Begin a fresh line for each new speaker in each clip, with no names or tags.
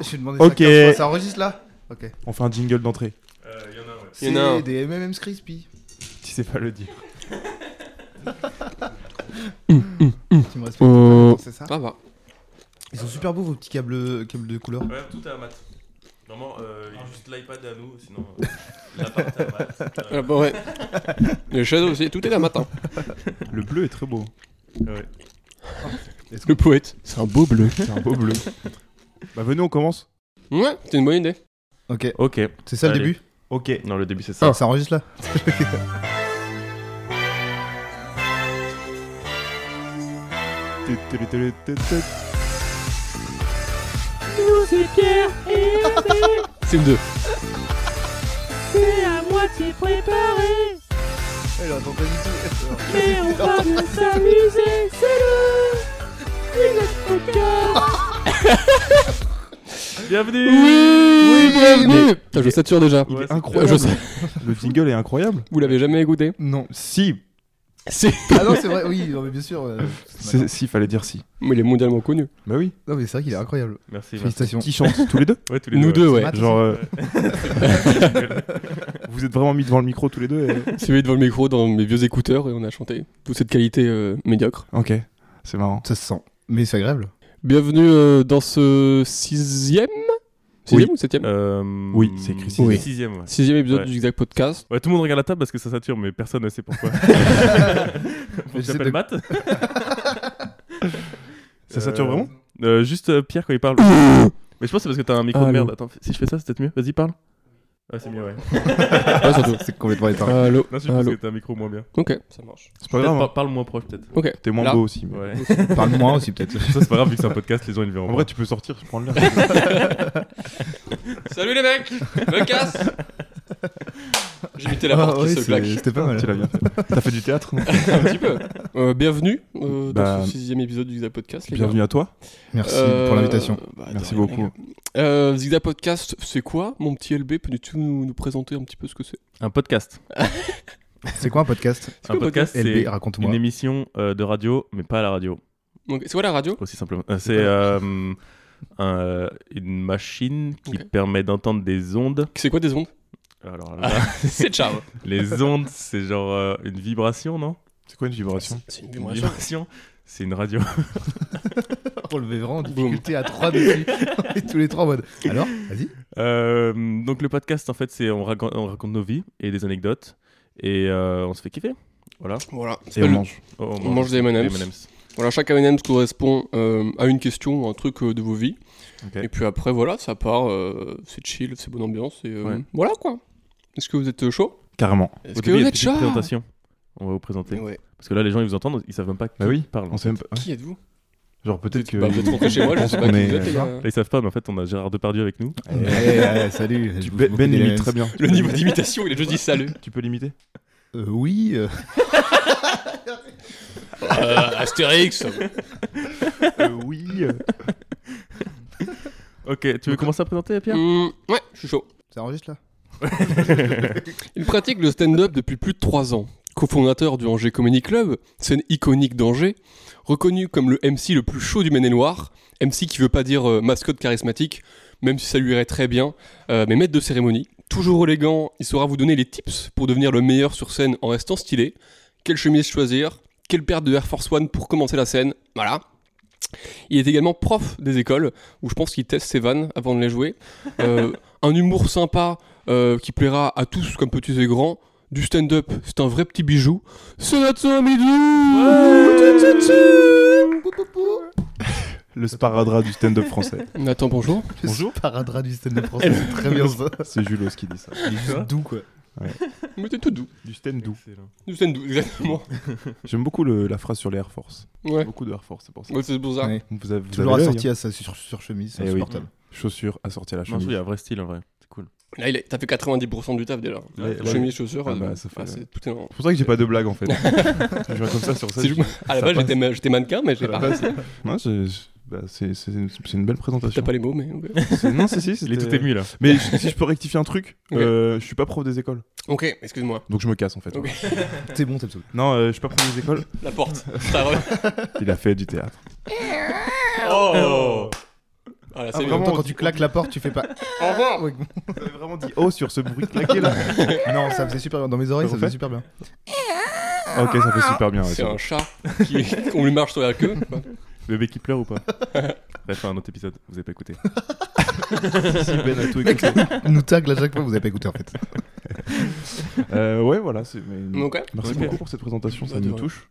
Je suis demandé
Ok.
ça 15 fois. Ça enregistre là Ok.
On fait un jingle d'entrée,
Il Euh, y en a, ouais.
Il y en a un.
C'est des MM's Crispy.
tu sais pas le dire.
Tu me respectes
Euh.
c'est ça
Ah bah.
Ils sont super beaux vos petits câbles, câbles de couleur.
Ouais, tout est à mat. Normalement, euh, il y a juste l'iPad à nous, sinon euh, l'appart est à mat.
Ah bah ouais. Le Shadow aussi, tout est là matin.
Le bleu est très beau.
Le poète. C'est un beau bleu.
C'est un beau bleu. bah venez, on commence.
Ouais, c'était une bonne idée.
Ok.
Ok,
C'est ça le
Allez.
début
Ok.
non, le début c'est
ça, ça enregistre là
C'est le 2.
C'est à moitié préparé,
Elle Eh, entend pas du
mais on va bien s'amuser. C'est le Village Podcast.
Bienvenue
Oui,
bienvenue.
bienvenue Putain, je sature déjà.
Il
Ouais,
est
c'est
incroyable.
clair. Je sais.
Le jingle est incroyable.
Vous l'avez jamais écouté
Non.
Si,
Si
Ah non, c'est vrai, oui, non, mais bien sûr. euh, c'est
c'est-
malin.
si, fallait dire si.
Mais il est mondialement connu.
Bah oui.
non, mais c'est vrai qu'il est incroyable.
Merci, merci.
Félicitations.
Qui chante Tous les deux
Ouais, tous les
Nous deux, ouais.
Ah, t'as
Genre, euh, vous êtes vraiment mis devant le micro tous les deux. et-
C'est venu devant le micro dans mes vieux écouteurs et on a chanté. Toute cette qualité euh, médiocre.
Ok, c'est marrant.
Ça se sent. Mais c'est agréable.
Bienvenue euh, dans ce sixième Sixième ou septième
Euh,
Oui, c'est écrit sixième.
Oui.
sixième, ouais.
Sixième épisode
Ah. Ouais.
du Zigzag Podcast.
Ouais, tout le monde regarde la table parce que ça sature, mais personne ne sait pourquoi.
Mais
On
j'essaie
s'appelle
de-
Matt
Ça sature vraiment
Euh, Juste euh, Pierre quand il parle. mais je pense que c'est parce que t'as un micro de
Allô.
merde. Attends, si je fais ça, c'est peut-être mieux. Vas-y, parle. Ouais, c'est mieux, ouais.
Ouais, surtout.
C'est complètement éteint.
Allô
Non, c'est parce
Allô
que t'as un micro moins bien.
Ok, ça marche.
C'est pas
Peut-être
grave. hein.
par- parle moins proche, peut-être.
Ok.
T'es moins
Là.
beau aussi. mais-
Ouais.
Parle moins aussi, peut-être.
ça, c'est pas grave, vu que c'est un podcast, les gens ils le verront.
En vrai, tu peux sortir, je prends l'air.
Salut les mecs Me casse J'ai imité la
Ah,
porte
ouais,
qui se
c'est-
claque.
C'était pas mal.
Tu l'as bien fait. T'as fait du théâtre non
Un petit peu. Euh, bienvenue euh,
Bah,
dans ce sixième épisode du Zigzag Podcast. les gars.
Bienvenue à toi.
Merci
Euh,
pour l'invitation.
bah, de
Merci
rien, les
beaucoup.
gars. Euh, Zigzag Podcast, c'est quoi mon petit LB Peux-tu nous, nous présenter un petit peu ce que c'est
Un podcast.
C'est quoi un podcast
Un podcast, c'est
LB, raconte-moi.
une émission euh, de radio, mais pas à la radio,
Donc, C'est quoi la radio
aussi simplement. Euh, c'est euh, un, euh, une machine qui
Ok.
permet d'entendre des ondes.
C'est quoi des ondes
Alors là,
Ah.
C'est Charles.
les ondes, c'est genre euh, une vibration, non
C'est quoi une vibration
C'est une
Une
vibration.
vibration, c'est une radio.
On le met vraiment en
Boum.
difficulté à trois dessus. Et tous les trois en mode. Alors, vas-y.
Euh, donc le podcast, en fait, c'est on, raconte- on raconte nos vies et des anecdotes et euh, on se fait kiffer. Voilà.
Voilà. C'est
Et on
pas le-
mange.
Oh,
On mange des M&M's. Voilà, chaque M&M's correspond euh, à une question ou un truc euh, de vos vies.
Ok.
Et puis après, voilà, ça part. euh, c'est chill, c'est bonne ambiance. Et, euh,
Ouais.
Voilà quoi. Est-ce que vous êtes euh, chaud
Carrément.
Est-ce
Est-ce
que vous êtes chaud
présentation On va vous présenter.
Ouais.
Parce que là, les gens, ils vous entendent, ils savent même pas qui
Bah oui.
parle.
On sait même pas. ouais.
Qui êtes-vous
Genre peut-être que.
Bah, vous êtes rentré chez moi, je sais pas
Euh, On
qui
est-
vous êtes, euh, les gars.
Là, ils savent pas, mais en fait, on a Gérard Depardieu avec nous.
Eh,
Eh,
eh, salut. je
tu-
bouffe
Ben
beaucoup
Ben
des
l'imite
M&M's.
très bien.
Le niveau d'imitation, il a juste dit salut.
Tu peux l'imiter
Euh, oui. euh,
Euh, Astérix
euh, Oui.
Ok, tu veux commencer à présenter, Pierre
Mm, Ouais, je suis chaud.
Ça enregistre là
Il pratique le stand-up depuis plus de 3 ans. Cofondateur du Angers Comedy Club, scène iconique d'Angers, reconnu comme le MC le plus chaud du Maine-et-Loire, MC qui veut pas dire euh, mascotte charismatique, même si ça lui irait très bien, euh, mais maître de cérémonie. Toujours élégant, il saura vous donner les tips pour devenir le meilleur sur scène en restant stylé, quelle chemise choisir, quelle paire de Air Force One pour commencer la scène, voilà. Il est également prof des écoles, où je pense qu'il teste ses vannes avant de les jouer. Euh, un humour sympa, euh, qui plaira à tous comme petits et grands. Du stand-up, c'est un vrai petit bijou. C'est notre son à Midou
Le sparadrap du stand-up français.
Nathan, bonjour.
Bonjour.
Le paradras du stand-up français. C'est très bien ça.
C'est Julos qui dit ça.
Il est juste doux quoi.
Mais t'es tout doux.
Du stand-doux.
Excellent.
Du stand-doux, exactement.
J'aime beaucoup le- la phrase sur les Air Force.
Ouais,
Beaucoup de Air Force, c'est pour ça.
Ouais, c'est pour ça.
Ouais.
Vous avez, vous
Toujours
avez l'œil,
assorti à sa sur, sur chemise, c'est
Eh oui.
insupportable.
hein. Chaussures assorties à la
Non, je trouve, il
chemise.
y a un vrai style, en vrai. C'est cool.
Là, il est- t'as fait 90% du taf déjà.
Ouais, ouais.
Chemise, chaussures.
Ah
euh,
bah, ça fait-
c'est tout est en-
C'est pour ça que j'ai pas de blague en fait. je vois comme ça sur ça.
C'est
je-
juste- À la
Ça
base,
passe.
j'étais ma- j'étais mannequin, mais j'ai
Voilà.
pas.
Ouais, c'est- c'est- bah, c'est c'est une, c'est une belle
T'as
présentation.
pas les mots, mais. ouais.
C'est- Non, si, si.
Il est
c'était-
tout ému, là.
Mais je- si je peux rectifier un truc,
Ok.
euh, je suis pas prof des écoles.
Ok, excuse-moi.
Donc je me casse en fait.
Ok.
C'est bon, t'es absolu.
Non, euh, je suis pas prof des écoles.
La porte. Ça re-
Il a fait du théâtre.
Oh Voilà,
Ah,
c'est
vraiment,
bien.
quand tu claques la porte, tu fais pas.
Au revoir.
Oui.
Vous avez vraiment dit oh sur ce bruit claqué là.
non, ça faisait super bien. Dans mes oreilles,
Vous
ça faisait
faites
super bien.
ok, ça fait super bien. ouais,
C'est
c'est bon.
un chat qui on lui marche sur la queue. quoi.
Bébé qui pleure ou pas Bref, un autre épisode, vous avez pas écouté.
Si Ben a tout écouté.
Nous tague à chaque fois, vous avez pas écouté en fait.
Euh, ouais, voilà. c'est- mais-
Donc, ouais.
Merci
Ok.
beaucoup pour cette présentation, ça
Bah, de
nous
rien.
touche.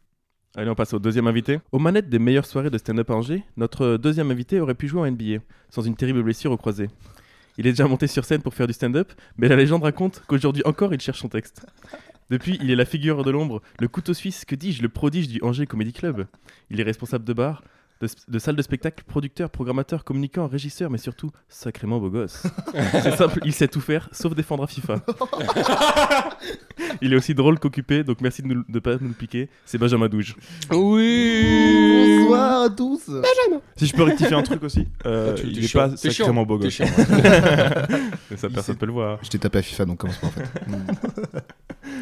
Allez, on passe au deuxième invité. Aux manettes des meilleures soirées de stand-up à Angers, notre deuxième invité aurait pu jouer en NBA, sans une terrible blessure au croisé. Il est déjà monté sur scène pour faire du stand-up, mais la légende raconte qu'aujourd'hui encore il cherche son texte. Depuis, il est la figure de l'ombre, le couteau suisse, que dis-je, le prodige du Angers Comedy Club. Il est responsable de bars, de, sp- de salles de spectacle, producteur, programmateur, communicant, régisseur, mais surtout sacrément beau gosse. C'est simple, il sait tout faire, sauf défendre à FIFA. il est aussi drôle qu'occupé, donc merci de ne pas nous le piquer. C'est Benjamin Douge.
Oui.
Bonsoir à tous
Si je peux rectifier un truc aussi, euh,
Ah, tu- t'es
il est
chiant.
pas
T'es
sacrément
chiant.
beau
T'es
gosse.
chiant.
Mais ça,
Il
personne
sait-
peut le voir.
Je t'ai tapé à FIFA, donc commence pas en fait.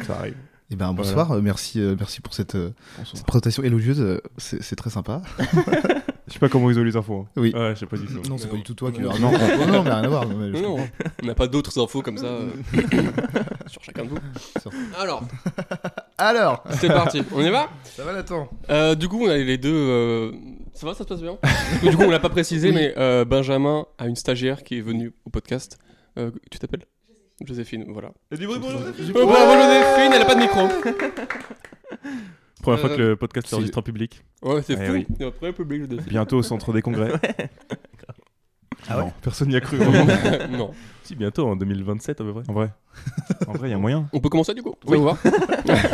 Ça arrive.
Eh ben, bonsoir, euh, merci, euh, merci pour cette, euh, cette présentation élogieuse, euh, c'est c'est très sympa.
Je sais pas comment ils ont les infos. hein.
Oui.
Ouais, je sais pas du tout.
Non, c'est
non.
pas du tout toi qui
Non.
l'as. Non, non, non, mais rien à voir. non, mais je-
Non, on n'a pas d'autres infos comme ça euh, sur chacun de vous.
Sur-
Alors,
Alors
c'est parti. On y va
Ça va, Nathan
Euh, du coup, on a les deux. euh, Ça va, ça se passe bien Du coup, on l'a pas précisé, mais euh, Benjamin a une stagiaire qui est venue au podcast. Euh, tu t'appelles Joséphine, voilà.
Et du bruit pour Joseph.
Oh, bravo Joséphine, elle a pas de micro
Première
Euh,
fois que le podcast
si-
s'enregistre en public.
Ouais, c'est
Eh
fou
oui.
Il y a un premier public Joséphine.
Bientôt au centre des congrès.
Ah ouais
Non, Personne n'y a cru. vraiment.
non.
Si, bientôt, en 2027 à peu près.
En vrai. En vrai, il y a moyen.
On peut commencer du coup Ça vous va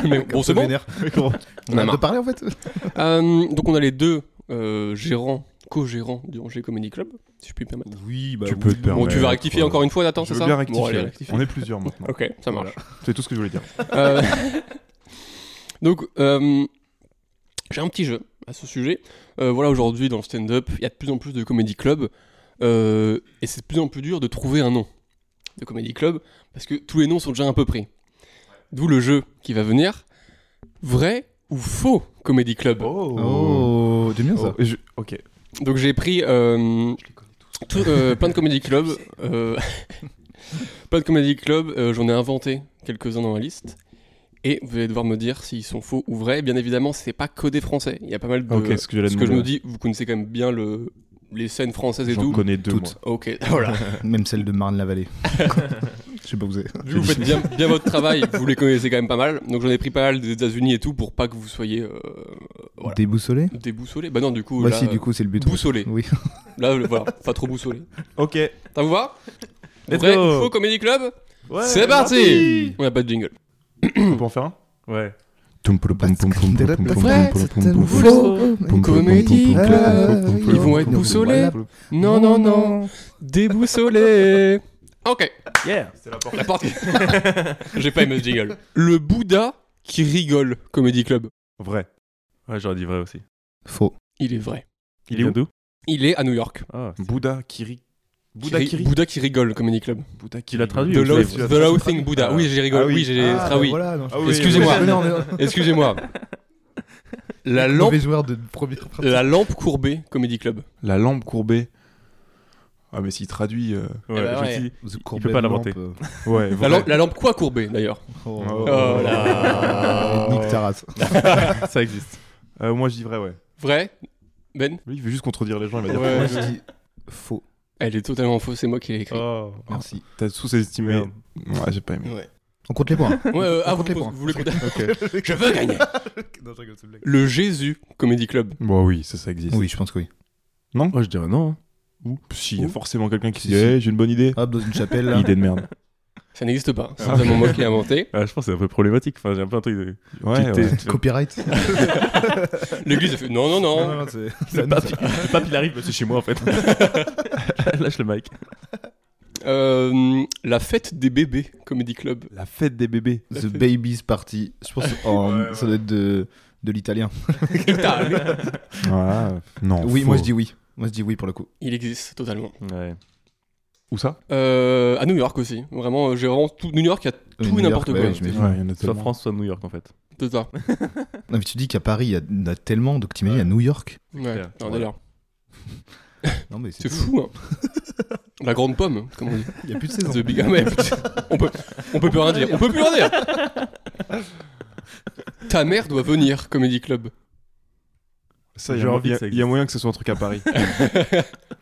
Mais bon, c'est bon.
On a hâte de
marre.
parler en fait
Euh, donc, on a les deux euh, gérants, co-gérants du Angers Comedy Club, si je puis me permettre.
Oui, bah.
Tu peux te
Bon,
permettre.
tu vas rectifier encore une fois, Nathan,
Je
c'est
veux
ça
bien
Bon, allez,
rectifier.
rectifie.
On est plusieurs maintenant.
Ok, ça marche.
C'est tout ce que je voulais dire.
Euh, Donc, euh, j'ai un petit jeu à ce sujet. Euh, voilà, aujourd'hui, dans le stand-up, il y a de plus en plus de comédie club. euh, et c'est de plus en plus dur de trouver un nom de comédie club. Parce que tous les noms sont déjà un peu pris. D'où le jeu qui va venir. Vrai ou faux comédie club
Oh, j'aime bien ça.
Oh, et je- Ok.
Donc, j'ai pris euh, tout- euh, plein de comédie club. euh, plein de comédie club. euh, J'en ai inventé quelques-uns dans ma liste. Et vous allez devoir me dire s'ils sont faux ou vrais. Bien évidemment, c'est pas codé français. Il y a pas
Ah,
mal de.
Ok, ce que j'allais
ce que je me
demander.
dis, vous connaissez quand même bien le... les scènes françaises et
J'en
tout.
connais deux.
Toutes.
moi.
Ok, voilà.
Même celle de Marne-la-Vallée. Je sais pas où c'est.
Vu que vous faites bien, bien votre travail, vous les connaissez quand même pas mal. Donc j'en ai pris pas mal des États-Unis et tout pour pas que vous soyez euh, Voilà.
Déboussolé
déboussolés. Bah non, du coup.
Bah
là,
si, du coup, c'est le but.
Boussolé.
Oui.
Là, le- voilà, pas trop boussolé.
Ok.
Ça vous va
Let's
Vrai
go.
ou faux Comedy Club
Ouais,
C'est parti On n'a pas de jingle.
On peut en faire un
Ouais.
Vrai, Comédie
Club.
Ils vont être boussolés. Non, non, non. Déboussolé. Ok.
Yeah
La porte. J'ai pas aimé ce jingle. Le Bouddha qui rigole, Comedy Club.
Vrai.
Ouais, j'aurais dit vrai aussi.
Faux.
Il est vrai.
Il est où
vient d'où
Il est à New York.
Ah,
Bouddha Kiri. Bouddha
Ri-
Kiri.
Bouddha qui rigole, Comedy Club.
Bouddha
qui l'a traduit
the
ou
low,
c'est-
tu l'as
the low thing Buddha. Oui, j'ai rigolé.
Ah oui.
oui, j'ai
Ah,
traduit.
voilà, non, je-
Ah oui,
Excusez-moi.
oui, oui. Non, non, non.
Excusez-moi. La lampe,
Mauvais joueur de première partie.
la lampe courbée, Comedy Club.
La lampe courbée. Ah, mais s'il traduit. euh,
Ouais,
Eh ben
je
ouais.
dis-
The
Il peut pas l'inventer.
Corbett Lamp,
Ouais,
La,
vrai.
lampe- la lampe quoi courbée d'ailleurs Euh,
euh, Oh,
Oh.
Oh là.
Et Nick Taras.
ça existe.
Euh, moi, je dis vrai, ouais.
Vrai Ben
Lui, il veut juste contredire les gens. Il va dire
Ouais.
Moi, je dis faux.
Elle est totalement fausse, c'est moi qui l'ai écrit.
Oh.
Merci.
T'as sous-estimé.
Merde.
Ouais, j'ai pas aimé.
Ouais.
On compte les points.
Ouais, euh, ah,
On
vous,
compte les points.
vous voulez compter
Oh. Ok.
Je veux gagner Le Jésus Comedy Club.
Bon, oui, ça, ça existe.
Oui, je pense que oui.
Moi, je dirais non.
Ou hein. si, il y a
Ou-
forcément quelqu'un qui se
Si,
dit
si.
Eh, j'ai une bonne idée.
Hop, dans une chapelle là.
Idée de merde.
Ça n'existe pas. C'est vraiment moi qui l'ai inventé.
Ah, je pense que c'est un peu problématique. Enfin, j'ai un peu un truc de.
Ouais,
Petite-
ouais.
tu-
Copyright.
L'église a fait non, non, non.
Non, non, c'est-
Le pape, le pape, il arrive, bah, c'est chez moi en fait. Lâche le mic.
Euh, la fête des bébés, Comedy Club.
La fête des bébés.
The Baby's Party. Je pense que en- ça doit être de, de l'italien.
Putain,
Ouais, non.
Oui,
faux.
moi je dis oui. Moi je dis oui pour le coup.
Il existe totalement.
Ouais.
Où ça
Euh, à New York aussi. Vraiment, euh, j'ai vraiment tout. New York, il y a
Euh,
tout
New
et n'importe
York,
quoi.
ouais,
Ouais,
j'imagine.
il y en a
Soit
tellement.
France, soit New York en fait.
C'est ça.
Non, mais tu dis qu'à Paris, il y en a tellement. Donc t'imagines, à New York.
Ouais,
clair.
non, d'ailleurs.
Non, mais c'est
C'est fou, hein. La grande pomme, comme on dit.
Il n'y a plus de saison.
The Big Ah, mais putain, on peut, on peut plus rien dire. On peut plus rien dire. Ta mère doit venir, Comedy Club.
Ça, il y,
J'ai
a-
envie
y a-
que ça
y a
existe.
moyen que ce soit un truc à Paris.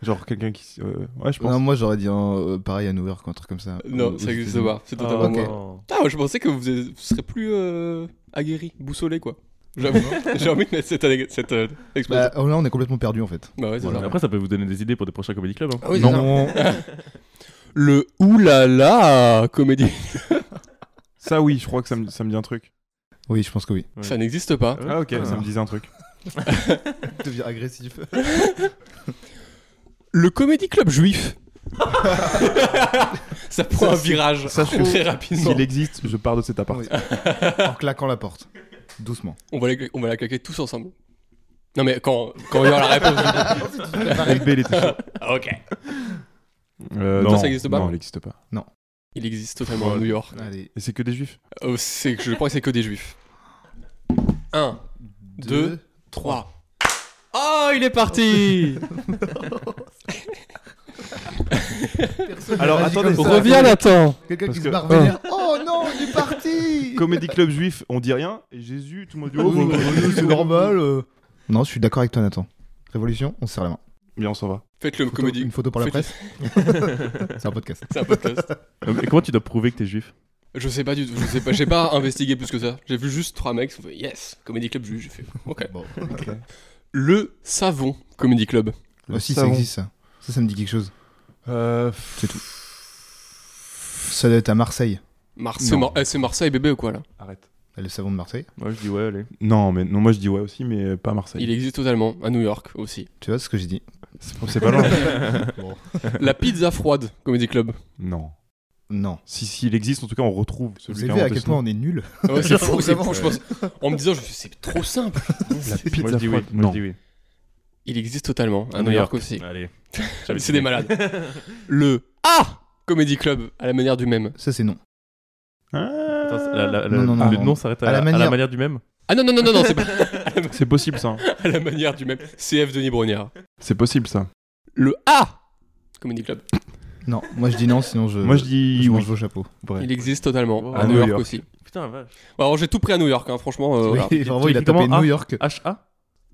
Genre quelqu'un qui. euh, Ouais, je pense.
Non, moi j'aurais dit un, euh, pareil à New York, un truc comme ça.
Non,
Aux-
ça
aux
existe
États-Unis.
pas. C'est totalement
ok.
moi. Ah, moi, je pensais que vous, êtes- vous serez plus euh, aguerri, boussolé, quoi. J'avoue, j'ai envie de mettre cette, allég- cette euh, expression.
Bah, oh, là, on est complètement perdu en fait.
Bah ouais, c'est
voilà.
ça.
Après, ça peut vous donner des idées pour des prochains comedy clubs. hein.
Ah oui, c'est ça.
non,
Le oulala comédie.
ça oui, je crois que ça me, ça me dit un truc.
Oui, je pense que oui.
Ouais.
Ça n'existe pas.
Ah ok, ça me disait un truc.
Tu deviens agressif.
Le comédie club juif. ça prend
Ça,
un
c'est-
virage
ça, je
très
trouve-
rapidement.
S'il existe, je pars de cet appart.
Oui. en claquant la porte. Doucement.
On va, la, on va la claquer tous ensemble. Non mais quand, quand il y aura la réponse. je vous
LB, il était chaud.
dis. Ah, ok.
Euh,
Toi,
non,
ça existe pas
Non, il n'existe pas.
Il existe totalement à New York.
Allez.
Et c'est que des juifs
Euh, c'est- je crois que c'est que des juifs. 1, 2, 3. Oh, il est parti
Alors, attendez,
Ah,
Reviens Nathan
Quelqu'un
Parce
qui se
que-
barre venir. Oh non, il est parti
Comedy Club juif, on dit rien. Et Jésus, tout le monde dit
Oui,
oh,
oui,
bon,
oui, Ah, C'est normal. euh. Non, je suis d'accord avec toi, Nathan. Révolution, on se serre la main.
Bien, on s'en va.
Faites le
Photo-
comédie.
Une photo pour la
Faites-
presse. C'est un podcast.
C'est un podcast.
Et comment tu dois prouver que t'es juif
Je sais pas du tout, je sais pas, j'ai pas investigué plus que ça. J'ai vu juste trois mecs, ils ont fait yes, Comedy Club juif, j'ai fait ok.
Bon.
Le savon Comedy Club.
Ah, si, ça
savon.
existe ça. Ça, ça me dit quelque chose.
Euh,
C'est tout. Ça doit être à Marseille.
Mar- c'est Mar- eh, c'est Marseille bébé ou quoi là
Arrête.
Le savon de Marseille.
Moi, je dis ouais, allez.
Non, mais non, moi je dis ouais aussi, mais pas à
Il
Marseille.
existe totalement, à New York aussi.
Tu vois ce que j'ai dit
C'est c'est pas loin.
La pizza froide Comedy Club.
non.
Non.
Si, s'il existe, en tout cas, on retrouve
Vous
celui
avez
qui a
vu à
inventé
quel
ce
point
nom.
on est nul
Ah ouais, c'est fou, c'est
Vraiment,
fou, je pense. En me disant, je me suis dit, c'est trop simple.
La pizza
Moi, je dis oui.
froide.
Moi,
Non.
je dis oui.
Il existe totalement, à
À
New
New
York aussi.
Allez.
C'est des malades. Le A Comedy Club, à la manière du même.
Ça, c'est non.
Ah.
Attends, la- la- la-
Non, non, non,
le
non.
nom s'arrête à,
À la
à
manière-
du même
Ah non, non, non, non, non c'est pas
C'est possible ça.
à la manière du même. CF Denis Brognard.
C'est possible ça.
Le A Comedy Club.
Non, moi je dis non, sinon je.
Moi je dis
Euh, je
oui.
mange vos chapeaux.
Bref.
Il existe totalement,
Wow.
à New York, aussi.
Putain, la vache.
Bon, Alors j'ai tout pris à New York, hein, franchement. euh,
Oui,
voilà.
vraiment, il a
tu dis comment
tapé
Ah.
hein.
New York.
H-A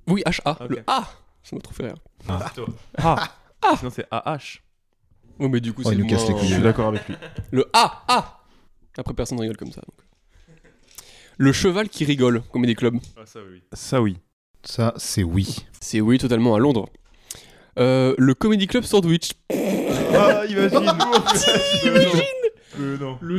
Oui, H-A.
Ok.
Le A Ça m'a trop fait rire.
Ah. Sinon, c'est A-H.
Oui, mais du coup,
Oh,
c'est
il nous
le
casse les
moins-
Je suis d'accord avec lui.
Le A A Après, personne ne rigole comme ça. donc. Le cheval qui rigole, Comedy Club.
Ah, ça oui.
Ça oui.
Ça, c'est oui.
C'est oui, totalement à Londres. Euh, le Comedy Club Sandwich.
Ah, imagine Imagine non.
Le nom, le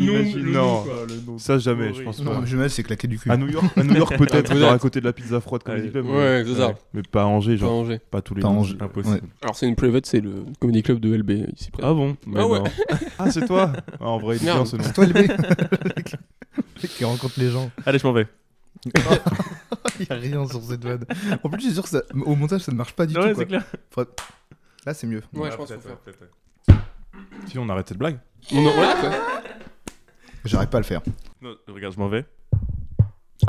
nom,
non. Ça jamais, je pense
Non,
pas.
mais je me dis, c'est claquer du cul.
À New York, à New York peut-être,
Peut-être.
genre à côté de la pizza froide Comedy
Allez.
Club.
Ouais, c'est ça.
Mais pas à Angers,
Pas
genre
Angers.
pas tous les
Pas
noms.
Angers.
Impossible.
Alors, c'est une private, c'est le Comedy Club de LB ici près.
Ah bon Mais
Ah ouais.
non.
Ah, c'est toi Ah, En vrai, il est
Merde.
bien ce nom.
C'est toi le mec Le mec qui rencontre les gens.
Allez, je m'en vais.
Il y a rien sur cette vanne. En plus, je suis sûr que ça- au montage, ça ne marche pas du
Ouais,
tout.
c'est
Quoi.
clair. Ah,
Là, c'est mieux.
Ouais, je pense qu'il faut faire.
Sinon, on arrête cette blague.
Non, voilà, quoi.
J'arrive pas à le faire.
Non, regarde, je m'en vais.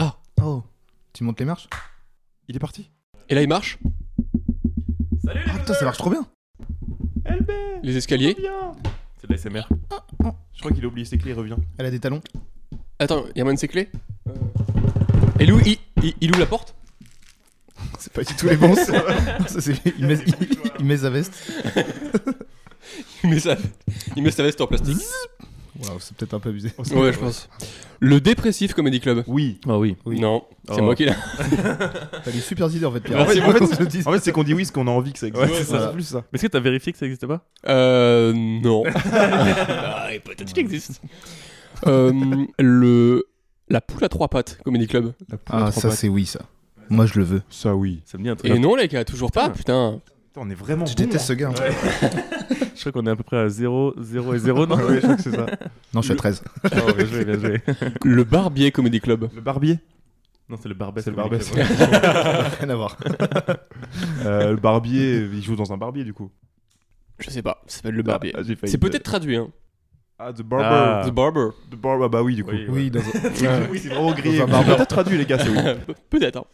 Oh. Tu montes les marches
Il est parti.
Et là, il marche,
Salut
Ah putain, ça marche trop bien.
les escaliers.
C'est de l'ASMR.
Je crois qu'il a oublié ses clés, il revient.
Elle a des talons.
Attends, il y a moyen de ses clés Euh. Et lui, il, il, il ouvre la porte
C'est pas du tout les bons. ça. Ça, c'est- il, met, il- il met sa veste.
il met, sa, il met sa veste en plastique.
Waouh, c'est peut-être un peu abusé.
Ouais, je pense. Le dépressif Comedy Club.
Oui.
Ah oui.
Oui.
Non, c'est
Oh.
moi qui l'ai.
T'as des super idées en fait. Pierre.
En fait,
C'est
en fait,
bon qu'on se le dise.
En fait, c'est qu'on dit oui, ce qu'on a envie que ça existe.
Ouais, c'est
ça.
C'est plus ça.
Mais est-ce que t'as vérifié que ça n'existait pas
Euh, non. ah, et peut-être qu'il existe. Euh, le... La poule à trois pattes, Comedy Club.
Ah, ça, c'est oui, ça. Moi, je le veux.
Ça, oui.
Ça me dit un truc.
Et non, les gars, toujours pas, putain.
Putain, on est vraiment.
Je
bon,
déteste ce gars. hein.
Je crois qu'on est à peu près à 0, 0 et 0, non
hein. Ouais, je crois que c'est ça.
Non, je suis à 13.
Oh, bien joué, bien joué.
Le barbier Comedy Club.
Le barbier.
Non, c'est le
Bah,
Barbès.
C'est le
Comedy
Barbès.
Club.
Rien à voir.
Euh, le barbier, il joue dans un barbier du coup.
Je sais pas, ça s'appelle le barbier.
Ah, j'ai failli
C'est
te-
peut-être traduit, hein.
Ah, The Barber.
Ah.
The Barber.
The Barber, bah oui, du coup.
Oui,
Oui, dans
Oui, c'est vraiment grillé.
Dans un barber.
Peut-être traduit, les gars, c'est oui.
Pe- peut-être. hein.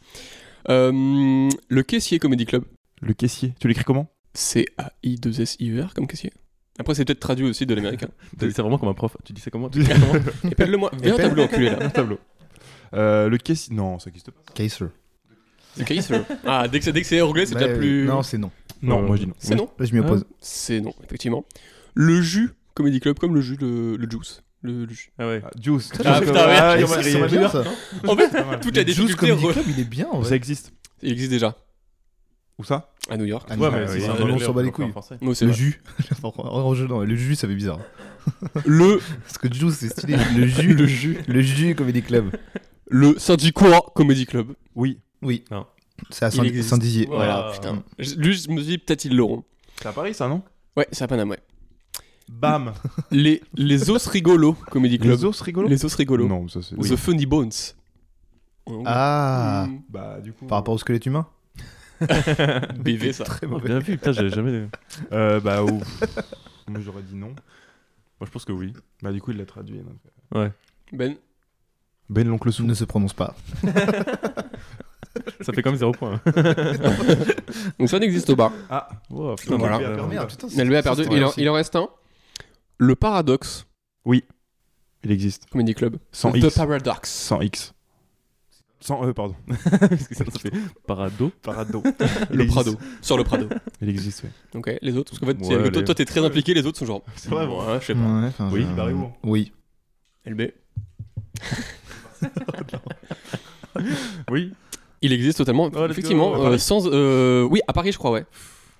Euh, le caissier Comedy Club.
Le caissier. Tu l'écris comment
C-A-I-2-S-I-E-R E comme caissier. Après, c'est peut-être traduit aussi de l'américain.
C'est vraiment comme un prof. Tu dis ça comment Tu dis ça comment
Épelle-le-moi. Viens au tableau, enculé, là.
Un tableau. Euh, le caissier. Non, ça existe pas.
Kaiser.
Le caissier. Ah, dès que c'est- dès que c'est anglais, c'est
Bah,
déjà
euh,
plus... Ah,
Non, c'est non.
Non,
Euh,
moi je dis non.
C'est non
Là, je m'y oppose.
C'est non, effectivement. Le jus, Comedy Club, comme le jus, le, le juice. Le, le jus.
Ah ouais.
Ah, Juice.
Ah, putain, merde,
Ah,
Ah,
il y a
ça,
marqué.
c'est bien, ça.
En fait,
Pas mal.
toute la
Juice
difficulté.
Comedy
re-
Club, il est bien, en
Ça
vrai.
existe.
Il existe déjà
Où ça
à New York.
Ah,
Ouais,
mais
mais
oui,
c'est
oui,
un
on
anglais,
s'en bat les
on peut en
couilles.
français.
Non, c'est
Le
vrai.
jus. En jeu, non, le jus, ça fait bizarre.
Le,
Parce que Juice, c'est stylé. Le jus,
le jus.
le jus Comedy Club.
Le Saint-Jicouan Comedy Club.
Oui.
Oui.
Non.
C'est à
Il
Saint-
existe.
Saint-Dizier.
Ouais.
Voilà,
Ah.
putain. Je- Lui, je me suis dit, peut-être ils l'auront.
C'est à Paris ça, non
Ouais, c'est à Paname, ouais.
Bam
Les, les Os Rigolos Comedy Club.
Les os rigolos
Les Os Rigolos.
Non, ça c'est.
The Funny Bones.
Ah,
Mmh,
Bah, du coup.
par rapport au squelette humain
BV, ça.
Très
Oh,
mauvais.
bien vu, putain, j'avais jamais. Moi,
Euh, bah, ouf. Moi j'aurais dit non.
je pense que oui.
Bah, du coup, il l'a traduit. donc.
Ben,
Ben l'oncle sous.
Ne se prononce pas.
Ça fait quand même 0 point.
donc ça n'existe pas.
Ah,
Wow, putain,
Voilà.
merde.
Ah, merde,
putain,
Elle lui a perdu. Il en, il en reste un. Le Paradoxe
il existe.
Comedy Club.
Sans
The
X.
Paradox.
Sans X. Sans E, pardon.
Parce que ça, ça fait parado.
Parado.
Le Prado. Sur le Prado.
Il existe, oui.
Ok, les autres, parce qu'en fait,
Ouais,
c'est avec toi,
les-
toi t'es très impliqué, les autres sont genre.
C'est vrai,
bon, hein, je sais pas.
Ouais, enfin,
Oui,
je-
Barrymore.
Oui.
LB.
Oui.
Il existe totalement,
Oh, let's go,
effectivement,
à
euh,
Paris.
sans. euh, oui, à Paris, je crois, ouais.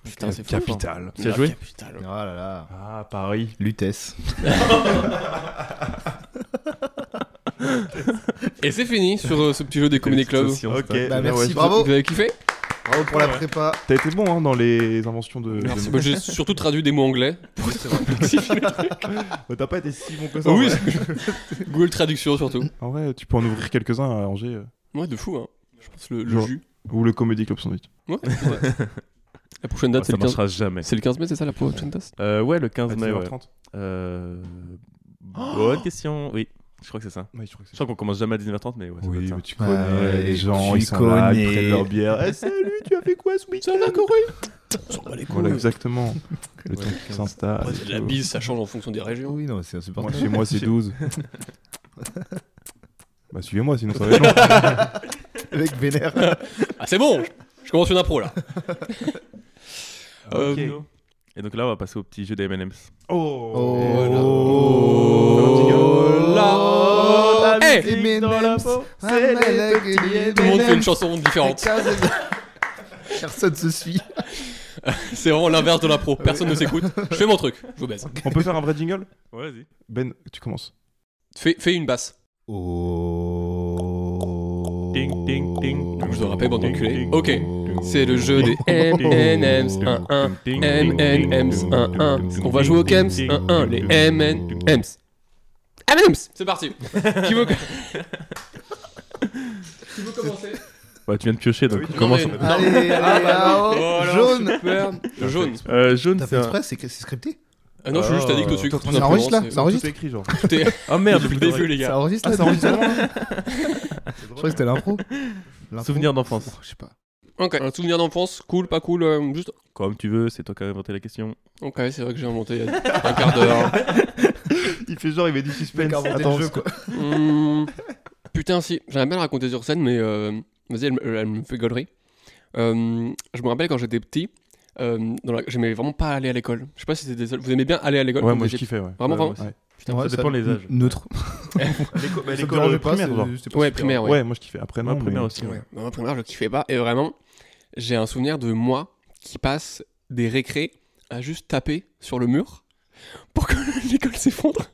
Putain, c'est fou. hein.
Capital.
Tu as joué
Oh là là.
Ah, Paris.
Lutèce.
Et c'est fini sur euh, ce petit jeu des Comedy Club.
Petite saucisse,
Ok.
hein.
Bah,
bah,
merci,
ouais, je-
bravo.
Vous avez kiffé
Bravo pour la prépa.
T'as été bon hein, dans les inventions de.
Merci.
de-
Bah, J'ai surtout traduit des mots anglais.
Ouais, T'as pas été si bon que ça. en
oui,
vrai.
Google Traduction surtout.
En vrai, tu peux en ouvrir quelques-uns à Angers. euh,
Ouais, de fou, hein. Je pense le, le
Genre.
jus.
Ou le Comedy Club Sandwich.
Ouais, c'est vrai. La prochaine
Oh,
date, c'est
ça
le 15
marchera jamais.
C'est le 15 mai, c'est ça la prochaine date
Euh, ouais, le
Ah,
15
À
mai. Ouais.
19h30.
Euh... Bonne question. Oui, je crois que c'est ça.
Ouais, je crois que
Je
c'est ça.
crois qu'on commence jamais à 19h30, mais ouais. ça doit être
Oui,
ça.
mais tu connais
Ouais,
les gens,
tu
ils sont là, ils
connais.
prennent leur bière. Eh, salut, tu as fait quoi ce week-end
On s'en bat les
Voilà, exactement. Le temps qui s'installe.
Ouais, c'est de La bise, ça change en fonction des régions.
Oui, non, c'est
Moi,
insupportable.
chez moi, c'est 12. bah, suivez-moi, sinon ça va être long.
Avec Vénère.
Ah, c'est bon je- Je commence une impro là. Euh,
Ok. Et donc là, on va passer au petit jeu des M&M's.
Oh,
Oh
là. Eh,
Les M&M's, c'est les petits
Tout le monde fait une
M&M's.
chanson différente.
Personne se suit.
C'est vraiment l'inverse de l'impro. Personne ne s'écoute. Je fais mon truc. Je vous baise.
On peut faire un vrai jingle
Ouais, vas-y.
Ben, tu commences.
Fais, fais une basse.
Oh.
Ding, ding, ding.
Oh.
Donc, je vous le rappelle, bande d'enculés.
Ding,
Ok. C'est le jeu
Oh.
des M&M's 1-1. M&M's 1-1. On va jouer au Kems 1-1. Les M&M's. M&M's C'est parti. Qui veut, Qui veut commencer
Bah, tu viens de piocher, donc
Ah oui, tu
commence.
Non, mais-
Allez, allez, là-haut.
Voilà,
Jaune.
super. Le jaune.
Euh, jaune,
T'as
c'est
fait
un...
exprès, c'est que- c'est scripté
Ah non, je suis juste addict au sucre. tout
Ça enregistre là
simplement,
Ça enregistre Ah,
Tout est écrit, genre.
c'est- Tout est
Oh merde,
depuis le
putain.
début, les gars.
Ça enregistre là
ça enregistre
Je croyais que c'était l'impro. L'impro.
Souvenir d'enfance.
Je sais pas.
Ok. Un souvenir d'enfance, cool, pas cool, euh, juste.
Comme tu veux, c'est toi qui as inventé la question.
Ok, c'est vrai que j'ai inventé il y a un quart d'heure.
Il fait genre, il met du suspense.
Attends,
Attends,
jeu, quoi.
Hmm. Putain, si, j'aimerais bien le raconter sur scène, mais euh, vas-y, elle, me- elle me fait gaulerie. Euh, je me rappelle quand j'étais petit, euh, dans la- j'aimais vraiment pas aller à l'école. Je sais pas si c'était des seuls. Vous aimez bien aller à l'école
Ouais,
quand
moi
vous
je
étiez-
kiffais, ouais.
Vraiment,
Ouais,
vraiment
moi aussi.
Putain,
Ouais,
ça dépend les âges.
Neutre.
Bah,
Ça me
l'école
dérangeait pas,
primaire,
c'est-
genre.
c'était pas
Ouais,
super.
primaire, ouais.
Ouais, moi je kiffais. Après,
Moi,
non, mais...
primaire aussi. ouais.
Ouais. Dans ma primaire, je kiffais pas. Et vraiment, j'ai un souvenir de moi qui passe des récrés à juste taper sur le mur pour que l'école s'effondre.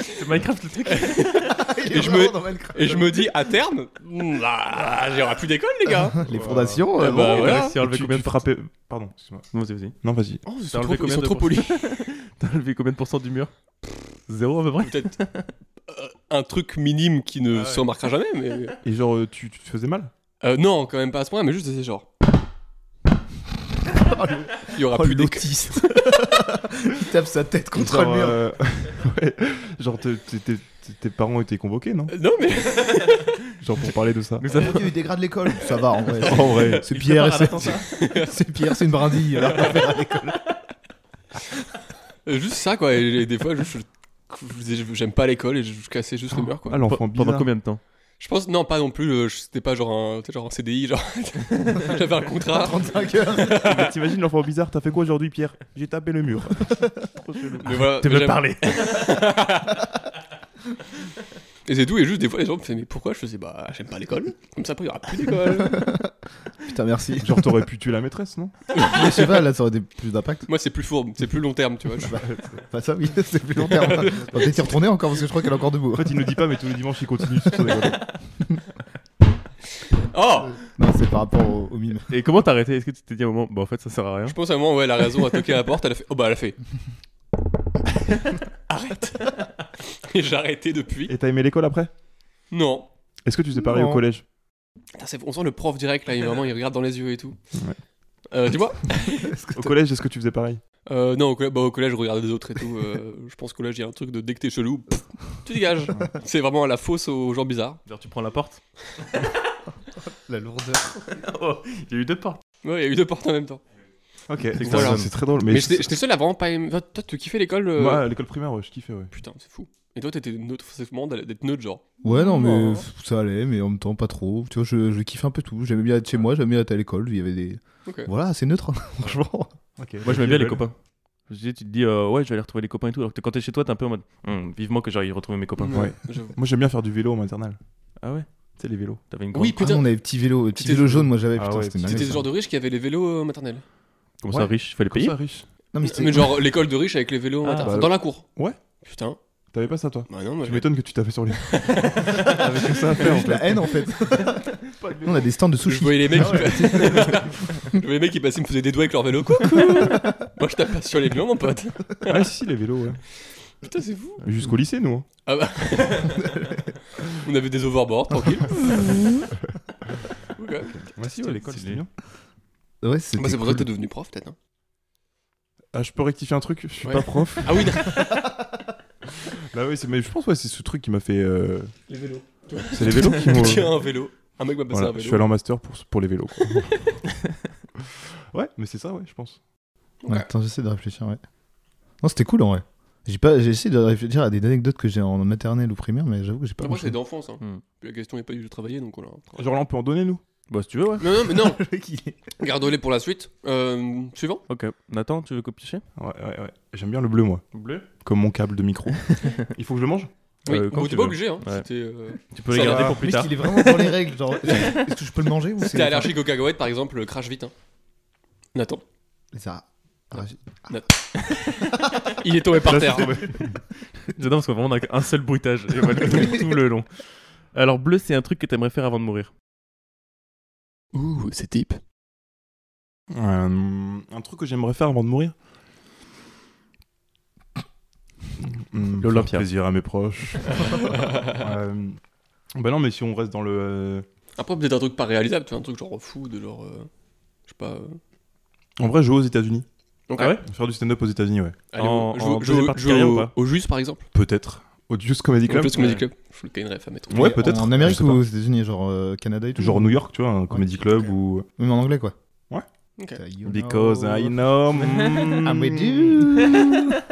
C'est Minecraft le truc.
Il
Et
est
je
vraiment
me-
dans Minecraft.
Et je me dis, à terme, hmm, ah, là, j'aurai plus d'école, les gars.
Les fondations.
Eh
euh,
bah,
bon.
voilà.
T'as enlevé
Tu,
combien
tu
de
frappais... Pardon, excuse-moi.
Non, vas-y, vas-y.
Non, vas-y.
Oh, ils
T'as
sont
enlevé
trop, ils
combien
sont
de
trop polis.
T'as enlevé combien de pourcents du mur Zéro à peu près.
peut-être euh, un truc minime qui
Ah
ne
ouais.
se remarquera jamais, mais.
Et genre, euh, tu, tu te faisais mal
Euh, non, quand même pas à ce point, mais juste c'est genre. Il y aura
Oh,
plus d'école.
l'autiste. Il tape sa tête contre
genre,
euh,
le mur.
euh, ouais. Genre, te- t'étais- t- tes parents étaient convoqués, non
Euh, Non, mais
Genre pour parler de ça.
Nous
Mon
avons-
Dieu, il dégrade l'école. Ça va, en vrai.
En vrai.
C'est
Il
Pierre,
prépare à
c'est
l'attentat.
c'est Pierre, c'est une brindille. alors, on verra avec-
euh, juste ça, quoi. Et, et des fois, juste, je- je disais, j'aime pas l'école et je cassais juste le mur, quoi.
Ah, l'enfant
Pe- Pendant
bizarre.
combien de temps
Je pense, non, pas non plus, euh, je- c'était pas genre un, tu sais, genre un CDI, genre. J'avais un contrat.
35 heures.
Mais T'imagines l'enfant bizarre, t'as fait quoi aujourd'hui, Pierre J'ai tapé le mur.
Mais voilà,
Tu
mais
veux
j'aime-
parler
Et c'est tout, et juste des fois, les gens me faisaient, mais pourquoi Je faisais, bah, j'aime pas l'école. Comme ça, après, il y aura plus d'école.
Putain, merci.
Genre t'aurais pu tuer la maîtresse, non
Mais je sais pas, là, ça aurait des- plus d'impact.
Moi, c'est plus fourbe, c'est plus long terme, tu vois. Je-
Bah, bah, ça, oui, c'est plus long terme. On va peut-être y retourner encore parce que je crois qu'elle est encore debout.
En fait, il nous dit pas, mais tous les dimanches, il continue sur son école.
Oh
Non, c'est par rapport au, au mime.
Et comment t'as arrêté Est-ce que tu t'es dit à un moment, bah en fait ça sert à rien
Je pense à un moment, ouais, la raison a toqué à la porte, elle a fait, oh bah, elle a fait. Arrête Et j'ai arrêté depuis.
Et t'as aimé l'école après
Non.
Est-ce que tu faisais pareil
Non.
au collège
Putain, c'est- on sent le prof direct, là, il, vraiment, il regarde dans les yeux et tout.
Ouais.
Euh, tu vois
Au collège, est-ce que tu faisais pareil
Euh, non, au collège, bah, au collège, je regardais les autres et tout. euh, je pense qu'au collège, il y a un truc de dès que t'es chelou, pff, tu dégages. C'est vraiment à la fausse aux gens bizarres.
Genre tu prends la porte
La lourdeur.
Oh, Il y a eu deux portes.
Ouais, il y a eu deux portes en même temps.
Ok,
que
Voilà.
ça résonne.
c'est très drôle. Mais,
Mais, j'étais j'étais le seul à vraiment pas aimer. Toi, toi, tu kiffais l'école euh,
Moi, à l'école primaire, ouais, je kiffais, ouais.
Putain, c'est fou. Et toi, t'étais neutre, forcément d'a- d'être neutre, genre.
Ouais, non, mais
Oh.
pff, ça allait, mais en même temps, pas trop. Tu vois, je, je kiffe un peu tout. J'aimais bien être chez moi, j'aimais bien être à l'école. Il y avait des.
Ok.
Voilà, c'est neutre, franchement.
Moi j'aimais bien les copains. Je dis, tu te dis, euh, ouais, je vais aller retrouver les copains et tout. Alors que quand t'es chez toi, t'es un peu en mode, Hum, vivement que j'aille retrouver mes copains.
Ouais,
Ouais.
j'avoue.
Moi, j'aime bien faire du vélo en maternelle.
Ah ouais
Tu sais, les vélos.
T'avais une grande.
Oui,
Ah,
putain,
on avait petits vélos, petits
T'étais-
vélos jaunes, moi j'avais.
Ah
Putain,
ouais,
c'était une
t'étais
dinguerie,
le
ça.
genre de riche qui avait les vélos euh, maternels.
Comme
Ouais.
ça, riche, fallait
Comme
payer.
ça, riche.
Non, mais
Mais,
c'était-
genre l'école de riche avec les vélos
Ah,
maternels.
bah,
dans la cour.
Ouais.
Putain.
T'avais pas ça, toi
Bah non, moi,
Tu
j'ai-
m'étonnes que tu t'as fait sur les. Avec tout ça à faire, en
Juste
fait.
la haine en fait. Nous, on a des stands de
je
sushi.
voyais les mecs. qui pa- je voyais les mecs qui passaient, me faisaient des doigts avec leur vélo. Coucou Moi, je tape pas sur les murs, mon pote.
Ah, si, si, les vélos, ouais.
Putain, c'est fou.
Jusqu'au lycée, nous. hein.
Ah bah. On avait des overboards, tranquille. Ok.
Ouais, si, ouais, l'école, c'était
Stylé.
bien.
Ouais, c'était
Bah, c'est pour ça
cool.
que t'es devenu prof, peut-être. hein.
Ah, je peux rectifier un truc Je suis
Ouais.
pas prof.
Ah oui,
Bah oui, c'est- mais je pense ouais, c'est ce truc qui m'a fait. euh,
les vélos.
C'est les vélos qui m'ont.
Tiens, un vélo. Un mec m'a passé
Voilà,
un vélo.
je suis allé en master pour, pour les vélos. quoi. ouais, mais c'est ça, ouais, je pense.
Ouais, attends, j'essaie de réfléchir, ouais. Non, c'était cool en vrai. J'ai pas, j'ai essayé de réfléchir à des anecdotes que j'ai en maternelle ou primaire, mais j'avoue que j'ai pas.
Moi, c'est
grand-chose.
d'enfance. Hein.
Hmm.
Puis La question n'est pas du tout de travailler, donc on l'a.
Genre là, on peut en donner, nous
Bah, si tu veux, ouais.
Non, non, mais non Gardons-les pour la suite. Euh, suivant
Ok. Nathan, tu veux copier
Ouais, ouais, ouais. J'aime bien le bleu, moi.
Bleu
Comme mon câble de micro. Il faut que je le mange
Oui,
Euh, quand
bon,
tu
t'es pas
veux.
obligé. Hein.
Ouais.
C'était, euh,
Tu peux
Ça
les garder
va.
pour plus
Mec,
tard.
il est vraiment dans les règles. Genre, est-ce que je peux le manger ou
Si
c'est
t'es allergique aux cacahuètes, par exemple, euh, crash vite. Hein. Nathan.
Ça. ah, j'ai-
Il est tombé par
Là,
terre.
c'est tombé.
J'adore parce qu'on vraiment on a un seul bruitage. Et voilà, tout, tout le long. Alors, bleu, c'est un truc que t'aimerais faire avant de mourir.
Ouh, c'est type.
Euh, un truc que j'aimerais faire avant de mourir Mm,
L'Olympia.
faire plaisir à mes proches. Euh, bah non, mais si on reste dans le. euh,
Après, peut-être un truc pas réalisable, tu vois, un truc genre fou, de genre. euh, je sais pas. euh,
En vrai, jouer aux États-Unis.
Donc,
Ah ouais
Faire du stand-up aux États-Unis, ouais.
Allez,
En-
je joue-
en
je
deuxième
joue-
partie de
je joue
carrière ou
au-
pas
au Juice, par exemple.
Peut-être. Au Just Comedy
Au
Club.
Just Comedy
Ouais.
Club. Je le gagnerais à mettre.
Ouais, peut-être.
En
Je
Amérique
sais pas.
ou aux États-Unis, genre euh, Canada et tout
Genre New York, tu vois, un comedy club ou.
Même en anglais, quoi. oh.
Ouais.
Ok.
You
Because
know.
I know. mm.
I'm with you.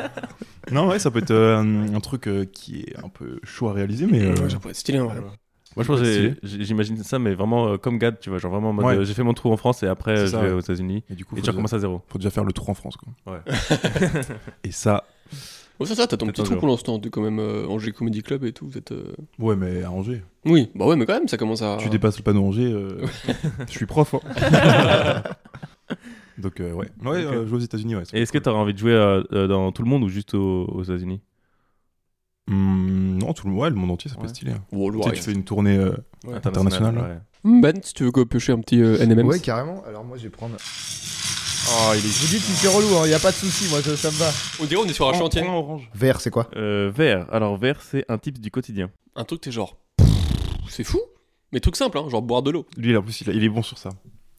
Non, ouais, ça peut être euh, un un truc euh, qui est un peu chaud à réaliser, mais. euh,
Ouais, ça pourrait être stylé, hein, vraiment.
Moi, je pense que j'ai-
Stylé.
j'ai- j'imagine ça, mais vraiment euh, comme Gad, tu vois. Genre vraiment en mode,
Ouais.
euh, j'ai fait mon trou en France et après,
C'est
euh, je
ça,
vais
ouais.
aux États-Unis.
Et du coup, faut,
Et tu
déjà,
recommences à zéro.
faut déjà faire le tour en France, quoi.
Ouais.
Et ça,
Oh, ça, ça, t'as ton petit
Attends,
trou
je-
pour l'instant. T'es quand même euh, Angers Comedy Club et tout. Vous êtes. euh,
ouais, mais à Angers.
Oui, bah ouais, mais quand même, ça commence à.
Ah.
Tu dépasses le panneau Angers, euh, je suis prof. hein. Donc, euh, ouais. Ouais,
Ok.
euh, jouer aux États-Unis, ouais. ça peut
Et est-ce que
être
t'aurais envie de jouer euh, euh, dans tout le monde ou juste aux, aux États-Unis
cool. Mm, Non, tout le... Ouais, le monde entier, ça peut
Ouais.
être stylé. hein. Tu sais,
Worldwide.
tu fais une tournée. euh, International,
ouais.
Hmm, Ben, si tu veux que piocher un petit euh, NMM.
Ouais, carrément. Alors, moi, je vais prendre.
Oh,
Je vous dites, c'est relou, hein. il a pas de souci, moi, ça me va.
On dirait on est sur un
Oh.
Prends-
chantier.
prends un orange.
Vert, c'est quoi
Euh, vert. Alors, vert, c'est un tips du quotidien.
Un truc, t'es genre. pff, C'est fou. Mais truc simple, hein, genre boire de l'eau.
Lui, là, en plus, il, a- il est bon sur ça.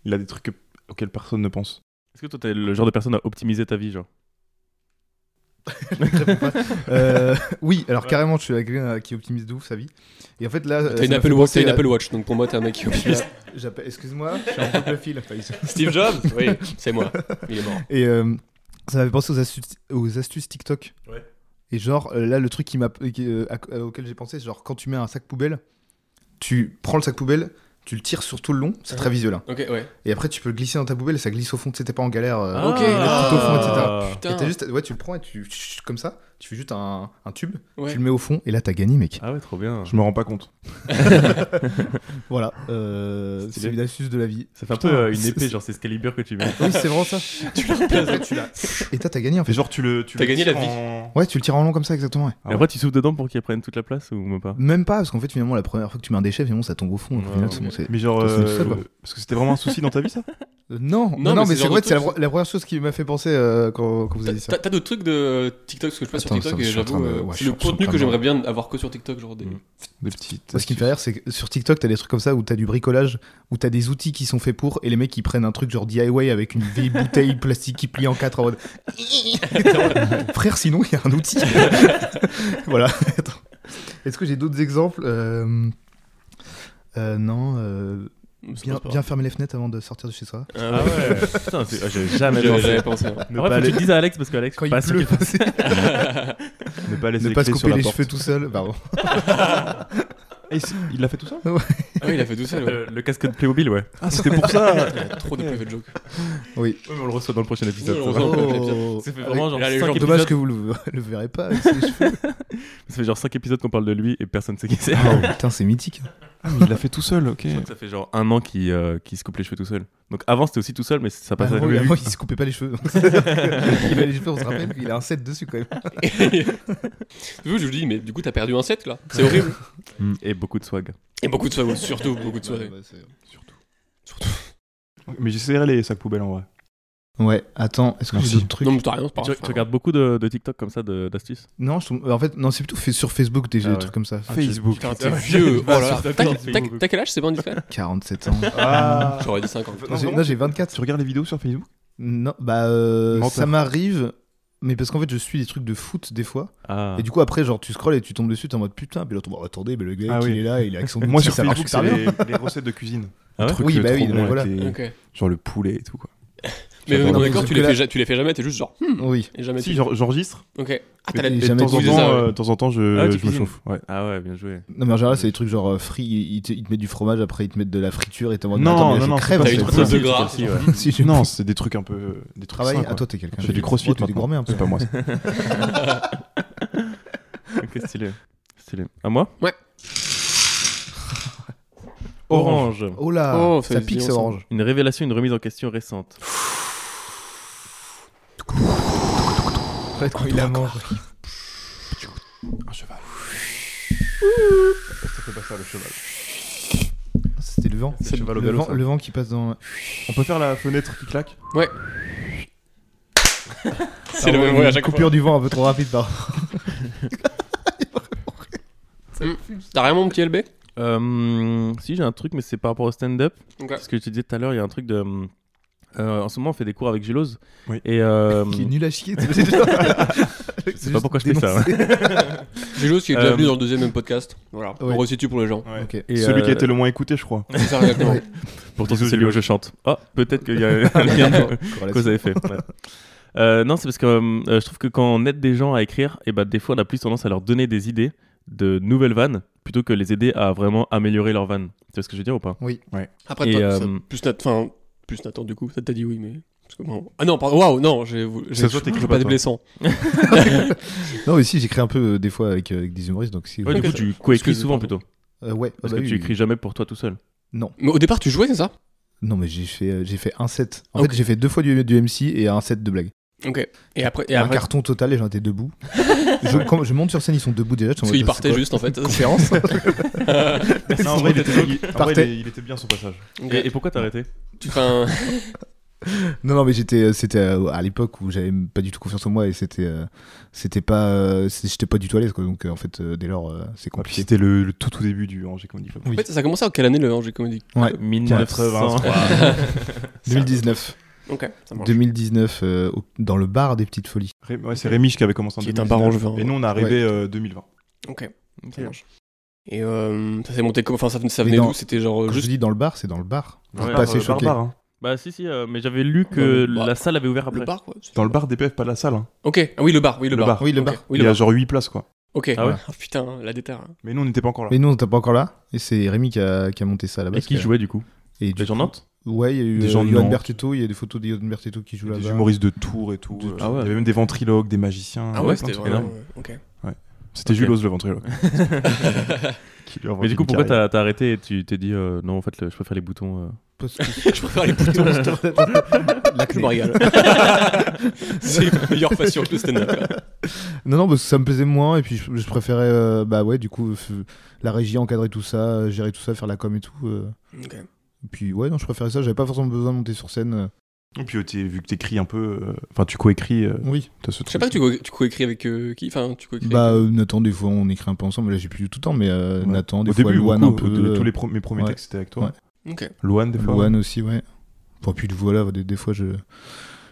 Il a des trucs que- auxquels personne ne pense.
Est-ce que toi, t'es le genre de personne à optimiser ta vie, genre
Euh, oui, alors carrément, je suis avec quelqu'un euh, qui optimise de ouf sa vie. Et en fait, là. ça
T'as une,
m'a
Apple
fait
Watch, t'as
penser
une
à-
Apple Watch, donc pour moi, t'es un mec qui optimiste.
J'appelle- Excuse-moi, je suis en couple fil. Faïs.
Steve Jobs Oui, c'est moi. Il est mort.
Et euh, ça m'avait pensé aux astuces, aux astuces TikTok.
Ouais.
Et genre, euh, là, le truc qui m'a, qui, euh, à- auquel j'ai pensé, c'est genre quand tu mets un sac poubelle, tu prends le sac poubelle, tu le tires sur tout le long, c'est
Ouais.
très visuel. hein.
Ok, ouais.
Et après, tu peux le glisser dans ta poubelle et ça glisse au fond, tu sais, t'es pas en galère. euh,
Ah,
ok.
le tout au fond, etc.
Ah.
Et
Putain.
t'as juste, ouais, tu le prends et tu, comme ça, tu fais juste un, un tube,
Ouais.
tu le mets au fond et là, t'as gagné, mec.
Ah ouais, trop bien.
Je me rends pas compte.
Voilà, euh,
Stylé.
c'est une astuce de la vie.
Ça fait un
Putain.
peu euh, une épée, genre c'est Excalibur que tu mets.
Oui, c'est vraiment ça. tu le replaces, tu l'as. Et t'as t'as gagné en
Mais
fait.
genre, tu le. tu
T'as
le
gagné la
tires
vie.
en-
Ouais, tu le tires en long comme ça, exactement. ouais.
Ah
Et
ouais.
après, tu souffles dedans pour qu'ils prennent toute la place ou même pas
Même pas, parce qu'en fait, finalement, la première fois que tu mets un déchet, finalement, ça tombe au fond. Au
Ouais,
final,
ouais.
c'est bon, c'est-
Mais genre.
T'as fait
euh,
ça, quoi.
Parce que c'était vraiment un souci dans ta vie, ça
Euh, Non, non, non, mais
mais c'est le
c'est
genre
vrai,
de
c'est la,
truc,
la première chose qui m'a fait penser euh, quand, quand vous avez dit ça.
T'as t'as d'autres trucs de TikTok, parce que je passe
Attends,
sur
ça
TikTok
me-
et
je suis en train
j'avoue,
de-
euh,
ouais, je
c'est
suis
le
en train de
contenu que
prendre-
j'aimerais bien avoir que sur TikTok, genre des.
Mm.
Des petites.
Moi, ce qui me fait rire, c'est que sur TikTok, t'as des trucs comme ça où t'as du bricolage, où t'as des outils qui sont faits pour, et les mecs ils prennent un truc genre DIY avec une vieille bouteille plastique qui plie en quatre en mode. Frère, sinon il y a un outil. voilà. Attends. Est-ce que j'ai d'autres exemples Euh, euh, Non. euh,
C'est
Bien,
pas-
bien fermer les fenêtres avant de sortir de chez soi.
Ah ouais Putain, c'est- ah, j'avais jamais
J'avais
pensé.
j'avais pensé. hein.
En vrai, faut que tu le dises à Alex parce que Alex,
Quand
je suis
il pleut,
pas sûr qu'il fasse-
c'est-
Ne pas laisser
ne
les
pas se
clés sur
couper
la
les
porte.
cheveux tout seul. Pardon.
Et c'est- Il l'a fait tout ça
Ah oui, il a fait tout seul. ouais.
le, Euh, le casque de Playmobil, ouais.
Ah, c'était pour ça
Il y a Trop de private jokes.
Oui.
Ouais, mais on le reçoit dans le prochain épisode.
Oui, on
ça
le
va.
reçoit.
Ça fait vraiment genre
Allez, les
5
gens,
épisodes.
Dommage que vous le, le verrez pas. avec ses cheveux.
Ça fait genre 5 épisodes qu'on parle de lui et personne sait qui c'est.
Oh, putain, c'est mythique.
Il l'a fait tout seul, ok.
Je crois que ça fait genre un an qu'il euh, qu'il se coupe les cheveux tout seul. Donc avant c'était aussi tout seul, mais ça passait.
Avant,
à lui.
avant, Bah, il se coupait pas les cheveux. il a les cheveux, on se rappelle, il a un set dessus quand même.
Du coup, je lui dis, mais du coup, t'as perdu un set là. C'est horrible.
Mm. Et beaucoup de swag.
Et beaucoup de soirées, surtout beaucoup de soirées.
Mais j'essaierai les sacs poubelles en vrai.
Ouais, attends, est-ce que j'ai
Merci.
d'autres trucs
Non, mais t'as rien, c'est pas
Tu,
grave.
tu regardes beaucoup de, de TikTok comme ça, de- d'astuces
Non, je trouve- en fait, non, c'est plutôt fait sur Facebook déjà
Ah
des
ouais.
trucs comme ça. Enfin,
Facebook.
Putain, t'es vieux. Oh là là.
Sur
T'as-
Facebook.
t'as- T'as quel âge, c'est pas indiscret
j'ai 47 ans.
Ah.
J'aurais dit 5 ans.
Non, j'ai-
vraiment
non, j'ai 24.
Tu regardes les vidéos sur Facebook
Non, bah, euh,
Menteur.
ça m'arrive, mais parce qu'en fait, je suis des trucs de foot des fois.
Ah.
Et du coup, après, genre, tu scrolles et tu tombes dessus, t'es en mode putain, puis l'autre, bon, attendez, mais le gars,
Ah
il
oui.
est là, il est avec son
Moi
outil,
sur
ça marche
Facebook,
super
c'est
bien.
les, les recettes de cuisine.
Ah ouais
Truc,
Oui,
euh,
bah
trop
oui,
bon
mais
avec
voilà.
les-
Ok.
Genre le poulet et tout quoi.
Mais
J'adore.
on est d'accord, tu les
Parce que
fais
là-
ja- tu les fais jamais, t'es juste genre. hmm,
Oui.
Et jamais.
Si,
tu-
genre, j'enregistre.
Ok. Ah, t'as la.
Et
Et de
jamais
temps en
tu
temps,
fais ça, ouais.
euh, de temps en temps, je,
Ah, tu
je me
cuisines.
chauffe. Ouais.
Ah ouais, bien joué.
Non, mais en général, c'est des trucs genre euh, free, ils te, ils te mettent du fromage, après, ils te mettent de la friture et t'es en mode
Non,
mais attends, mais là,
non, non,
je crève.
c'est
T'as
c'est
une
pas
trousse de
possible.
gras.
Si, ouais.
Si, je
Non, c'est des trucs un peu. Des trucs
travaille.
sains, quoi.
Ah, toi, t'es quelqu'un.
Je
qui
fais du crossfit
du
maintenant.
gourmet hein. un peu.
C'est pas moi. ça.
Ok, stylé. Stylé. À moi
Ouais.
Orange.
Oh là,
Oh,
ça
ça
pique,
dit
ça
ensemble.
orange.
Une révélation, une remise en question récente.
il la mange.
Un cheval. Ça fait pas ça le cheval.
Ah, C'était le vent.
C'est le cheval au
Le
galop.
vent,
ça.
le vent qui passe dans.
On peut faire la fenêtre qui claque
C'est le même, ouais, à
Ah
chaque fois.
Coupure du vent un peu trop rapide, par.
T'as rien, mon petit LB
Euh, si, j'ai un truc, mais c'est par rapport au stand-up.
Ok.
Parce que je te disais tout à l'heure, il y a un truc de. hum, euh, en ce moment, on fait des cours avec Gélose.
Oui.
Et. euh,
Qui est nul à chier. tu sais, genre.
sais pas pourquoi je fais ça,
Dénoncer.
Jules qui est déjà
Euh,
venu dans le deuxième même podcast. Voilà.
Ouais.
On resitue pour les gens.
Ouais.
Ok.
et,
Celui
euh,
qui a été le moins écouté, je crois.
C'est ça, exactement.
Pourtant, c'est
Bisous,
celui où
Gélose.
je chante. Ah, peut-être qu'il y a un lien de- cause
Corrélation.
à effet. ouais. Euh, non, c'est parce que hum, euh, je trouve que quand on aide des gens à écrire, et bah, des fois, on a plus tendance à leur donner des idées de nouvelles vannes plutôt que les aider à vraiment améliorer leur vanne. Tu vois ce que je veux dire ou pas
Après,
Et,
toi, ça-
euh,
plus Nathan, enfin, plus Nathan, du coup, ça t'a dit oui, mais. parce que bon- Ah non, pardon, waouh, non, j'ai j'ai-
Ça, toi, t'écris
j'ai
pas,
pas de
toi.
blessant.
Non, mais si, j'écris un peu euh, des fois avec euh, avec des humoristes, donc si.
Ouais,
Ok,
Du coup,
ça-
tu coécris
excuse-moi,
souvent
pardon.
plutôt.
Euh, Ouais. ah
Parce
bah
que tu
oui, oui.
écris jamais pour toi tout seul.
Mais au départ, tu jouais, c'est ça
Non, mais j'ai fait, euh, j'ai fait un set. En
Ok.
fait, j'ai fait deux fois du, du MC et un set de blagues.
Ok. Et après, et
Un
après
carton total, les gens étaient debout. je, quand je monte sur scène, ils sont debout déjà. je suis en
parce
mode,
qu'il
ça, c'est
partait
quoi
juste en fait.
Conférence.
Non, en vrai, il était, il- en vrai, il,
Partait.
il était bien son passage.
Ok.
Et, et pourquoi t'as arrêté
Tu fais un.
Non, non, mais j'étais, euh, c'était euh, à l'époque où j'avais pas du tout confiance en moi et c'était, euh, c'était pas, euh, c'est- j'étais pas du tout à l'aise, quoi. Donc euh, en fait, euh, dès lord c'est
Ah, puis
compliqué.
C'était le, le tout tout début du Angers Comedy Club.
En fait, ça a commencé en quelle année le Angers Comedy
1983.
2019.
Ok, ça marche.
2019, euh, au- dans le bar des Petites Folies.
Ré- ouais, c'est Rémi qui avait commencé en
Qui est
2019.
un bar angevin,
Et nous, on est arrivé euh, 2020.
Ok, ça marche. Et euh, ça s'est monté comme. Enfin, ça, venait- ça
Mais
venait
dans-
d'où C'était genre euh,
Quand je
juste.
dis dans le bar, c'est dans le bar.
Dans
Ouais,
le
pas
bar,
assez
euh,
choqué.
barbare, hein.
Bah si si, euh, mais j'avais lu
Dans
que
le bar.
la salle avait ouvert après.
bah, Le bar, quoi.
Dans le bar DPF, pas la salle. hein.
Ok, ah oui, le bar, oui, le,
Le
bar.
bar.
Oui, le
Ok,
bar.
Oui,
Il
le
y a
bar.
genre 8 places, quoi.
Ok.
Ah ouais
Ah, putain, la déterre.
Mais nous, on n'était pas encore là.
Mais nous, on n'était pas encore là. Et c'est Rémi qui a, qui a monté ça là-bas.
Et qui jouait du coup
Et
Les gens de Bah, Nantes
Ouais, il y a eu
Des
euh,
gens de
Johan
Nantes.
Bertutto, il y a des photos de Johan Bertutto qui joue
Il y a
là-bas.
Des humoristes de Tours et tout.
De
euh,
Tours.
Il y avait même des ventriloques, des magiciens.
Ah
euh,
ouais,
plein
c'était
de trucs.
vraiment. euh, Ok.
C'était
Ok.
Julos le ventriloque. Qui lui a inventé
Mais du coup,
une
pourquoi
carrière.
t'as t'as arrêté et tu t'es dit euh, non, en fait, le- je préfère les boutons euh.
Parce
je préfère les boutons.
que-
Je me régale. C'est la meilleure passion que le stand-up. hein.
Non, non, parce que ça me plaisait moins. Et puis, je, je préférais, euh, bah ouais, du coup, f- la régie, encadrer tout ça, euh, gérer tout ça, faire la com et tout. euh.
Ok.
Et puis, ouais, non, je préférais ça. J'avais pas forcément besoin de monter sur scène. euh.
Et puis, euh, t'es- vu que t'écris un peu. euh, Enfin, tu coécris. euh,
Oui.
t'as ce
Je sais
truc.
pas, tu co- tu co-écris avec euh, qui Enfin, tu co-écris.
Bah,
avec-
euh, Nathan, des fois, on écrit un peu ensemble. Là, j'ai plus du tout le temps, mais euh,
Ouais.
Nathan, des
Au
fois,
début,
Loane
beaucoup,
un peu.
de- tous
euh,
les pro- mes premiers
ouais.
textes, c'était avec toi.
Ouais.
Ok.
Loane, des fois.
Loane aussi, ouais. Bon, puis voilà, des, des fois, je,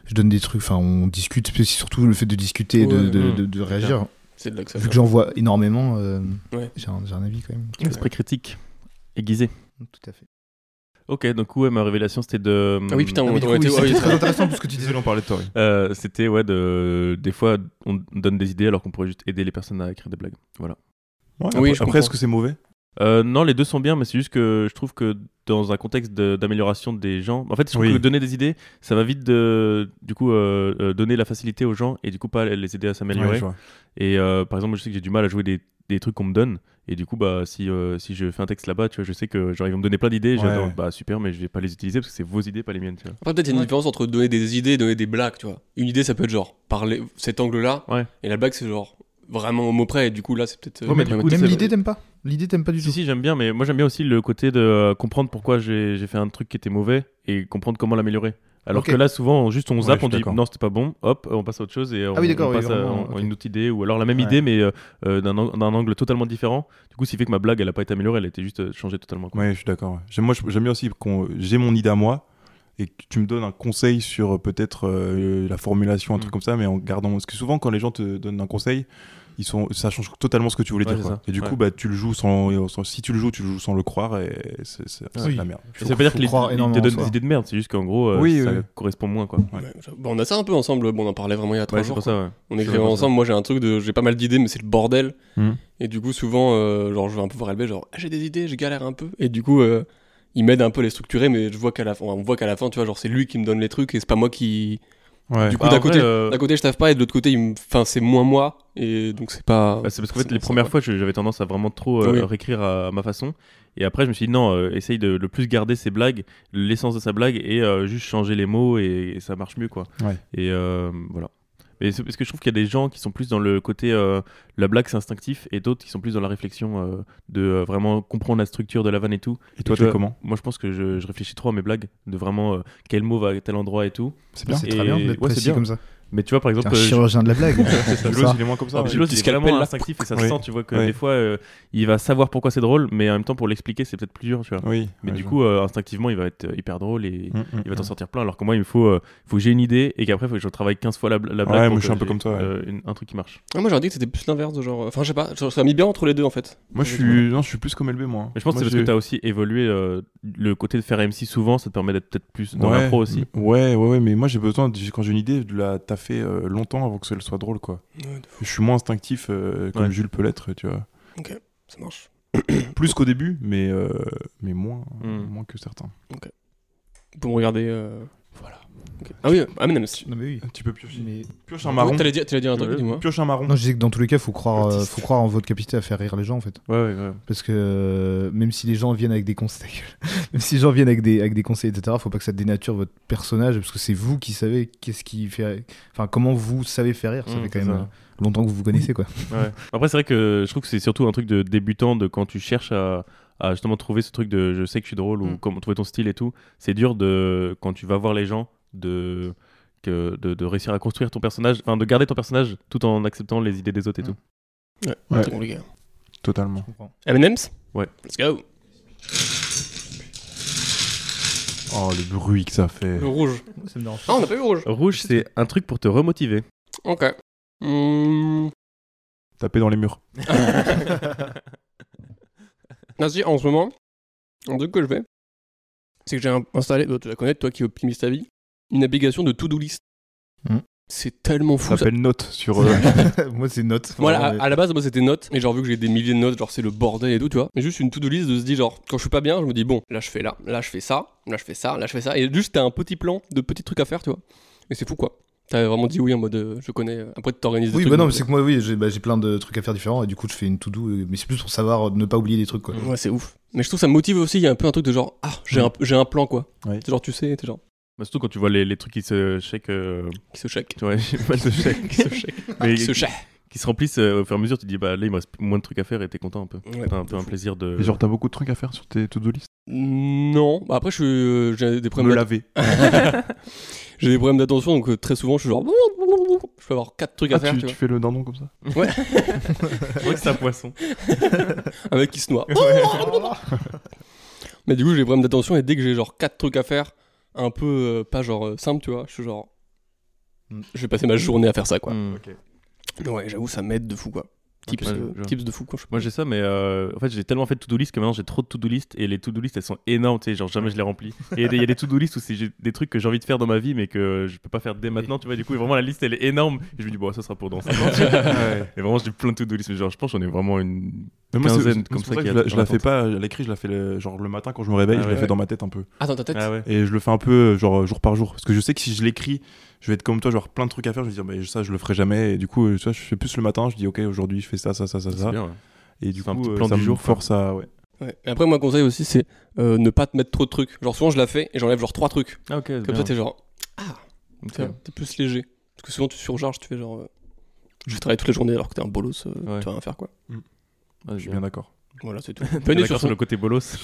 je donne des trucs. Enfin, on discute, puis surtout le fait de discuter et de,
Ouais. Mmh.
de-
Mm.
de- de réagir.
C'est de là que ça
Vu
vient.
que j'en vois énormément, euh,
Ouais.
j'ai un, j'ai un avis quand même.
Esprit critique aiguisé.
Tout à fait.
Ok, donc ouais, ma révélation c'était de.
Ah oui, putain, on
mais du
aurait
coup,
été.
oui,
ouais,
c'est
oui,
très
ça-
intéressant parce que tu disais.
Désolé, on parlait de toi. oui.
Euh, c'était ouais de des fois on donne des idées alors qu'on pourrait juste aider les personnes à écrire des blagues voilà
Ouais, après-
Oui, je
après, est-ce
comprends.
que c'est mauvais
Euh, non les deux sont bien mais c'est juste que je trouve que dans un contexte de- d'amélioration des gens en fait je trouve
Oui.
que donner des idées ça va vite de du coup euh, euh, donner la facilité aux gens et du coup pas les aider à
Ouais,
s'améliorer
je vois.
et euh, par exemple je sais que j'ai du mal à jouer des, des trucs qu'on me donne et du coup bah si euh, si je fais un texte là-bas tu vois je sais que genre ils vont me donner plein d'idées et je vais
Ouais.
attendre, bah super mais je vais pas les utiliser parce que c'est vos idées pas les miennes tu vois
Après, peut-être il y a une différence entre donner des idées et donner des blagues, tu vois. Une idée, ça peut être genre, parler cet angle-là,
Ouais.
et la blague, c'est genre vraiment au mot près, et du coup, là, c'est peut-être. euh,
Ouais, mais du coup,
Même
c'est-
l'idée, t'aimes pas L'idée, t'aimes pas du
Si,
tout.
si, j'aime bien, mais moi j'aime bien aussi le côté de euh, comprendre pourquoi j'ai j'ai fait un truc qui était mauvais et comprendre comment l'améliorer. Alors
Ok.
que là, souvent, on- juste on zappe,
je suis
on dit
d'accord.
non, c'était pas bon, hop, on passe à autre chose et on,
Ah oui, d'accord,
on
oui,
passe à
vraiment,
on-
ok.
une autre idée ou alors la même
Ouais.
idée mais euh, euh, d'un an- d'un angle totalement différent. Du coup, ce qui fait que ma blague, elle a pas été améliorée, elle a été juste euh, changée totalement. quoi.
Ouais, je suis d'accord. ouais. J'aime, moi, je- j'aime bien aussi qu'on, j'ai mon idée à moi et que tu me donnes un conseil sur euh, peut-être euh, la formulation, un
Mm.
truc comme ça, mais en gardant. Parce que souvent, quand les gens te donnent un conseil, ils sont, ça change totalement ce que tu voulais
Ouais,
dire.
c'est
quoi. Et
ça.
du
Ouais.
coup, bah, tu le joues sans, sans- Si tu le joues, tu le joues sans le croire et c'est, c'est- c'est
Oui.
de la merde.
Et ça veut pas dire
faut
qu'il
croire
te
énormément en
donne
soi.
des idées de merde, c'est juste qu'en gros, euh,
Oui,
ça
oui.
correspond moins quoi.
ouais, je- bah, on a ça un peu ensemble, bon, on en parlait vraiment il y a trois
Ouais, c'est
jours.
pour
quoi.
ça, ouais. Je
On
suis
écrit
d'accord,
ensemble, moi j'ai un truc de. J'ai pas mal d'idées, mais c'est le bordel.
Mhm.
Et du coup, souvent, euh, genre, je vais un peu voir LB, genre, ah, j'ai des idées, je galère un peu. Et du coup, euh, il m'aide un peu à les structurer, mais je vois qu'à la fin, on voit qu'à la fin, tu vois, genre, c'est lui qui me donne les trucs et c'est pas moi qui. Du coup,
Bah,
d'un
en vrai,
côté,
euh,
d'un côté, je taffe pas et de l'autre côté, il me- enfin, c'est moins moi. Et donc, c'est pas.
Bah, c'est parce qu'en fait,
c'est
les
pour ça,
premières
quoi.
fois, je- j'avais tendance à vraiment trop euh,
Oui.
réécrire à, à ma façon. Et après, je me suis dit, non, euh, essaye de le plus garder ses blagues, l'essence de sa blague, et euh, juste changer les mots, et, et ça marche mieux, quoi.
Ouais.
Et euh, voilà. Mais c'est parce que je trouve qu'il y a des gens qui sont plus dans le côté euh, la blague, c'est instinctif, et d'autres qui sont plus dans la réflexion euh, de euh, vraiment comprendre la structure de la vanne et tout.
Et toi,
tu
t'es
vois,
comment
Moi, je pense que je, je réfléchis trop à mes blagues, de vraiment euh, quel mot va à tel endroit et tout.
C'est
Bah,
bien.
C'est
Et-
très bien
ouais,
d'être
c'est
précis
bien.
comme ça.
Mais tu vois, par
T'es un
exemple, euh,
chirurgien de la blague. C'est
Julos,
ça.
il est moins comme ça. hein.
Ah,
ouais.
Pilos,
petit
il est
scalpel,
vraiment
là.
instinctif et ça
Oui.
se sent, tu vois, que
Oui.
des fois, euh, il va savoir pourquoi c'est drôle, mais en même temps, pour l'expliquer, c'est peut-être plus dur, tu vois.
Oui.
Mais
ouais,
du
je
coup, euh, instinctivement, il va être euh, hyper drôle et
vois. Mm, mm,
il va t'en
mm.
sortir plein. Alors que moi, il me faut, euh, faut que j'ai une idée et qu'après, faut que je travaille 15 fois la, bl- la blague.
Ouais, moi,
pour
je
que
suis un peu
j'ai,
comme toi, ouais.
euh, une- un truc qui marche.
Ouais, Ah, moi, j'aurais dit que c'était plus l'inverse, de genre. Enfin, je sais pas, genre, ça a mis bien entre les deux, en fait.
Moi, je suis, non, je suis plus comme LB, moi. hein.
Mais je pense
Moi,
que c'est parce
j'ai-
que t'as aussi évolué euh, le côté de faire MC souvent, ça te permet d'être peut-être plus dans l'impro aussi.
m- Ouais, ouais, ouais, mais moi j'ai besoin, de- quand j'ai une idée, de la taffer euh, longtemps avant que ça soit drôle, quoi.
Ouais, de-
Je suis moins instinctif euh, comme
Ouais.
Jules peut l'être, tu vois.
Ça marche.
Plus qu'au début, mais, euh, mais moins,
Mm.
moins que certains.
Pour me regarder. euh, Voilà. Ah oui, ah, mais non, mais. c'est-
Non, mais oui.
Tu peux piocher.
Mais-
Pioche un marron.
Oui, T'allais dire, t'allais dire un truc,
Ouais.
dis-moi.
Pioche un marron.
Non, je disais que dans tous les cas, faut croire, euh,
Artiste.
faut croire en votre capacité à faire rire les gens, en fait.
Ouais, ouais, ouais.
Parce que euh, même si les gens viennent avec des conseils, même si les gens viennent avec des, avec des conseils, etc., faut pas que ça dénature votre personnage, parce que c'est vous qui savez qu'est-ce qui fait, enfin comment vous savez faire rire. Ça
Mmh,
fait quand
c'est
même
ça.
euh, longtemps que vous vous connaissez, quoi.
Ouais. Après, c'est vrai que je trouve que c'est surtout un truc de débutant, de quand tu cherches à, à justement trouver ce truc de je sais que je suis drôle ou
Mm.
comment trouver ton style et tout. C'est dur de quand tu vas voir les gens de que de, de réussir à construire ton personnage, enfin de garder ton personnage tout en acceptant les idées des autres et
Mm.
tout.
Ouais,
Ouais.
c'est compliqué. hein.
Totalement.
M&M's
Ouais.
Let's go.
Oh, le bruit que ça fait.
Le rouge.
Ça me dérange
Ah,
pas.
on n'a pas eu rouge.
Rouge, c'est un truc pour te remotiver.
Ok. Hmm.
Taper dans les murs.
Bah, Ah si, en ce moment, un truc que je fais, c'est que j'ai un- installé, bah, tu la connais, toi qui optimise ta vie, une application de to-do list.
Hmm.
C'est tellement
Ça
fou. ça.
s'appelle note sur. euh,
Moi, c'est note.
Moi, à,
Vraiment,
à la base, moi, c'était notes. Mais genre, vu que j'ai des milliers de notes, genre, c'est le bordel et tout, tu vois. Mais juste une to-do list de se dire, genre, quand je suis pas bien, je me dis, bon, là, je fais là, là, je fais ça, là, je fais ça, là, je fais ça. Et juste, t'as un petit plan de petits trucs à faire, tu vois. Et c'est fou, quoi. T'as vraiment dit oui en mode, euh, je connais. euh, Après, tu t'organises des
Oui,
trucs,
bah non, mais
donc,
c'est que moi, oui, j'ai bah, j'ai plein de trucs à faire différents et du coup, je fais une to-do, euh, mais c'est plus pour savoir euh, ne pas oublier des trucs, quoi.
Ouais, c'est ouf. Mais je trouve que ça me motive aussi. Il y a un peu un truc de genre, ah, j'ai, un, j'ai un plan, quoi.
Ouais.
C'est genre, tu sais, t'es genre,
Bah, surtout quand tu vois les, les trucs qui se chèquent. euh,
qui se check.
tu vois, j'ai pas de chèques.
qui se check.
mais
Qui se check.
qui se remplissent euh, au fur et à mesure. Tu te dis, bah là, il me reste moins de trucs à faire et t'es content un peu.
Ouais,
T'as un peu
de
un
fou.
plaisir de.
Genre, t'as beaucoup de trucs à faire sur tes to-do list.
Non, Bah, après, je suis, euh, j'ai
Me
des problèmes d'att-
laver.
j'ai des problèmes d'attention, donc euh, très souvent, je suis genre, je peux avoir quatre trucs à
Ah,
faire.
tu,
tu
tu fais le dindon comme ça.
Je crois que c'est un poisson.
vois. Un mec qui se noie. Oh, Mais du coup, j'ai des problèmes d'attention et dès que j'ai genre quatre trucs à faire, un peu euh, pas genre euh, simple, tu vois, je suis genre,
Mm.
je vais passer ma journée à faire ça, quoi.
Hmm.
Mais Mm. Ouais, j'avoue, ça m'aide de fou, quoi. Tips,
ouais,
euh,
je-
tips de fou, quoi. je-
Moi j'ai ça, mais euh, en fait j'ai tellement fait de to-do list que maintenant j'ai trop de to-do list et les to-do list elles sont énormes, tu sais, genre jamais je les remplis. Et il y a des to-do list où c'est j'ai des trucs que j'ai envie de faire dans ma vie mais que je peux pas faire dès maintenant, tu vois, du coup vraiment la liste elle est énorme. Et je me dis, bon, ça sera pour dans 5 ans. Et vraiment j'ai plein de to-do list, mais genre je pense qu'on est vraiment une.
Mais moi, c'est-
Quinzaine,
c'est
comme
pour
ça
que
qu'il y
je
a
la,
dans
je la
la
fais pas, à l'écrit, je la fais le- genre le matin quand je me réveille,
Ah
je
ouais,
la fais
ouais.
dans ma tête un peu.
Ah, dans ta tête
ouais.
Et je le fais un peu, euh, genre, jour par jour. Parce que je sais que si je l'écris, je vais être comme toi, genre plein de trucs à faire. Je vais dire, mais ça, je le ferai jamais. Et du coup, euh, tu vois, je fais plus le matin, je dis, ok, aujourd'hui, je fais ça, ça, ça, ça, ça.
C'est bien, ouais.
Et du
C'est
coup,
un petit
euh,
plan
ça
du
me
jour, quoi.
force à. Ouais.
Ouais. Et après, moi, conseil aussi, c'est euh, ne pas te mettre trop de trucs. Genre, souvent, je la fais et j'enlève genre trois trucs.
Ah, ok, c'est
Comme
bien.
ça, t'es genre,
Ok.
t'es t'es plus léger. Parce que souvent, tu surcharges, tu fais genre, euh, je travaille toute la journée alors que t'es un bolos, euh,
Ouais.
tu vas rien faire quoi.
Ah,
Je suis bien d'accord.
Voilà, c'est tout.
T'es
Bonne nuit
d'accord
sur
sur
son
le côté bolos.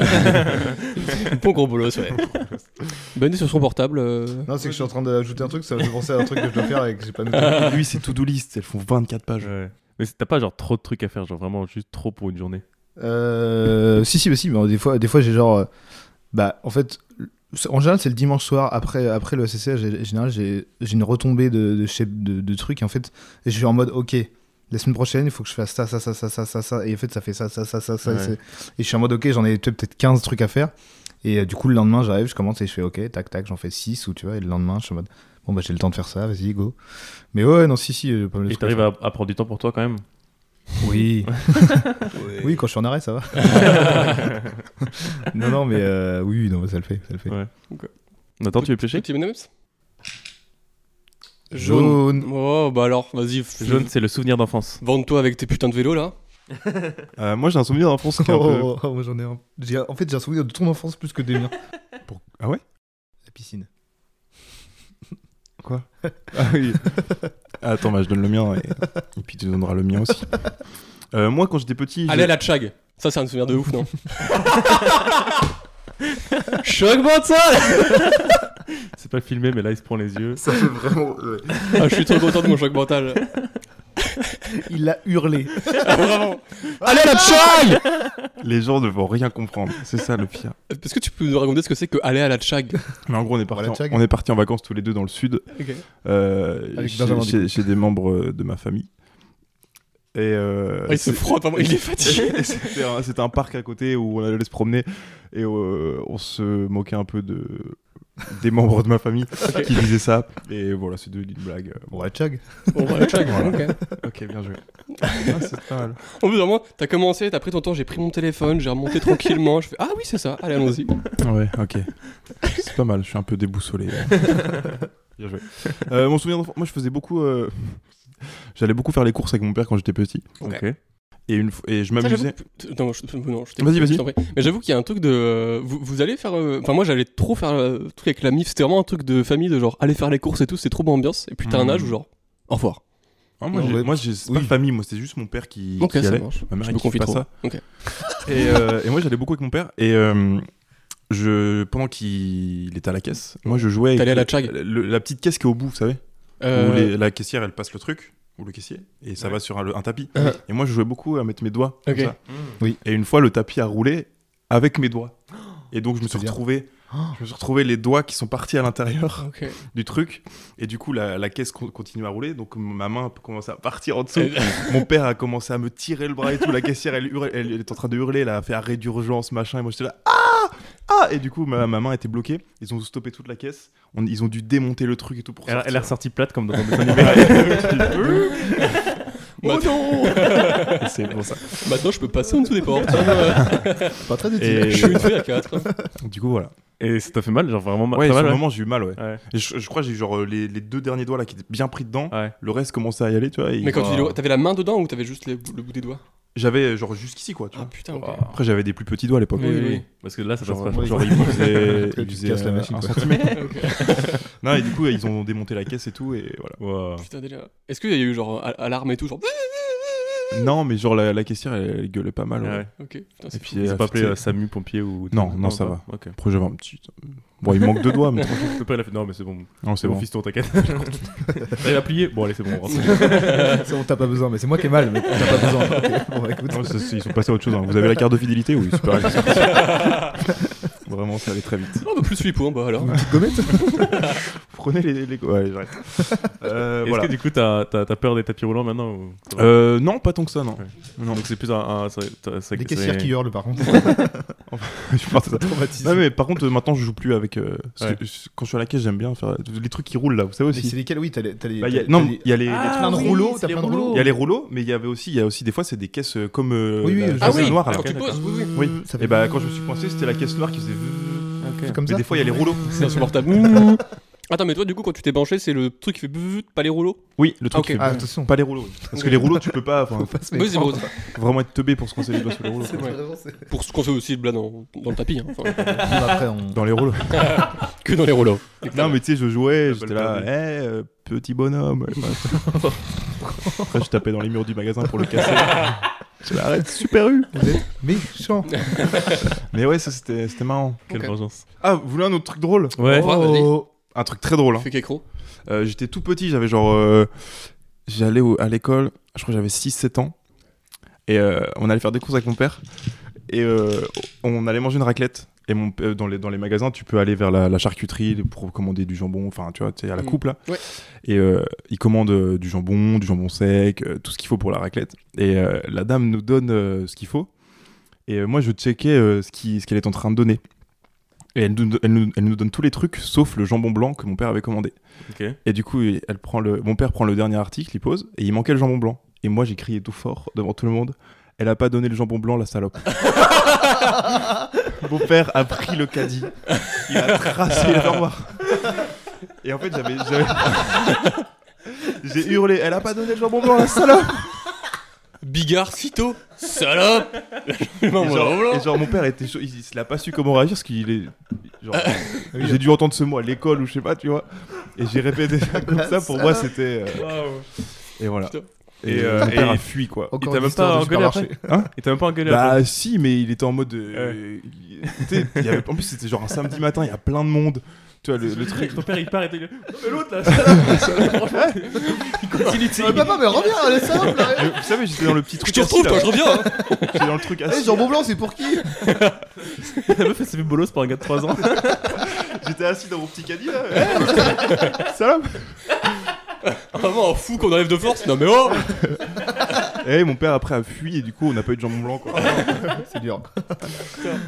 bon gros bolos, ouais. Bonne nuit sur son portable. euh.
Non, c'est que je suis en train d'ajouter un truc, ça me fait penser à un truc que je dois faire et que j'ai pas noté.
Lui, c'est to-do list, elles font 24 pages.
Ouais. Mais c'est- t'as pas genre trop de trucs à faire, genre vraiment juste trop pour une journée.
Euh, si, si, bah, si, mais des fois, des fois j'ai genre. euh, bah, en fait, c'est- en général, c'est le dimanche soir après, après le SSC. j'ai- En général, j'ai j'ai une retombée de, de, chez- de, de trucs. Et en fait, je suis en mode, ok, la semaine prochaine, il faut que je fasse ça, ça, ça, ça, ça, ça, ça. Et en fait, ça fait ça, ça, ça, ça, ça. et
Ouais.
c'est- Et je suis en mode, ok, j'en ai peut-être 15 trucs à faire. Et euh, du coup, le lendemain, j'arrive, je commence et je fais, ok, tac, tac, j'en fais 6 ou tu vois. Et le lendemain, je suis en mode, bon, bah, j'ai le temps de faire ça, vas-y, go. Mais ouais, non, si, si, euh, pas mal de
Et
trucs à
t'arrives à, à prendre du temps pour toi quand même.
oui. oui, quand je suis en arrêt, ça va. non, non, mais euh, oui, oui, non, ça le fait, ça le fait.
Ouais. Nathan, tu veux pêcher
Petit M&M's Jaune.
Jaune.
Oh, bah alors, vas-y. f-
Jaune, c'est le souvenir d'enfance.
Vende-toi avec tes putains de vélos là.
Euh, moi, j'ai un souvenir d'enfance qui est un peu.
Oh, oh, moi, j'en ai un. J'ai- En fait, j'ai un souvenir de ton enfance plus que des miens.
Pour- Ah ouais
La piscine.
Quoi Ah oui. Attends, bah, je donne le mien et, et puis tu donneras le mien aussi. Euh, moi, quand j'étais petit, j'ai-
Allez à la Tchag. Ça, c'est un souvenir de ouf, non J'augmente ça
C'est pas filmé, mais là il se prend les yeux.
Ça fait vraiment.
ah, Je suis trop content de mon choc mental.
Il a hurlé.
Vraiment. Allez à la Tchag
les gens ne vont rien comprendre. C'est ça le pire.
Est-ce que tu peux nous raconter ce que c'est que aller à la Tchag
Mais en gros, on est parti,
Voilà, Tchag.
en, on est parti en vacances tous les deux dans le sud, euh,
Avec
chez,
Benjamin, du
chez- chez des membres euh, de ma famille. Et euh,
Ah, Il se
c'est-
frotte, vraiment, il est fatigué.
Et C'était un, c'était un parc à côté où on allait se promener et euh, on se moquait un peu de des membres de ma famille qui disaient ça. Et voilà, c'est devenu une blague. euh.
Bon, la Chag.
Bon, bah, la Tchag,
Voilà.
ok.
Ok, bien joué. Ah, c'est pas mal.
Au bout d'un moment, t'as commencé, t'as pris ton temps, j'ai pris mon téléphone, j'ai remonté tranquillement. Je fais Ah oui, c'est ça, allez, allons-y.
Ouais, ok. C'est pas mal, je suis un peu déboussolé. Bien joué. Euh, mon souvenir d'enfant, moi je faisais beaucoup. euh, J'allais beaucoup faire les courses avec mon père quand j'étais petit.
Ok.
Ok.
Et, une fois- et je
Ça, j'avoue
m'amusais.
que- Non, je, non, je t'ai-
Vas-y, vas-y.
je t'en prie. Mais j'avoue qu'il y a un truc de. euh, Vous, vous allez faire. euh, Enfin, moi, j'allais trop faire euh, le truc avec la MIF. C'était vraiment un truc de famille, de genre aller faire les courses et tout. C'est trop bonne ambiance. Et puis t'as un
Mhm.
âge où genre. Au revoir.
Ah, moi,
Non,
j'ai-
ouais.
moi j'ai- c'est pas
Oui.
famille, moi c'est juste mon père qui,
Ok,
qui
ça
allait.
marche.
Ma mère
Je
elle
me
kiffe
confie
pas
trop.
ça.
Ok.
Et, euh, et moi j'allais beaucoup avec mon père et euh, je pendant qu'il était à la caisse, moi je jouais. avec
T'allais à la
le-
Tchag
le- la petite caisse qui est au bout, vous savez,
Euh,
où les- la caissière elle passe le truc ou le caissier et ça va sur un, le- un tapis.
Ouais.
Et moi je jouais beaucoup à mettre mes
Mmh.
doigts. comme
Ok.
ça.
Euh. Oui.
Et une fois le tapis a roulé avec mes doigts et donc je me suis
C'est bien.
retrouvé Je me suis retrouvé les doigts qui sont partis à l'intérieur
Ok.
du truc. Et du coup, la, la caisse con- continue à rouler. Donc, ma main a commencé à partir en dessous. Mon père a commencé à me tirer le bras et tout. La caissière, elle, hurle- elle, elle est en train de hurler. Elle a fait arrêt d'urgence, machin. Et moi, j'étais là. Ah Ah Et du coup, ma, ma main était bloquée. Ils ont stoppé toute la caisse. On- ils ont dû démonter le truc et tout pour
Elle,
sortir.
elle est ressortie plate comme dans un dessin animé.
Oh non
C'est pour ça.
Maintenant, je peux passer en dessous des portes.
hein, euh,
C'est pas très utile.
et,
je suis une fée à 4.
Du coup, voilà.
et ça t'a fait mal, genre vraiment mal.
Ouais,
très
sur
mal,
le
ouais.
moment, j'ai eu mal, ouais.
Ouais.
Et je, je crois que j'ai eu genre euh, les, les deux derniers doigts là qui étaient bien pris dedans.
Ouais.
Le reste commençait à y aller, tu vois. et
Mais quand
ils-
tu dis le- t'avais la main dedans ou t'avais juste les- le bout des doigts
J'avais euh, genre jusqu'ici, quoi, tu
Ah
vois.
putain, ok.
Après, j'avais des plus petits doigts à l'époque.
Oui, oui, oui.
Parce que là, ça passe
Genre,
pas.
ouais,
genre, il faisait,
Tu
il
te
faisait,
casses la
euh,
machine,
un
quoi.
centimètre.
Ok.
non, et du coup, ils ont démonté la caisse et tout, et voilà.
Wow.
Putain, déjà. Est-ce qu'il y a eu genre a- alarme et tout Genre.
Non, mais genre, la, la caissière, elle, elle gueulait pas mal. ouais.
Ouais.
Ok, putain,
Et
c'est
puis,
Ils
euh,
ont pas appelé
c'était-
euh, Samu, pompier ou.
Non, non, ça
pas.
va.
Ok.
Après, j'avais un petit. euh, Bon, il manque deux doigts, mais
Le père, il a fait, non, mais c'est bon.
non, c'est
C'est bon,
bon.
fiston, t'inquiète. Il a plié. Bon, allez, c'est bon. on rentre.
Ça, on t'a pas besoin, mais c'est moi qui ai mal, mais t'as pas besoin. Ok, Bon, bah, écoute.
Non, ça, c'est- ils sont passés à autre chose. hein. Vous avez la carte de fidélité Oui, super. Vraiment, ça allait très vite.
Oh, bah plus 8
hein,
points, bah alors.
Une petite gommette
Prenez les. les... Ouais, allez, j'arrête. Euh,
Est-ce
voilà.
que du coup, t'as t'as- t'as peur des tapis roulants maintenant ou... ça va
Euh, non, pas tant que ça, non.
Ouais. Donc, c'est plus un. un- ça- ça- ça-
Des
c'est-
caissières qui hurlent, par contre.
Bah, Je pense que ça-
Traumatisme.
Non mais par contre euh, maintenant je joue plus avec euh, parce
Ouais.
que, euh, quand je suis à la caisse j'aime bien faire les trucs qui roulent là vous savez
Mais c'est
aussi
lesquels Oui, t'as les. t'as les-
Bah, il y a-
t'as
non
les-
il y a les
T'as
Ah
plein de
oui,
rouleaux,
c'est
t'as
les
plein de rouleaux.
il y a les rouleaux mais il y avait aussi il y a aussi des fois c'est des caisses euh, comme euh,
Oui, oui,
la,
je
la
sais.
caisse noire là.
Quand tu poses, oui, oui.
oui
Ça fait-
et bah quand je me suis coincé c'était la caisse noire qui faisait
Comme
mais
ça Ah,
des fois il y a les rouleaux
C'est insupportable. Ouh. Attends, mais toi, du coup, quand tu t'es penché, c'est le truc qui fait bzzz, pas les rouleaux
oui le truc
ok.
qui fait
Ah, attention,
pas les rouleaux oui. parce que les rouleaux tu peux pas enfin,
faut pas se
Oui, c'est
méprendre.
bon.
faut vraiment être teubé pour se coincer les doigts sur les rouleaux quoi.
Ouais.
Vraiment, c'est-
Pour ce qu'on fait aussi là, dans, dans le tapis, hein. Enfin,
Bon, Après, on.
dans les rouleaux
que dans les rouleaux.
non mais tu sais je jouais j'étais
Apple
là eh euh, petit bonhomme ouais, bah. après je tapais dans les murs du magasin pour le casser je dis, arrête super U
Vous êtes méchants.
mais ouais ça c'était c'était marrant
Quelle
Ok.
vengeance.
Ah, vous voulez un autre truc drôle
Ouais.
Oh, vas-y.
Un truc très drôle. hein.
Fais qu'écro.
Euh, j'étais tout petit, j'avais genre. euh, J'allais au- à l'école, je crois que j'avais 6-7 ans. Et euh, on allait faire des courses avec mon père. Et euh, on allait manger une raclette. Et mon, p- euh, dans, les, dans les magasins, tu peux aller vers la, la charcuterie pour commander du jambon, enfin, tu vois, tu sais, à la
Mm.
coupe là.
Ouais.
Et euh, ils commandent euh, du jambon, du jambon sec, euh, tout ce qu'il faut pour la raclette. Et euh, la dame nous donne euh, ce qu'il faut. Et euh, moi, je checkais euh, ce qui- ce qu'elle est en train de donner. Et elle nous- elle nous- elle nous donne tous les trucs, sauf le jambon blanc que mon père avait commandé.
Ok.
Et du coup, elle prend le... mon père prend le dernier article, il pose, et il manquait le jambon blanc. Et moi, j'ai crié tout fort devant tout le monde. Elle a pas donné le jambon blanc, la salope. mon père a pris le caddie. Il a tracé l'armoire. Et en fait, j'avais. j'avais- J'ai hurlé, elle a pas donné le jambon blanc, la salope!
Bigard, Cito, salope Le
Et
jambon
genre,
blanc.
et genre, mon père était chaud, il, il l'a pas su comment réagir parce qu'il est. genre,
Ah
j'ai dû entendre ce mot à l'école ou je sais pas, tu vois. Et j'ai répété ça comme ça, pour moi c'était. euh, Et voilà.
Putain.
Et, euh,
Ton père
et
a
il fuit quoi.
Encore
t'a
une
même
histoire
pas
de
engueulé
supermarché.
Et t'as même pas engueulé
Bah si, mais il était en mode. euh, il- tu sais, il y avait- en plus c'était genre un samedi matin, il y a plein de monde. Tu vois le, le
après.
truc.
Ton père, il part et t'es. Non, mais l'autre là, ça va, ça va, franchement, il continue de
Ah, Papa, mais reviens, allez, ça va, là.
Vous savez, j'étais dans le petit truc.
Je te retrouve,
assis,
toi,
là.
je reviens. hein.
J'étais dans le truc
Eh,
assis.
jambon blanc, c'est pour qui
La meuf, elle s'est fait bolos par un gars de 3 ans.
J'étais assis dans mon petit caddie là. Eh, Salope.
Ah, Vraiment un fou qu'on enlève de force. Non, mais oh
Et mon père après a fui et du coup on n'a pas eu de jambon blanc quoi.
C'est dur.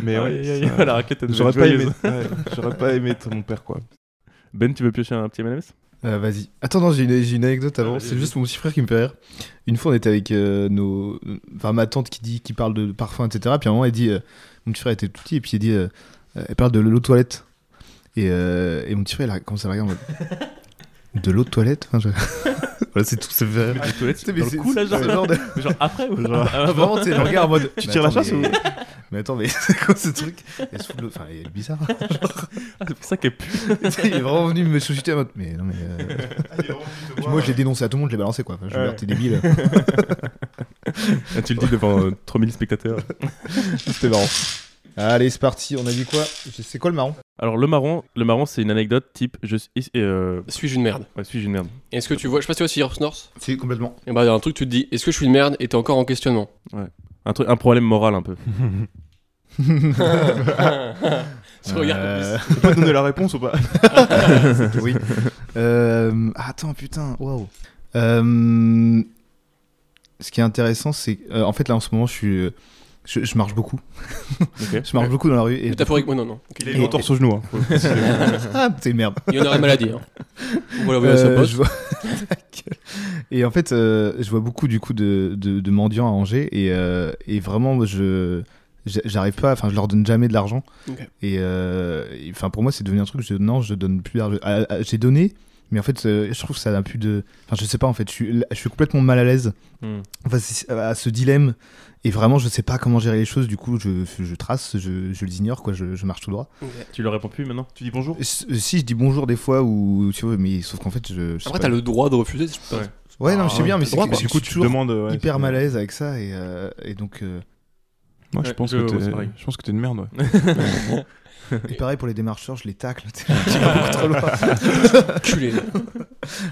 Mais ouais.
Aïe, aïe,
ça-
aïe, la raquette, elle devait
J'aurais
être
pas aimé.
joyeuse.
ouais, J'aurais pas aimé être mon père quoi.
Ben, tu veux piocher un petit M&M's
Euh, Vas-y. Attends, non, j'ai une, j'ai une anecdote
Ah,
avant.
Vas-y,
c'est
vas-y.
juste mon petit frère qui me fait rire. Une fois, on était avec euh, nos. Enfin, ma tante qui, dit, qui parle de parfum, etc. Puis à un moment, elle dit. euh, Mon petit frère était tout petit, et puis elle dit. euh, euh, elle parle de l'eau de toilette. Et, euh, et mon petit frère, il a commencé à la regarder en mode. De l'eau de toilette Enfin, je- Voilà, c'est tout, c'est vrai.
Les toilettes,
C'est- Ah, mais
dans le
c'est-
coup là,
c'est ce genre
genre.
de-
Genre après ou
Genre, Ah, vraiment, tu sais, le regard en mode. Tu
tires la chasse ou-
Mais attends, mais c'est quoi ce truc Elle se fout de l'eau. Enfin, elle est bizarre.
Ah, C'est pour ça qu'elle pue.
il est vraiment venu me chuchoter en mode. Mais non, mais. euh,
Ah,
Puis Moi, je l'ai dénoncé à tout le monde, je l'ai balancé quoi. Enfin, je me
Ouais.
dis, t'es débile.
Ah, tu le dis devant euh, 3000 spectateurs.
C'était marrant. Allez, c'est parti. On a dit quoi C'est quoi le marron
Alors, le marron, le marron c'est une anecdote type je suis. et, euh,
Suis-je une merde
Ouais, suis-je une merde
Est-ce que tu vois, je sais pas si tu vois Sir Snorse,
C'est complètement.
et bah, il y a un truc, tu te dis, est-ce que je suis une merde Et t'es encore en questionnement.
un, truc, un problème moral un peu.
Tu regardes en plus.
Euh,
Tu peux donner la réponse ou pas
oui. Euh, attends, putain, waouh. Euh, Ce qui est intéressant, c'est. euh, en fait, là, en ce moment, je suis. euh, Je, je marche beaucoup. Je marche beaucoup dans la rue. Et
Métaphorique, ouais, non, non. Ok.
Il est en torse au genou. hein.
Ah, c'est une merde.
Il y en aurait maladie. Hein. On va la voir à sa
Euh,
poche.
je vois- Ta gueule. et en fait, euh, je vois beaucoup du coup de, de, de mendiants à Angers et, euh, et vraiment, moi, je j'a- j'arrive pas, enfin, je leur donne jamais de l'argent.
Ok.
Et euh, et, enfin, pour moi, c'est devenu un truc. Je, non, je donne plus d'argent. Ah, ah, J'ai donné, mais en fait, euh, je trouve que ça n'a plus de. Enfin, je sais pas. En fait, je suis, je suis complètement mal à l'aise
Hmm.
face à ce dilemme. Et vraiment, je sais pas comment gérer les choses. Du coup, je, je trace, je, je les ignore, quoi. Je, je marche tout droit.
Tu leur réponds plus maintenant
Tu dis bonjour
S- Si je dis bonjour des fois, ou tu vois, mais sauf qu'en fait, je. je sais
Après,
pas.
t'as le droit de refuser. je pense.
Ouais.
Ouais, non,
Ah,
je sais bien, mais
t'as
c'est
droit,
que
quoi.
je
Du
suis
coup, tu te demandes. ouais,
hyper
c'est-
mal à l'aise avec ça et, euh, et donc euh,
Moi, je
Ouais,
pense
je-
que
ouais,
t'es-
c'est pareil.
je pense que t'es une merde. ouais.
et pareil pour les démarcheurs, je les tacle. tu vas beaucoup trop loin.
Culé.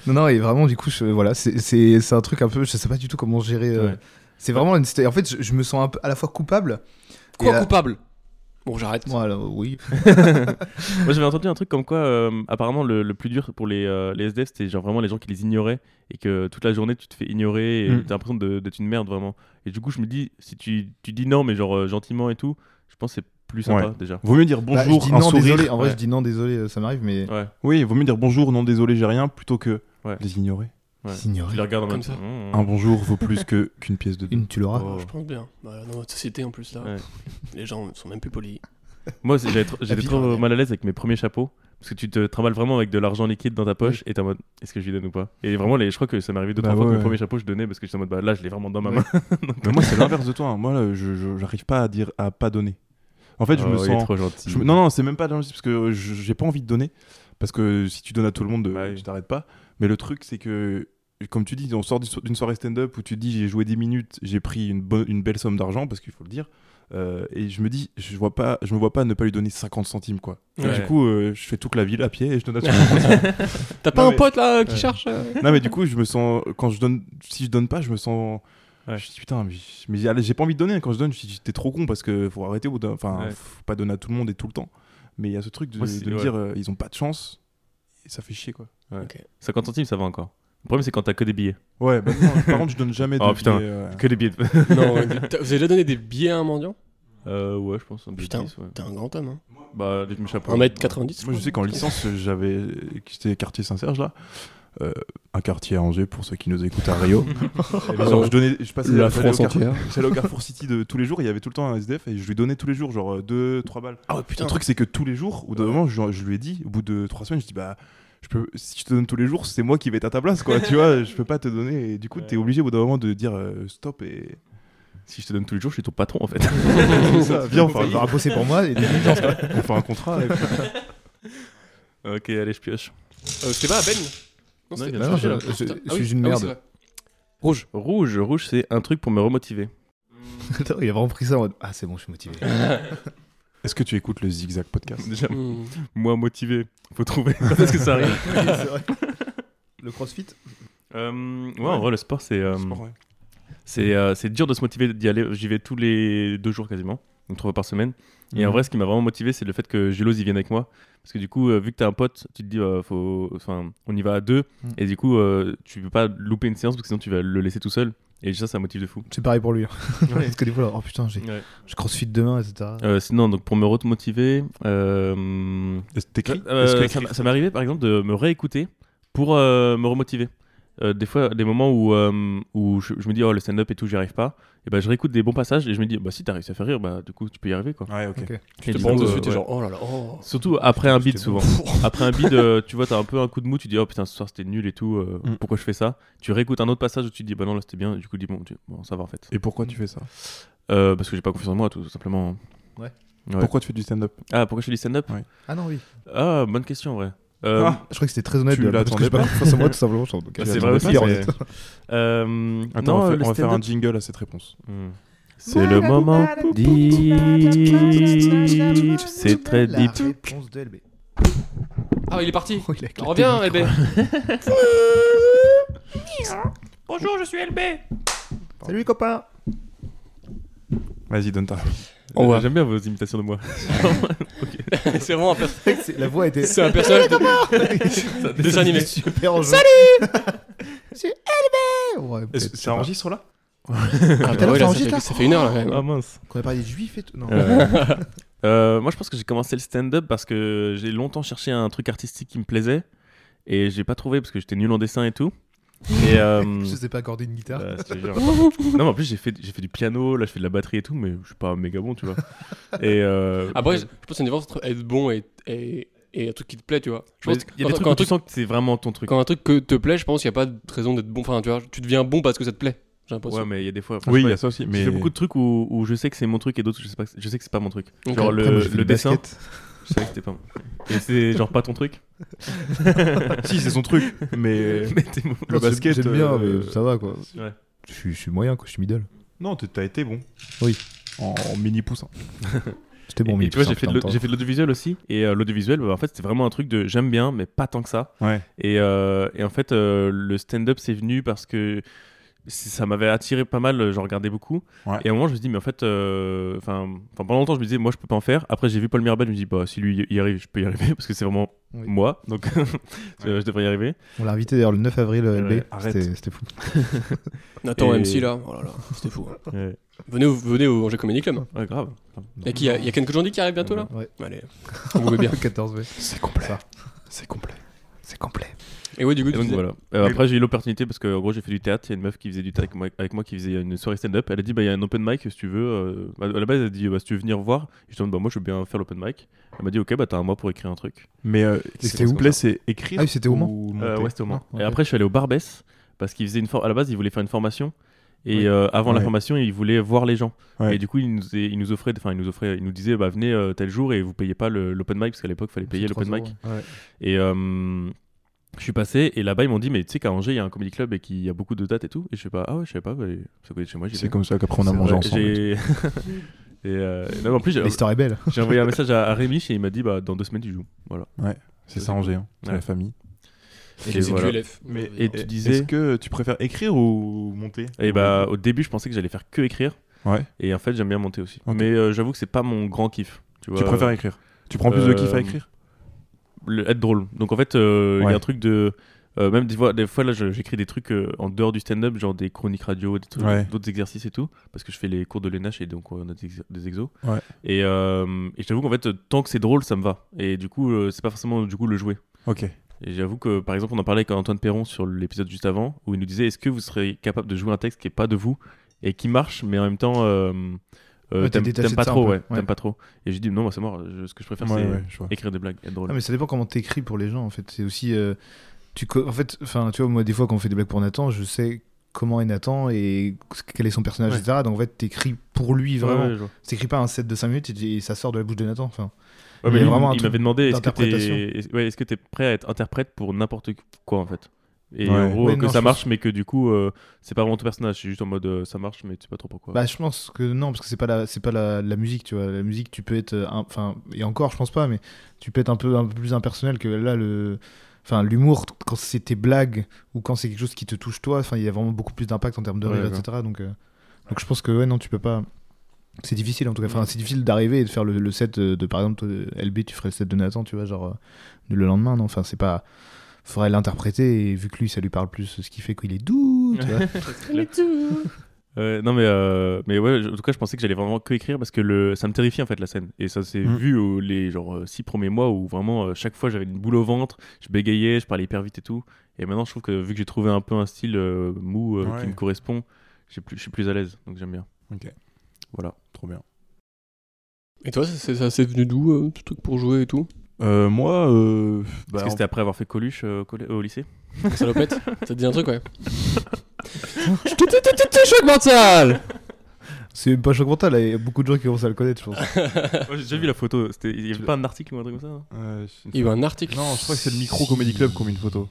non, non, et vraiment, du coup, je- voilà, c'est- c'est c'est un truc un peu, je sais pas du tout comment gérer. euh,
Ouais.
C'est vraiment une. En fait, je, je me sens un peu à la fois coupable. et euh,
Quoi
à-
coupable Bon, j'arrête.
Bon, alors, oui.
Moi j'avais entendu un truc comme quoi euh, apparemment le, le plus dur pour les, euh, les SDF c'était genre vraiment les gens qui les ignoraient et que toute la journée tu te fais ignorer et
Mm.
t'as l'impression de- d'être une merde vraiment. Et du coup je me dis si tu, tu dis non mais genre euh, gentiment et tout, je pense que c'est plus sympa
Ouais.
déjà.
Vaut mieux dire
Bah,
bonjour,
je dis
un
non,
sourire.
désolé. En vrai,
ouais.
je dis non, désolé, euh, ça m'arrive, mais.
Ouais.
Oui, vaut mieux dire bonjour, non désolé, j'ai rien, plutôt que
Ouais.
les ignorer.
Ouais.
S'ignorer.
Tu les regardes en
Comme
mode
ça.
Mmh,
Un bonjour vaut plus que qu'une pièce de deux.
Une, tu l'auras.
Oh.
Je pense bien. Bah, dans notre société, en plus, là,
Ouais.
les gens sont même plus polis.
Moi c'est- j'avais tr- j'étais
vie,
trop
bordel.
mal à l'aise avec mes premiers chapeaux parce que tu te trimbales vraiment avec de l'argent liquide dans ta poche et t'es en mode est-ce que je lui donne ou pas Et vraiment les, je crois que ça m'est arrivé deux
Bah
trois fois
ouais,
que
ouais.
mes premiers chapeaux je donnais parce que j'étais en mode bah là je l'ai vraiment dans ma main.
Mais moi, c'est l'inverse de toi. hein. Moi, là, je je- j'arrive pas à dire à pas donner. En fait, je me
Oh, il est
sens.
trop gentil.
je me- Non, non, c'est même pas gentil parce que je- j'ai pas envie de donner. Parce que si tu donnes à tout le monde,
Bah
euh,
oui.
tu t'arrêtes pas. Mais le truc, c'est que, comme tu dis, on sort d'une so- d'une soirée stand-up où tu te dis j'ai joué 10 minutes, j'ai pris une, bonne- une belle somme d'argent, parce qu'il faut le dire. euh, et je me dis, je, vois pas, je me vois pas ne pas lui donner 50 centimes, quoi.
Ouais.
Du coup, euh, je fais toute la ville à pied et je donne à tout le monde.
T'as pas
Non,
un
mais-
pote, là, qui cherche euh
non, mais du coup, je me sens. Quand je donne. Si je donne pas, je me sens.
Ouais.
Je dis putain, mais, mais j'ai- j'ai pas envie de donner. Quand je donne, je dis t'es trop con parce que faut arrêter. au bout d'un- Enfin,
Ouais.
faut pas donner à tout le monde et tout le temps. Mais il y a ce truc de,
Moi, c'est-
de me
ouais.
dire euh, ils ont pas de chance. Et ça fait chier quoi.
50 centimes ça va encore. Le problème c'est quand t'as que des billets.
Ouais, bah, non, par contre, je donne jamais de.
Oh, putain.
billets, euh,
Que des billets. de-
Non, t'as- vous avez déjà donné des billets à un mendiant
Euh, ouais, je pense. un billet
Putain.
de dix, ouais.
T'es un grand homme, hein.
Bah, les mes chapeaux.
1m90,
Moi, je sais qu'en licence, j'avais. J'étais quartier Saint-Serge là. Euh, un quartier à Angers pour ceux qui nous écoutent à Rio. Et genre, je, donnais, je passais j'allais
La France
au Carrefour-
entière.
J'allais au Carrefour City de tous les jours, il y avait tout le temps un SDF et je lui donnais tous les jours, genre 2-3 balles.
Ah ouais, putain.
Le truc, c'est que tous les jours, au bout d'un moment, je, je lui ai dit, au bout de trois semaines, je dis, bah, je peux, si je te donne tous les jours, c'est moi qui vais être à ta place, quoi. tu vois, je peux pas te donner. Et du coup, t'es obligé au bout d'un moment de dire euh, stop et.
Si je te donne tous les jours, je suis ton patron en fait.
ça, viens, on fait,
Enfin, il faudra bosser pour moi. et-
un- on fait un contrat. et puis-
ok, allez, je pioche.
Euh, C'était pas à Ben
Non,
c'était-
il y a
Non,
Ah,
je,
là.
je- je
Putain. Ah oui,
suis une
ah oui, c'est
merde.
vrai. Rouge.
Rouge, rouge, c'est un truc pour me remotiver.
Attends, il a vraiment pris ça en mode Ah, c'est bon, je suis motivé.
Est-ce que tu écoutes le Zigzag podcast
Déjà,
Hmm.
moi motivé, faut trouver. Quand est-ce que ça arrive
Le crossfit
Euh, ouais, en vrai, le sport, c'est euh,
Sport, ouais.
c'est euh, c'est dur de se motiver d'y aller. J'y vais tous les deux jours quasiment, donc trois fois par semaine. Et en vrai, ce qui m'a vraiment motivé, c'est le fait que Julos y vienne avec moi. Parce que du coup, euh, vu que t'as un pote, tu te dis, euh, faut... enfin, on y va à deux.
Mm.
Et du coup, euh, tu peux pas louper une séance parce que sinon tu vas le laisser tout seul. Et ça, ça motive de fou.
C'est pareil pour lui. hein. Parce que des fois, alors, oh putain, j'ai-
Ouais.
je crossfit demain, etc.
Euh, sinon, donc pour me remotiver, euh,
Est-ce que t'écris
euh,
Est-ce que
ça,
t'écris
m'a- ça m'est arrivé par exemple de me réécouter pour euh, me remotiver. Euh, des fois, des moments où, euh, où je, je me dis oh le stand-up et tout, j'y arrive pas, et ben je réécoute des bons passages et je me dis bah si t'as réussi à faire rire, bah du coup tu peux y arriver quoi.
Ouais, ok.
Ok.
Tu
Et
te
du
prends
coup,
de
euh,
suite, t'es
ouais.
genre, oh là là, oh.
Surtout après un
C'était
bid souvent. Après un bid, euh, tu vois, t'as un peu un coup de mou, tu dis oh putain ce soir c'était nul et tout, euh,
Mm.
pourquoi je fais ça Tu réécoutes un autre passage où tu te dis bah non là c'était bien, et du coup tu dis bon, tu- bon, ça va en fait.
Et pourquoi tu fais ça
Euh, parce que j'ai pas confiance en moi tout, tout simplement.
Ouais.
Ouais.
Pourquoi tu fais du stand-up
Ah pourquoi je fais du stand-up
Ah non, oui.
Ah bonne question en vrai. Euh,
Ah,
Je crois que c'était très honnête
Tu
de la part, parce que
l'attendais
je parle face à moi, tout simplement. je suis en- donc,
Bah,
je
c'est
l'attendais
vrai aussi.
pas,
mais-
honnête.
Euh,
Attends,
non,
on, va faire,
euh, le
on va faire un
stand-up-
jingle à cette réponse.
Hmm. C'est le moment deep. C'est très
La
deep.
réponse de LB.
Ah, il est parti.
Oh, il a éclaté
Reviens,
le
eh
micro.
ben.
Bonjour, je suis LB.
Salut les copains
Vas-y, donne ta.
On voit.
J'aime bien vos imitations de moi.
c'est vraiment un, pers-
C'est- La voix était
c'est un personnage de dessin animé. Ah,
super en Salut C'est Elbé ouais, peut-être, je sais
Ça
pas.
enregistre là
Ah,
t'as
bah ouais, là, ça,
enregistré,
fait,
là
ça fait une heure là quand même.
Ah mince.
Qu'on a parlé de juifs et tout. Non.
Euh, euh, moi, je pense que j'ai commencé le stand-up parce que j'ai longtemps cherché un truc artistique qui me plaisait et j'ai pas trouvé parce que j'étais nul en dessin et tout. Et euh,
Je sais pas accorder une guitare.
euh, c'était genre- non, mais en plus j'ai fait j'ai fait du piano, là je fais de la batterie et tout, mais je suis pas méga bon, tu vois. Et euh,
Après, Ah, je je pense qu'il y a une différence entre être bon et, et, et un truc qui te plaît, tu vois. Je
mais
pense
il y a des trucs
quand,
où
un
tu
truc,
sens que c'est vraiment ton truc.
quand un truc que te plaît, je pense qu'il n'y a pas de raison d'être bon. Enfin, tu vois, tu deviens bon parce que ça te plaît. J'ai l'impression.
Ouais, mais il y a des fois. enfin,
Oui,
je sais
il y
pas,
a ça aussi.
J'ai
Mais
fait beaucoup de trucs où, où je sais que c'est mon truc et d'autres où je sais pas, que- je sais que c'est pas mon truc.
Ok.
Genre le,
Après, moi, j'ai fait
le
du
dessin,
basket.
je savais que c'était pas mon. Et c'est genre pas ton truc.
si, c'est son truc. Mais
Mais t'es mon-
le basket.
J'aime bien,
euh,
mais ça va quoi.
Ouais.
Je suis, je suis moyen quoi, je suis middle.
Non, t- t'as été bon.
Oui.
En, mini hein. poussin.
C'était bon,
Et-
mais
et tu vois,
putain,
j'ai fait, de
putain,
l'au-
putain.
j'ai fait de l'audiovisuel aussi. Et euh, l'audiovisuel, bah, en fait, c'était vraiment un truc de j'aime bien, mais pas tant que ça.
Ouais.
Et, euh, et en fait, euh, le stand-up, c'est venu parce que c- ça m'avait attiré pas mal, j'en regardais beaucoup.
Ouais.
Et à un moment, je me suis dit, mais en fait, euh, enfin, enfin, pendant longtemps, je me disais, moi, je peux pas en faire. Après, j'ai vu Paul Mirabel, je me dis, bah, si lui y arrive, je peux y arriver parce que c'est vraiment
Oui.
moi. Donc, je devrais y arriver.
On l'a invité d'ailleurs le 9 avril, euh,
Ouais,
LB.
arrête.
C'était c'était fou.
Nathan
Et-
MC là, oh là là, c'était fou. hein.
Ouais,
Venez, au- venez au Angers Comedy Club.
Ouais, grave.
Il y a, y a quelques gens qui arrivent bientôt là
Ouais.
Allez, on vous met bien.
14 mai.
C'est complet.
Ça.
C'est complet.
C'est complet.
Et ouais, du coup,
Et
tu
donc
disais-
voilà. Euh,
Et-
après, j'ai eu l'opportunité parce que en gros, j'ai fait du théâtre. Il y a une meuf qui faisait du théâtre avec moi, avec moi qui faisait une soirée stand-up. Elle a dit bah, il y a un open mic si tu veux. euh, bah, à la base, elle a dit bah, si tu veux venir voir. Je lui ai dit bah, moi, je veux bien faire l'open mic. Elle m'a dit ok, bah, t'as un mois pour écrire un truc.
Mais euh,
Et
ce
c'était
qui me
où
plaît, c'est écrire.
Ah oui, c'était au Mans
ou
Euh,
monter.
ouais, c'était au Mans.
Ah, ok.
Et après, je suis allé au Barbès parce qu'ils faisaient une for- à la base, ils voulaient faire une formation. Et euh, avant la
Ouais.
formation, ils voulaient voir les gens.
Ouais.
Et du coup, ils nous, ils nous offraient, enfin, ils nous offraient, ils nous disaient, bah, venez euh, tel jour et vous payez pas le- l'open mic parce qu'à l'époque, fallait payer l'open mic. Et euh, je suis passé et là-bas ils m'ont dit mais tu sais qu'à Angers il y a un comedy club et qu'il y a beaucoup de dates et tout et je sais pas ah ouais je sais pas bah, ça coûte chez moi j'y
C'est
vais.
comme ça qu'après on a
C'est
mangé
vrai,
ensemble.
J'ai- et euh, non, mais en plus j'ai
L'histoire est belle.
j'ai envoyé un message à, à Rémi et il m'a dit bah dans deux semaines tu joues voilà
C'est ça Angers, hein. c'est
Ouais.
la famille.
Et
et
c'est
voilà.
du LF.
Mais-
et
Et-
tu disais
Est-ce que tu préfères écrire ou monter
et bah au début je pensais que j'allais faire que écrire
Ouais.
et en fait j'aime bien monter aussi
Ok.
mais euh, j'avoue que c'est pas mon grand kiff tu vois
Tu préfères écrire Tu prends plus de kiff
Euh,
à écrire
le- être drôle. Donc en fait, euh, il y
Ouais.
a un truc de. euh, même des fois, des fois là, je- j'écris des trucs euh, en dehors du stand-up, genre des chroniques radio, des trucs-
Ouais.
d'autres exercices et tout, parce que je fais les cours de l'ENH et donc on a des, ex- des exos.
Ouais.
Et, euh, et je t'avoue qu'en fait, euh, tant que c'est drôle, ça me va. Et du coup, euh, c'est pas forcément du coup le jouer.
Ok.
Et j'avoue que par exemple, on en parlait avec Antoine Perron sur l'épisode juste avant, où il nous disait est-ce que vous serez capable de jouer un texte qui est pas de vous et qui marche, mais en même temps. euh, euh,
Ouais, t'es
t'aimes
détaché
t'aimes
de
pas
ça un
trop
peu.
ouais,
Ouais.
t'aimes pas trop et j'ai dit non moi c'est mort Je- ce que je préfère
Ouais,
c'est
ouais, je vois.
écrire des blagues être drôle
Ah, mais ça dépend comment t'écris pour les gens en fait. C'est aussi. euh, tu co- en fait, enfin, tu vois, moi, des fois, quand on fait des blagues pour Nathan, je sais comment est Nathan et quel est son personnage,
Ouais.
etc. Donc en fait, t'écris pour lui vraiment.
Ouais, ouais, je vois.
T'écris pas un set de 5 minutes et, et ça sort de la bouche de Nathan. Enfin,
Ouais,
Il
mais
y a
il
vraiment un
il
truc
m'avait demandé est-ce que
d'interprétation.
t'es est ouais, est-ce que t'es prêt à être interprète pour n'importe quoi en fait et
Ouais.
en gros
Ouais,
que
non,
ça
je
marche mais que du coup euh, c'est pas vraiment ton personnage c'est juste en mode euh, ça marche mais tu sais pas trop pourquoi
bah, je pense que non, parce que c'est pas la, c'est pas la, la musique, tu vois. La musique, tu peux être, euh, un- enfin, et encore, je pense pas, mais tu peux être un peu, un peu plus impersonnel que là le. Enfin, l'humour, t- quand c'est tes blagues ou quand c'est quelque chose qui te touche toi, enfin, il y a vraiment beaucoup plus d'impact en termes de
Ouais,
rire,
d'accord.
etc. Donc, euh, donc je pense que ouais, non, tu peux pas. C'est difficile en tout cas. Enfin, c'est difficile d'arriver et de faire le, le set de, de, par exemple, toi, euh, LB, tu ferais le set de Nathan, tu vois, genre euh, le lendemain, non. Enfin, c'est pas. Faudrait l'interpréter et vu que lui, ça lui parle plus, ce qui fait qu'il est doux, tu vois.
Euh, non mais euh, mais ouais je- en tout cas je pensais que j'allais vraiment que écrire parce que le ça me terrifie en fait la scène et ça s'est
Mm.
Mhm.
vu au- les genre euh, six premiers mois où vraiment euh, chaque fois j'avais une boule au ventre je bégayais je parlais hyper vite et tout et maintenant je trouve que vu que j'ai trouvé un peu un style euh, mou euh,
Ouais.
qui me correspond j'ai plus je suis plus à l'aise donc j'aime bien
Ok.
voilà
Trop bien.
Et toi, ça, c'est- ça c'est venu d'où, euh, tout truc pour jouer et tout
Euh, moi, euh, bah,
est-ce que c'était après avoir fait Coluche euh, au collè- au lycée
Salopette Ça te dit un truc, ouais. Je te- te- te- te- te- choc mental
C'est même pas choc mental, il y a beaucoup de gens qui commencent à le connaître, je pense.
Moi, j'ai déjà vu la photo. c'était- Il y avait pas un article ou un truc comme ça hein
euh,
Il y a eu un article.
Non, je crois que c'est le micro Comedy Club qui ont mis une photo.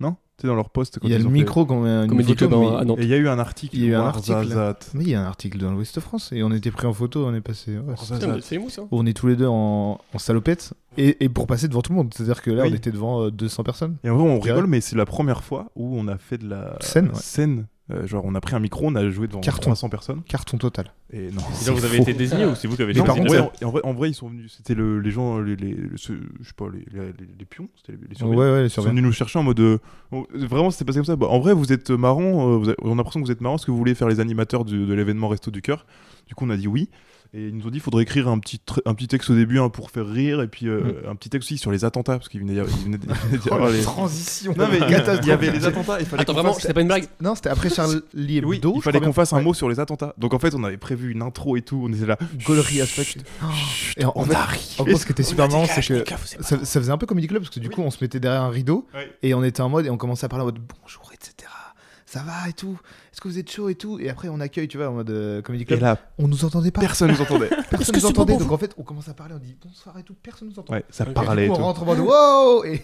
Non C'est dans leur post. quand
Il y a
ils
le
ont fait-
micro qu'on met une
Comédie
photo,
Club en-
mais-
à Nantes.
Et il y a eu un article.
Il y a eu un
Warzazat.
article. Mais il y a un article dans l'Ouest de France et on était pris en photo, on est passé. ouais, c'est-
Putain,
Warzazat.
mais C'est les mots, ça
on est tous les deux en, en salopette et, et pour passer devant tout le monde. C'est-à-dire que là,
Oui.
on était devant euh, 200 personnes.
Et en vrai, on
C'est vrai.
rigole, mais c'est la première fois où on a fait de la
Scène, ouais.
scène Euh, genre, on a pris un micro, on a joué devant
Carton.
300 personnes.
Carton total.
Et non.
C'est
Sinon, vous avez
faux.
été désigné ou c'est vous qui avez été
Non, en,
parents,
désigné
vrai, en- en vrai- en vrai, ils sont venus. C'était le- les gens, les, les- les- ceux- je sais pas, les, les- les- les pions, c'était les, les
Ouais,
surveillants.
ouais,
Ils sont venus nous chercher en mode. euh, on- vraiment, c'était passé comme ça. Bah, en vrai, vous êtes marrant. on a l'impression que vous êtes marrant parce que vous voulez faire les animateurs du- de l'événement Resto du Cœur. Du coup, on a dit oui. Et ils nous ont dit il faudrait écrire un petit, tr- un petit texte au début hein, pour faire rire. Et puis
Mm.
euh, un petit texte aussi sur les attentats. Parce qu'ils venaient d'y- ils venaient d'y- ils venaient
Oh,
d'y avoir les-
transition.
Non, mais il y a- il y avait les attentats. Il fallait
Attends,
qu'on
vraiment,
fasse-
c'était pas une blague.
Non, c'était après Charlie Hebdo.
Ah, Oui,
je
il fallait
crois
qu'on
bien.
fasse un mot sur les attentats. Donc en fait, on avait prévu une intro et tout. On était là.
Gaulerie Aspect. Oh, Et en, en fait, en gros, ce qui était super marrant, c'est que ça, ça faisait un peu comédie club parce que du coup, on se mettait derrière un rideau
Ouais.
et on était en mode et on commençait à parler en mode bonjour, etc. Ça va et tout. Est-ce que vous êtes chaud et tout Et après, on accueille, tu vois, en mode euh, comédie
Et
club.
là,
On nous entendait pas.
personne nous entendait.
Personne nous entendait. Donc en fait, on commence à parler, on dit bonsoir et tout. Personne nous entend.
Ouais, ça
Et du
parlait. et
coup, on
tout.
rentre en mode wow Et,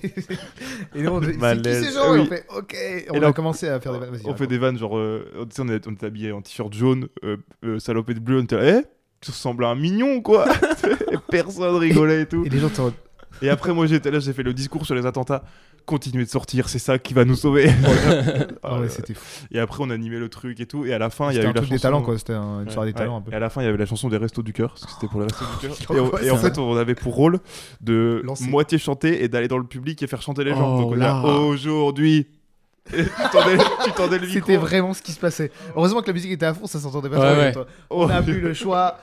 et nous, on dit c'est qui
malaise.
ces gens Et
Oui.
on fait ok. Et on
là,
a
on-
commencé à faire des. vas-y,
on
raconte.
fait des vannes, genre, euh, on, tu sais, on est, on est habillé en t-shirt jaune, euh, euh, salopette bleue, on était là, eh tu ressembles à un mignon, quoi Et Personne rigolait et tout.
Et les gens étaient en mode
Et après, moi, j'étais là, j'ai fait le discours sur les attentats. Continuez de sortir, c'est ça qui va nous sauver. Euh,
Ah ouais, c'était fou.
et après, on animait le truc et tout. Et à la fin, il y a
C'était
eu
un
la
truc
chanson.
des talents quoi. C'était un- une
Ouais,
soirée des
ouais.
talents un peu.
Et à la fin, il y avait la chanson des Restos du Cœur, parce que c'était pour les Restos du Cœur.
Oh,
Et on- Et, en
ça.
fait, on avait pour rôle de
Lancer.
moitié chanter et d'aller dans le public et faire chanter les gens.
Oh
Donc on a
là.
aujourd'hui. Et tu tendais, tu tendais le micro.
C'était vraiment ce qui se passait. Heureusement que la musique était à fond, ça s'entendait pas
Ouais,
trop bien,
ouais.
toi.
Oh.
On a plus le choix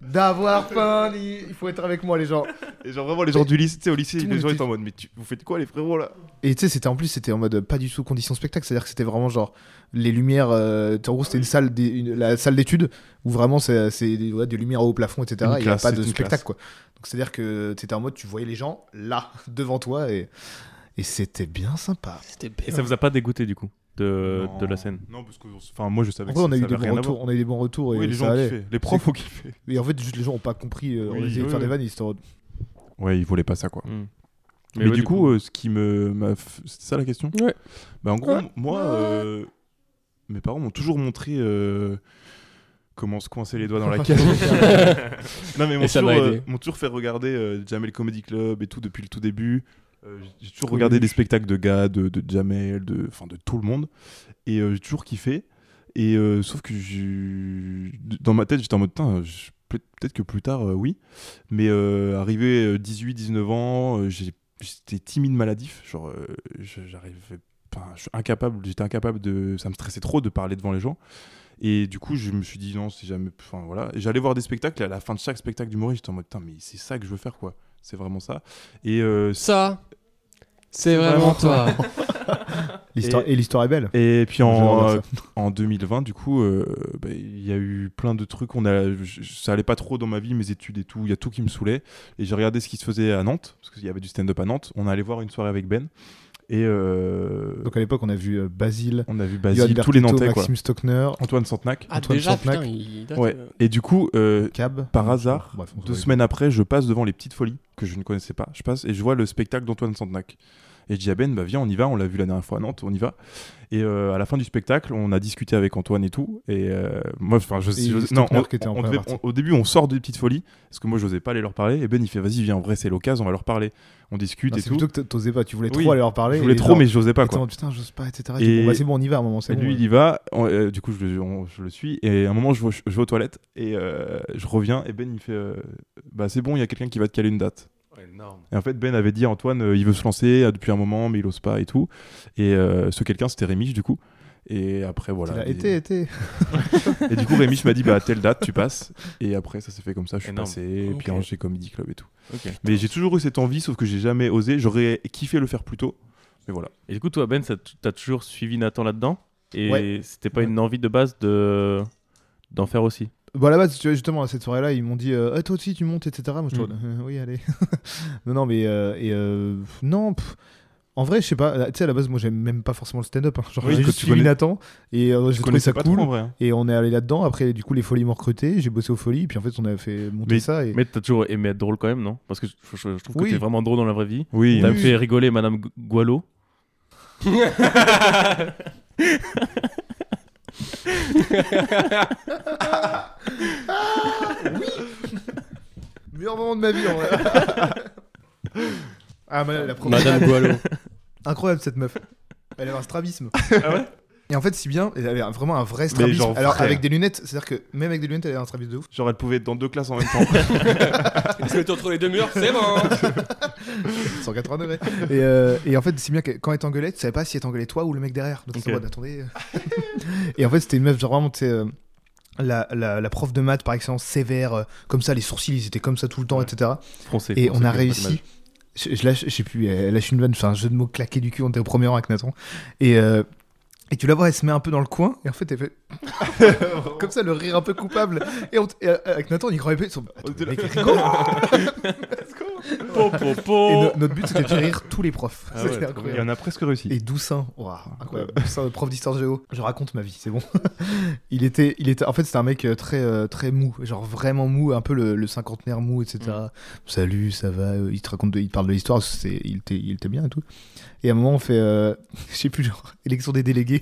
d'avoir faim. ni- Il faut être avec moi, les gens.
Et genre vraiment les gens du lycée, tu sais, au lycée,
Tout le
les gens
monde
étaient en mode mais tu, vous faites quoi les frérots là
Et tu sais, c'était en plus, c'était en mode pas du tout condition spectacle. C'est-à-dire que c'était vraiment genre les lumières. euh, en gros, c'était une salle, des- une- la salle d'études où vraiment c'est c'est des, ouais, des lumières au plafond, etc.
Une
Il n'y a
classe,
pas
c'est
de
une
spectacle,
classe.
quoi. Donc c'est-à-dire que t'étais en mode, tu voyais les gens là, devant toi, et, et c'était bien sympa.
Ah,
C'était
Et ça vous a pas dégoûté du coup
Euh,
de, de la scène
Non parce que enfin moi je savais
En vrai,
que
on a
ça
eu des
avait rien
bons
à voir.
retours. On a eu des bons retours et
Oui, les
ça
gens ont
allait.
kiffé, les profs ont kiffé.
Et en fait, juste les gens ont pas compris. euh,
Oui,
on essayait de
oui,
faire
oui.
des vannes, ils étaient en mode,
Ouais, ils voulaient pas ça quoi.
Mm.
Mais,
ouais,
du coup, euh, ce qui me m'a f- c'est ça la question
Ouais.
Bah en gros, moi euh, mes parents m'ont toujours montré euh, comment se coincer les doigts dans la cage. non mais m'ont
Et ça
toujours,
m'a
euh,
aidé.
m'ont toujours fait regarder euh, Jamel Comedy Club et tout depuis le tout début. Euh, j'ai- j'ai toujours
Oui.
regardé des spectacles de gars, de, de Jamel, de, enfin de tout le monde. Et euh, j'ai toujours kiffé. Et euh, sauf que j'ai- dans ma tête, j'étais en mode, putain, je- peut- peut-être que plus tard, euh, oui. Mais euh, arrivé euh, 18, 19 ans, euh, j'ai- j'étais timide maladif. Genre, euh, je- j'arrivais pas, je suis incapable, j'étais incapable de, ça me stressait trop de parler devant les gens. Et du coup, je me suis dit, non, c'est jamais, enfin voilà. Et J'allais voir des spectacles, et à la fin de chaque spectacle d'humoriste, j'étais en mode, putain, mais c'est ça que je veux faire, quoi. C'est vraiment ça. Et euh,
Ça, c'est vraiment toi.
L'histoire- Et, l'histoire est belle.
Et puis
J'adore
en,
ça.
euh, en 2020, du coup, euh, bah, il y a eu plein de trucs. On a, je- ça allait pas trop dans ma vie, mes études et tout. Il y a tout qui me saoulait. Et j'ai regardé ce qui se faisait à Nantes, parce qu'il y avait du stand-up à Nantes. On allait voir une soirée avec Ben. Et euh,
Donc à l'époque, on a vu euh, Basile,
on a vu
Johan
Basile, tous les
Berthetto,
Nantais, quoi.
Maxime Stockner,
Antoine Santenac.
Ah,
Antoine
déjà,
Chantenac.
putain, il date,
Ouais.
euh,
Et du coup, euh,
Cab.
par hasard,
Bref, on
deux
se voit.
semaines après, je passe devant les petites folies que je ne connaissais pas. Je passe et je vois le spectacle d'Antoine Santenac. Et je dis à Ben, bah viens, on y va. On l'a vu la dernière fois à Nantes, on y va. Et euh, à la fin du spectacle, on a discuté avec Antoine et tout. Et euh, moi, enfin, je,
Et
je-
Stockner
non, on,
qui était en
on
première
devait-
partie.
on- au début, on sort des petites folies parce que moi, j'osais pas aller leur parler. Et Ben, il fait, vas-y, viens, en vrai, c'est l'occasion, on va leur parler. On discute
Non,
et
C'est
tout.
plutôt que t- t'osais pas, tu voulais
Oui,
trop aller leur parler.
Je voulais
et
trop,
genre,
mais j'osais pas
t'étais en
quoi.
mode, putain, j'ose pas, etc.
Et-
Bon, bah, c'est bon, on y va à un moment, c'est
Et
bon.
lui,
ouais.
il y va. On- euh, du coup, je, le- on- je le suis. Et à un moment, je, vois- je vais aux toilettes et euh, je reviens. Et Ben, il fait, euh, bah c'est bon, il y a quelqu'un qui va te caler une date. Et en fait, Ben avait dit à Antoine, euh, il veut se lancer euh, depuis un moment, mais il ose pas et tout. Et euh, ce quelqu'un, c'était Rémi, du coup. Et après,
Il
voilà.
a
Et,
été, été.
et du coup, Rémi m'a dit, bah, à telle date, tu passes. Et après, ça s'est fait comme ça, je suis
Énorme.
passé. Et puis,
Ok.
hein, j'ai Comedy Club et tout.
euh,
Ok.
Mais j'ai toujours eu cette envie, sauf que j'ai jamais osé. J'aurais kiffé le faire plus tôt. Mais voilà.
Et du coup, toi, Ben, ça t- t'as toujours suivi Nathan là-dedans Et
Ouais.
c'était pas une envie de base de d'en faire aussi
Bon, à la base, Bah, tu vois, justement, à cette soirée-là, ils m'ont dit euh, Ah, Toi aussi, tu montes, etc. Moi, je te
Mm.
regarde, Euh, Oui, allez. non, non, mais. euh, et, euh, pff, non, pff. En vrai, je sais pas. Tu sais, à la base, moi, j'aime même pas forcément le stand-up. hein. Genre,
Oui,
j'ai
que
juste
tu
suivi
connais-
Nathan et euh, j'ai trouvé ça
pas
cool.
trop, en vrai. hein.
Et on est allé là-dedans. Après, du coup, les folies m'ont recruté. J'ai bossé aux folies. Puis en fait, on a fait monter
Mais-
ça. Et...
Mais t'as toujours aimé être drôle quand même, non Parce que je, je- je trouve
Oui.
que t'es vraiment drôle dans la vraie vie.
Oui.
T'as
Oui.
fait rigoler Madame Gu- Gualo.
Meilleur moment de ma vie, en vrai. ah, madame, la première.
Madame Boileau.
Incroyable, cette meuf. Elle a un strabisme. Et en fait, si bien, elle avait un- vraiment un vrai
Ah Mais
strabisme.
genre
Alors,
vrai.
avec des lunettes, c'est-à-dire que même avec des lunettes, elle avait un strabisme de ouf.
Genre, elle pouvait être dans deux classes en même temps.
Elle se mettait entre les deux murs, c'est bon
180 degrés. Et, euh, et en fait, si bien que quand elle t'engueulait, tu savais pas si elle t'engueulait toi ou le mec derrière. Donc, t'es en
Ok.
mode, attendez. et en fait, c'était une meuf, genre vraiment, tu sais, euh, la, la, la prof de maths, par exemple, sévère, euh, comme ça, les sourcils, ils étaient comme ça tout le temps, etc.
Français.
Et on
français,
a
pas
réussi.
d'image.
Je, je lâche, je sais plus, elle lâche une vanne, enfin, un jeu de mots claqué du cul, on était au premier rang avec Nathan. Et, euh, et tu la vois, elle se met un peu dans le coin, et en fait, elle fait. Comme ça, le rire un peu coupable. Et, on t- et, euh, avec Nathan, on y croyait pas. ils sont- Attends, le mec, il rigole.
Po, po, po.
Et no- notre but, c'était de faire rire tous les profs.
Ah ouais,
C'était
trop
incroyable.
Et on a presque réussi.
Et Doussin, waouh, incroyable. Doussin, le prof d'histoire géo. Je raconte ma vie, c'est bon. il était, il était, en fait, c'était un mec euh, très, euh, très mou, genre vraiment mou, un peu le, le cinquantenaire mou, etc. Salut, ça va. euh, Il te raconte, de- il te parle de l'histoire. C'est, il était, il était bien et tout. Et à un moment, on fait, euh, je sais plus, genre élection des délégués.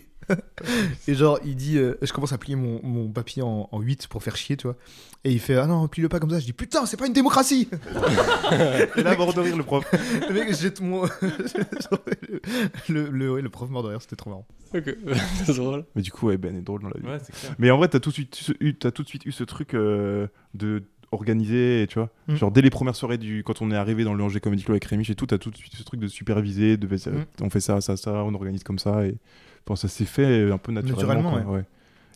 et genre, il dit, euh, je commence à plier mon, mon papier en, en 8 pour faire chier, tu vois. Et il fait, ah non, plie-le pas comme ça. Je dis, putain, c'est pas une démocratie.
Et là, mort de rire, le prof.
le mec jette mon. le, le, ouais, le prof mort de rire, c'était trop marrant.
Ok, c'est drôle.
Mais du coup, ouais, Ben est drôle dans la vie.
Ouais, c'est clair.
Mais en vrai, t'as tout, de suite eu- t'as tout de suite eu ce truc euh, de organisé, tu vois.
Mm.
Genre, dès les premières soirées, du, quand on est arrivé dans le Angers Comedy Club avec Rémi et tout, t'as tout de suite ce truc de superviser, de vas-
Mm.
on fait ça, ça, ça, on organise comme ça. Et enfin, ça s'est fait euh, un peu naturellement.
Naturellement,
quoi, ouais.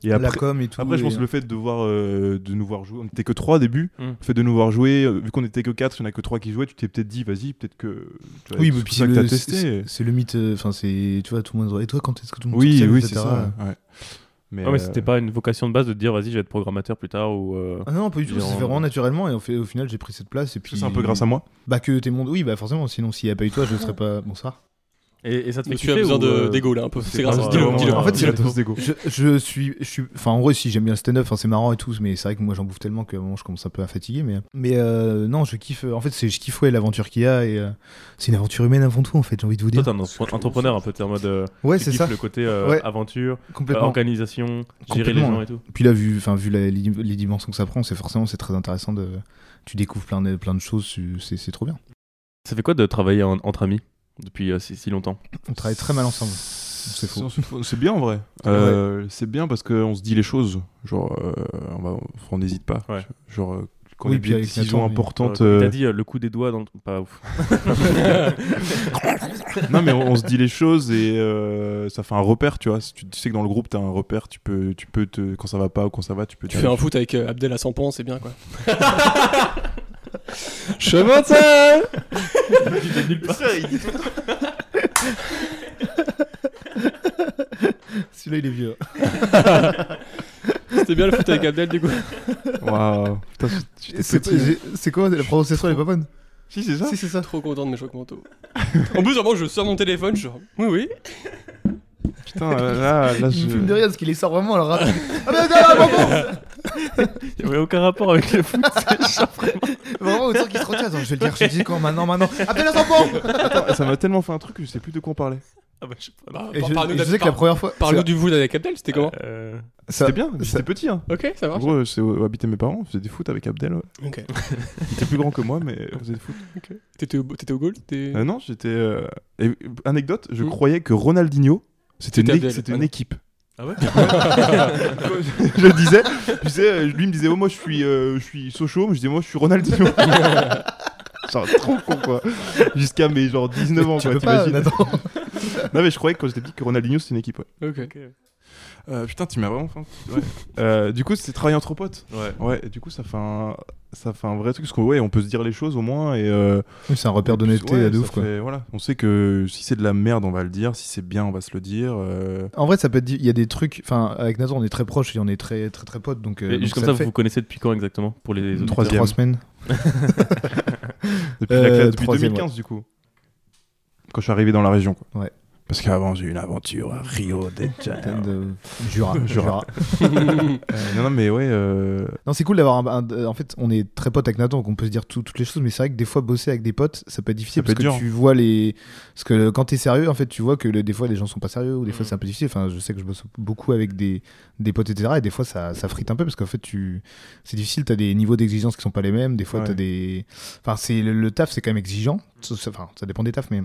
Et après,
la com et tout.
après, je pense
et-
que le fait de voir, euh, de nous voir jouer, on était que trois au début.
Mm.
Le fait de nous voir jouer, euh, vu qu'on était que quatre, il y en a que trois qui jouaient, tu t'es peut-être dit, vas-y, peut-être que. tu
Oui,
vois, c'est
mais
pour
puis
ça
c'est
que t'as
le-
testé.
c'est- c'est le mythe. euh, Enfin, c'est tu vois, tout le monde. Et toi, quand est-ce que tout le monde
Oui,
s'en sert,
oui, c'est
etc.
ça. ouais. Mais,
Ah, mais
euh,
c'était pas une vocation de base de dire vas-y, je vais être programmateur plus tard ou. euh,
Ah non, pas du tout.
Genre,
C'est
euh,
vraiment naturellement. Et en fait, au final, j'ai pris cette place. Et puis.
c'est un peu grâce à moi.
Bah que t'es mon. Oui, bah forcément. Sinon, s'il n'y avait pas eu toi, je ne serais pas. Bonsoir.
Et, et ça te fait
Mais tu as
kiffer
besoin
ou,
de-
euh,
d'ego là un peu. C'est
pas
grave,
grave,
dis-le,
vraiment,
dis-le.
En fait, c'est
la
la-
dose d'ego.
Je, je suis, je suis, enfin en vrai si j'aime bien le stand-up, enfin, c'est marrant et tout, mais c'est vrai que moi j'en bouffe tellement que à un moment, je commence un peu à fatiguer, mais mais euh, non, je kiffe. En fait, c'est je kiffe ouais, l'aventure qu'il y a et euh, c'est une aventure humaine avant tout en fait. J'ai envie de vous
Toi,
dire.
t'es un entre- entrepreneur un peu, t'es en mode. euh,
Ouais,
tu
c'est
kiffes
ça,
le côté euh,
Ouais.
aventure, euh,
Ah,
complètement.
organisation, gérer les
Complètement,
gens et tout.
Puis là, vu, enfin, vu la- les, les dimensions que ça prend, c'est forcément c'est très intéressant. De, tu découvres plein de, plein de choses, tu- c'est c'est trop bien.
Ça fait quoi de travailler en- entre amis depuis euh, si, si longtemps
On travaille très mal ensemble.
C'est
faux.
C'est bien en vrai. Euh, C'est bien parce qu'on se dit les choses. Genre, euh, on va- on n'hésite pas.
Ouais.
Genre, euh, quand
Oui,
il
puis
y a des
avec
décisions
Nathan, oui.
importantes.
Euh,
euh,
T'as dit euh, le coup des doigts dans le. Pas ouf.
non, mais on, on se dit les choses et euh, ça fait un repère, tu vois. Si Tu, tu sais que dans le groupe, t'as un repère. Tu peux, tu peux te, quand ça va pas ou quand ça va, tu peux.
Tu
dire-
fais un foot avec euh, Abdel à 100 pans, c'est bien quoi. Chemin de salle
Celui-là, il est vieux.
C'était bien le foot avec Abdel du coup.
Waouh. Putain, j'étais
C'est
petit.
j'ai- c'est quoi La prononciation, elle est pas bonne
Si, c'est ça.
Si, c'est ça.
Trop content de mes chocs mentaux. en plus, vraiment, je sors mon téléphone, je suis genre, oui, oui.
Putain, là, là, là,
Il me
je-
filme de rien parce qu'il les sort vraiment. Alors, ah, mais attends, attends, attends, attends,
Il avait aucun rapport avec le foot.
Vraiment, autant qu'il se retient. Attends, je vais le dire, je dis quand maintenant, maintenant. Appelle un tampon
Attends, ça m'a tellement fait un truc que je sais plus de quoi on parlait.
Bah,
Et
par-
je,
parle-nous
et je
d'Ab-
sais que la
par-
première fois.
Parle-nous du foot avec Abdel, c'était comment
Euh,
ça-
C'était bien. J'étais petit. Hein.
Ok, ça
En
marche.
gros, c'est où habitaient mes parents. On faisait des foot avec Abdel. ouais.
Ok.
Il était plus grand que moi, mais on faisait des foot.
T'étais au, t'étais au goal T'es-
Euh, non, j'étais. euh, et- anecdote, je
Hmm.
croyais que Ronaldinho, c'était une,
C'était
é-
Abdel.
c'était
Ah
une
non.
équipe.
Ah ouais
Je le disais, je disais, euh, lui me disait, oh, moi je suis, euh, je suis Sochaux, mais je disais, moi je suis Ronaldinho. genre trop con quoi. Jusqu'à mes genre 19 ans,
Tu
quoi,
peux pas,
t'imagines.
Nathan.
Non, mais je croyais que quand j'étais petit que Ronaldinho c'était une équipe, ouais.
Ok.
Euh, putain, tu m'as vraiment fait un petit- ouais. Euh, du coup, c'est travailler entre potes.
Euh,
Ouais.
Ouais, et du coup, ça fait un, ça fait un vrai truc. Parce qu'on ouais, on peut se dire les choses au moins. Et, euh,
Oui, C'est un repère d'honnêteté
ouais,
de
ça
ouf, quoi.
fait- Voilà, on sait que si c'est de la merde, on va le dire. Si c'est bien, on va se le dire. euh,
En vrai, ça peut être. dit- Il y a des trucs. Enfin, avec Nathan, on est très proches et on est très, très, très potes. Donc, euh,
Et
donc
Juste comme
ça
ça,
le
vous
fait.
vous connaissez depuis quand exactement Pour les autres.
Troisième.
Trois semaines.
Depuis,
Euh,
la classe- depuis
troisième,
2015, du coup. Quand je suis arrivé dans la région, quoi.
Ouais.
Parce qu'avant, j'ai eu une aventure à Rio de
Thème
Janeiro.
de- Jura, Jura.
Euh, non, non, mais ouais. euh,
Non, c'est cool d'avoir un, un- En fait, on est très potes avec Nathan, donc on peut se dire tout- toutes les choses, mais c'est vrai que des fois, bosser avec des potes, ça peut être difficile
Ça peut
parce que
être dur.
tu vois les. Parce que quand t'es sérieux, en fait, tu vois que le- des fois, les gens sont pas sérieux ou des fois, c'est un peu difficile. Enfin, je sais que je bosse beaucoup avec des, des potes, etc. Et des fois, ça, ça frite un peu parce qu'en fait, tu. C'est difficile, t'as des niveaux d'exigence qui sont pas les mêmes. Des fois,
Ouais.
t'as des. Enfin, c'est le, le taf, c'est quand même exigeant. Sauf- Enfin, ça dépend des tafs, mais.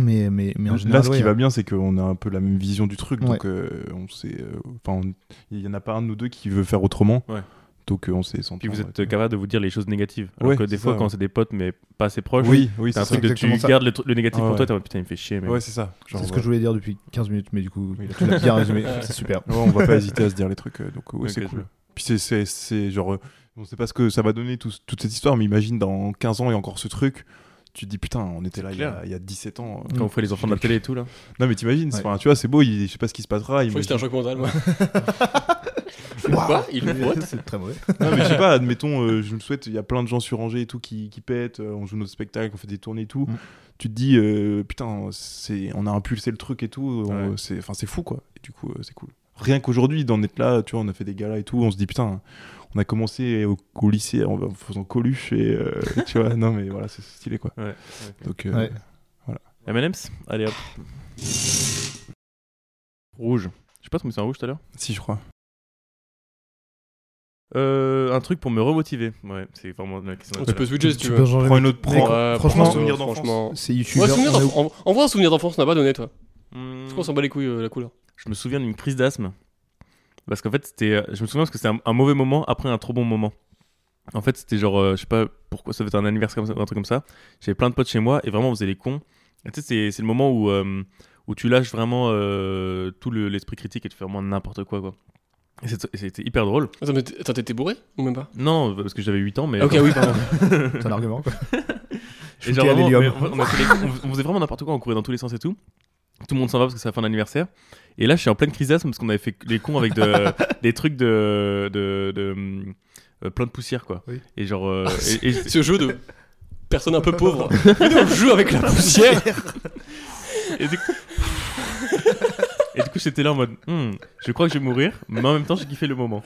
Mais, mais, mais en
Là,
général,
ce qui
ouais. hein.
va bien, c'est qu'on a un peu la même vision du truc, donc
Ouais.
euh, on sait. euh, Enfin, on- il y en a pas un de nous deux qui veut faire autrement.
Ouais.
Donc euh, on sait. s'entendre,
Puis
Ah
vous êtes
ouais.
capable de vous dire les choses négatives. Alors
Ouais,
que des
c'est
fois,
ça,
quand
ouais.
c'est des potes, mais pas assez proches,
Oui, oui,
t'as un
c'est ça.
truc de tu
exactement ça.
gardes le, tr- le négatif
Ah
pour
ouais.
toi, t'es en mode, putain, il me fait chier. Mais...
Ouais, c'est ça. Genre,
C'est ce que
ouais.
je voulais dire depuis 15 minutes, mais du coup,
Oui, il a
tu l'as bien résumé. C'est super.
Ouais, on va pas hésiter à se dire les trucs, euh, donc ouais,
Ok,
c'est
je
cool.
vois.
Puis c'est- c'est c'est genre, euh, on sait pas ce que ça va donner tout- toute cette histoire, mais imagine dans 15 ans et encore ce truc, tu te dis putain, on était là il y, a,
clair. Mm.
il y a 17 ans. euh.
Quand vous faites les enfants de la télé et tout, là.
Non mais t'imagines, c'est-
Ouais.
enfin, tu vois, c'est beau, il- je sais pas ce qui se passera.
Je crois que c'était
imagine-
un choc mental, moi.
Waouh.
Il le voit.
C'est très mauvais.
Non mais je sais pas, admettons, euh, je le souhaite, il y a plein de gens sur Angers et tout qui, qui pètent, euh, on joue notre spectacle, on fait des tournées et tout.
Mm.
Tu te dis, euh, putain, c'est, on a impulsé le truc et tout, on-
Ouais.
c'est, enfin, c'est fou quoi. Et du coup, euh, c'est cool. Rien qu'aujourd'hui, d'en être là, tu vois, on a fait des galas et tout, on se dit, putain, on a commencé au, au lycée en, en faisant Coluche et euh, tu vois, non mais voilà, c'est stylé quoi.
Ouais.
Donc, euh,
Ouais.
M&M's Allez hop. Rouge. Je sais pas si on me un rouge tout à l'heure.
si je crois.
Euh, un truc pour me remotiver. Ouais, c'est vraiment la question.
Tu peux switcher si tu
Tu
veux.
peux changer
Prends
le-
une autre,
Mec,
prends,
Ouais,
franchement,
un souvenir d'enfance.
franchement.
C'est youtubeur.
Ouais, souvenir
on est où
d'enfance. En, en vrai, un souvenir d'enfance, on n'a pas donné, toi.
Hmm,
Parce qu'on s'en bat les couilles, euh, la couleur.
Je me souviens d'une crise d'asthme. Parce qu'en fait, c'était. euh, Je me souviens parce que c'était un, un mauvais moment après un trop bon moment. En fait, c'était genre, euh, je sais pas pourquoi, ça devait être un anniversaire comme ça, ou un truc comme ça. J'avais plein de potes chez moi et vraiment, on faisait les cons. Et tu sais, c'est- c'est le moment où, euh, où tu lâches vraiment euh, tout le- l'esprit critique et tu fais vraiment n'importe quoi, quoi. Et c'est- et c'était hyper drôle.
Attends, mais t- attends, t'étais bourré ou même pas
Non, parce que j'avais 8 ans, mais.
Ok, oui, pardon.
C'est un argument. quoi.
Et
Shooter
genre,
à
vraiment,
l'hélium.
mais en fait, on, a fait les- on- on faisait vraiment n'importe quoi, on courait dans tous les sens et tout. Tout le monde s'en va parce que c'est la fin d'anniversaire. Et là, je suis en pleine crise d'asthme parce qu'on avait fait les cons avec de- des trucs de, de, de, hum, euh, plein de poussière, quoi.
Oui. Ah,
Et genre. euh, et- et-
Ce jeu de personne un peu pauvre. Mais non, on joue avec la poussière.
et du coup. Et du coup, j'étais là en mode, Hmm, je crois que je vais mourir, mais en même temps, j'ai kiffé le moment.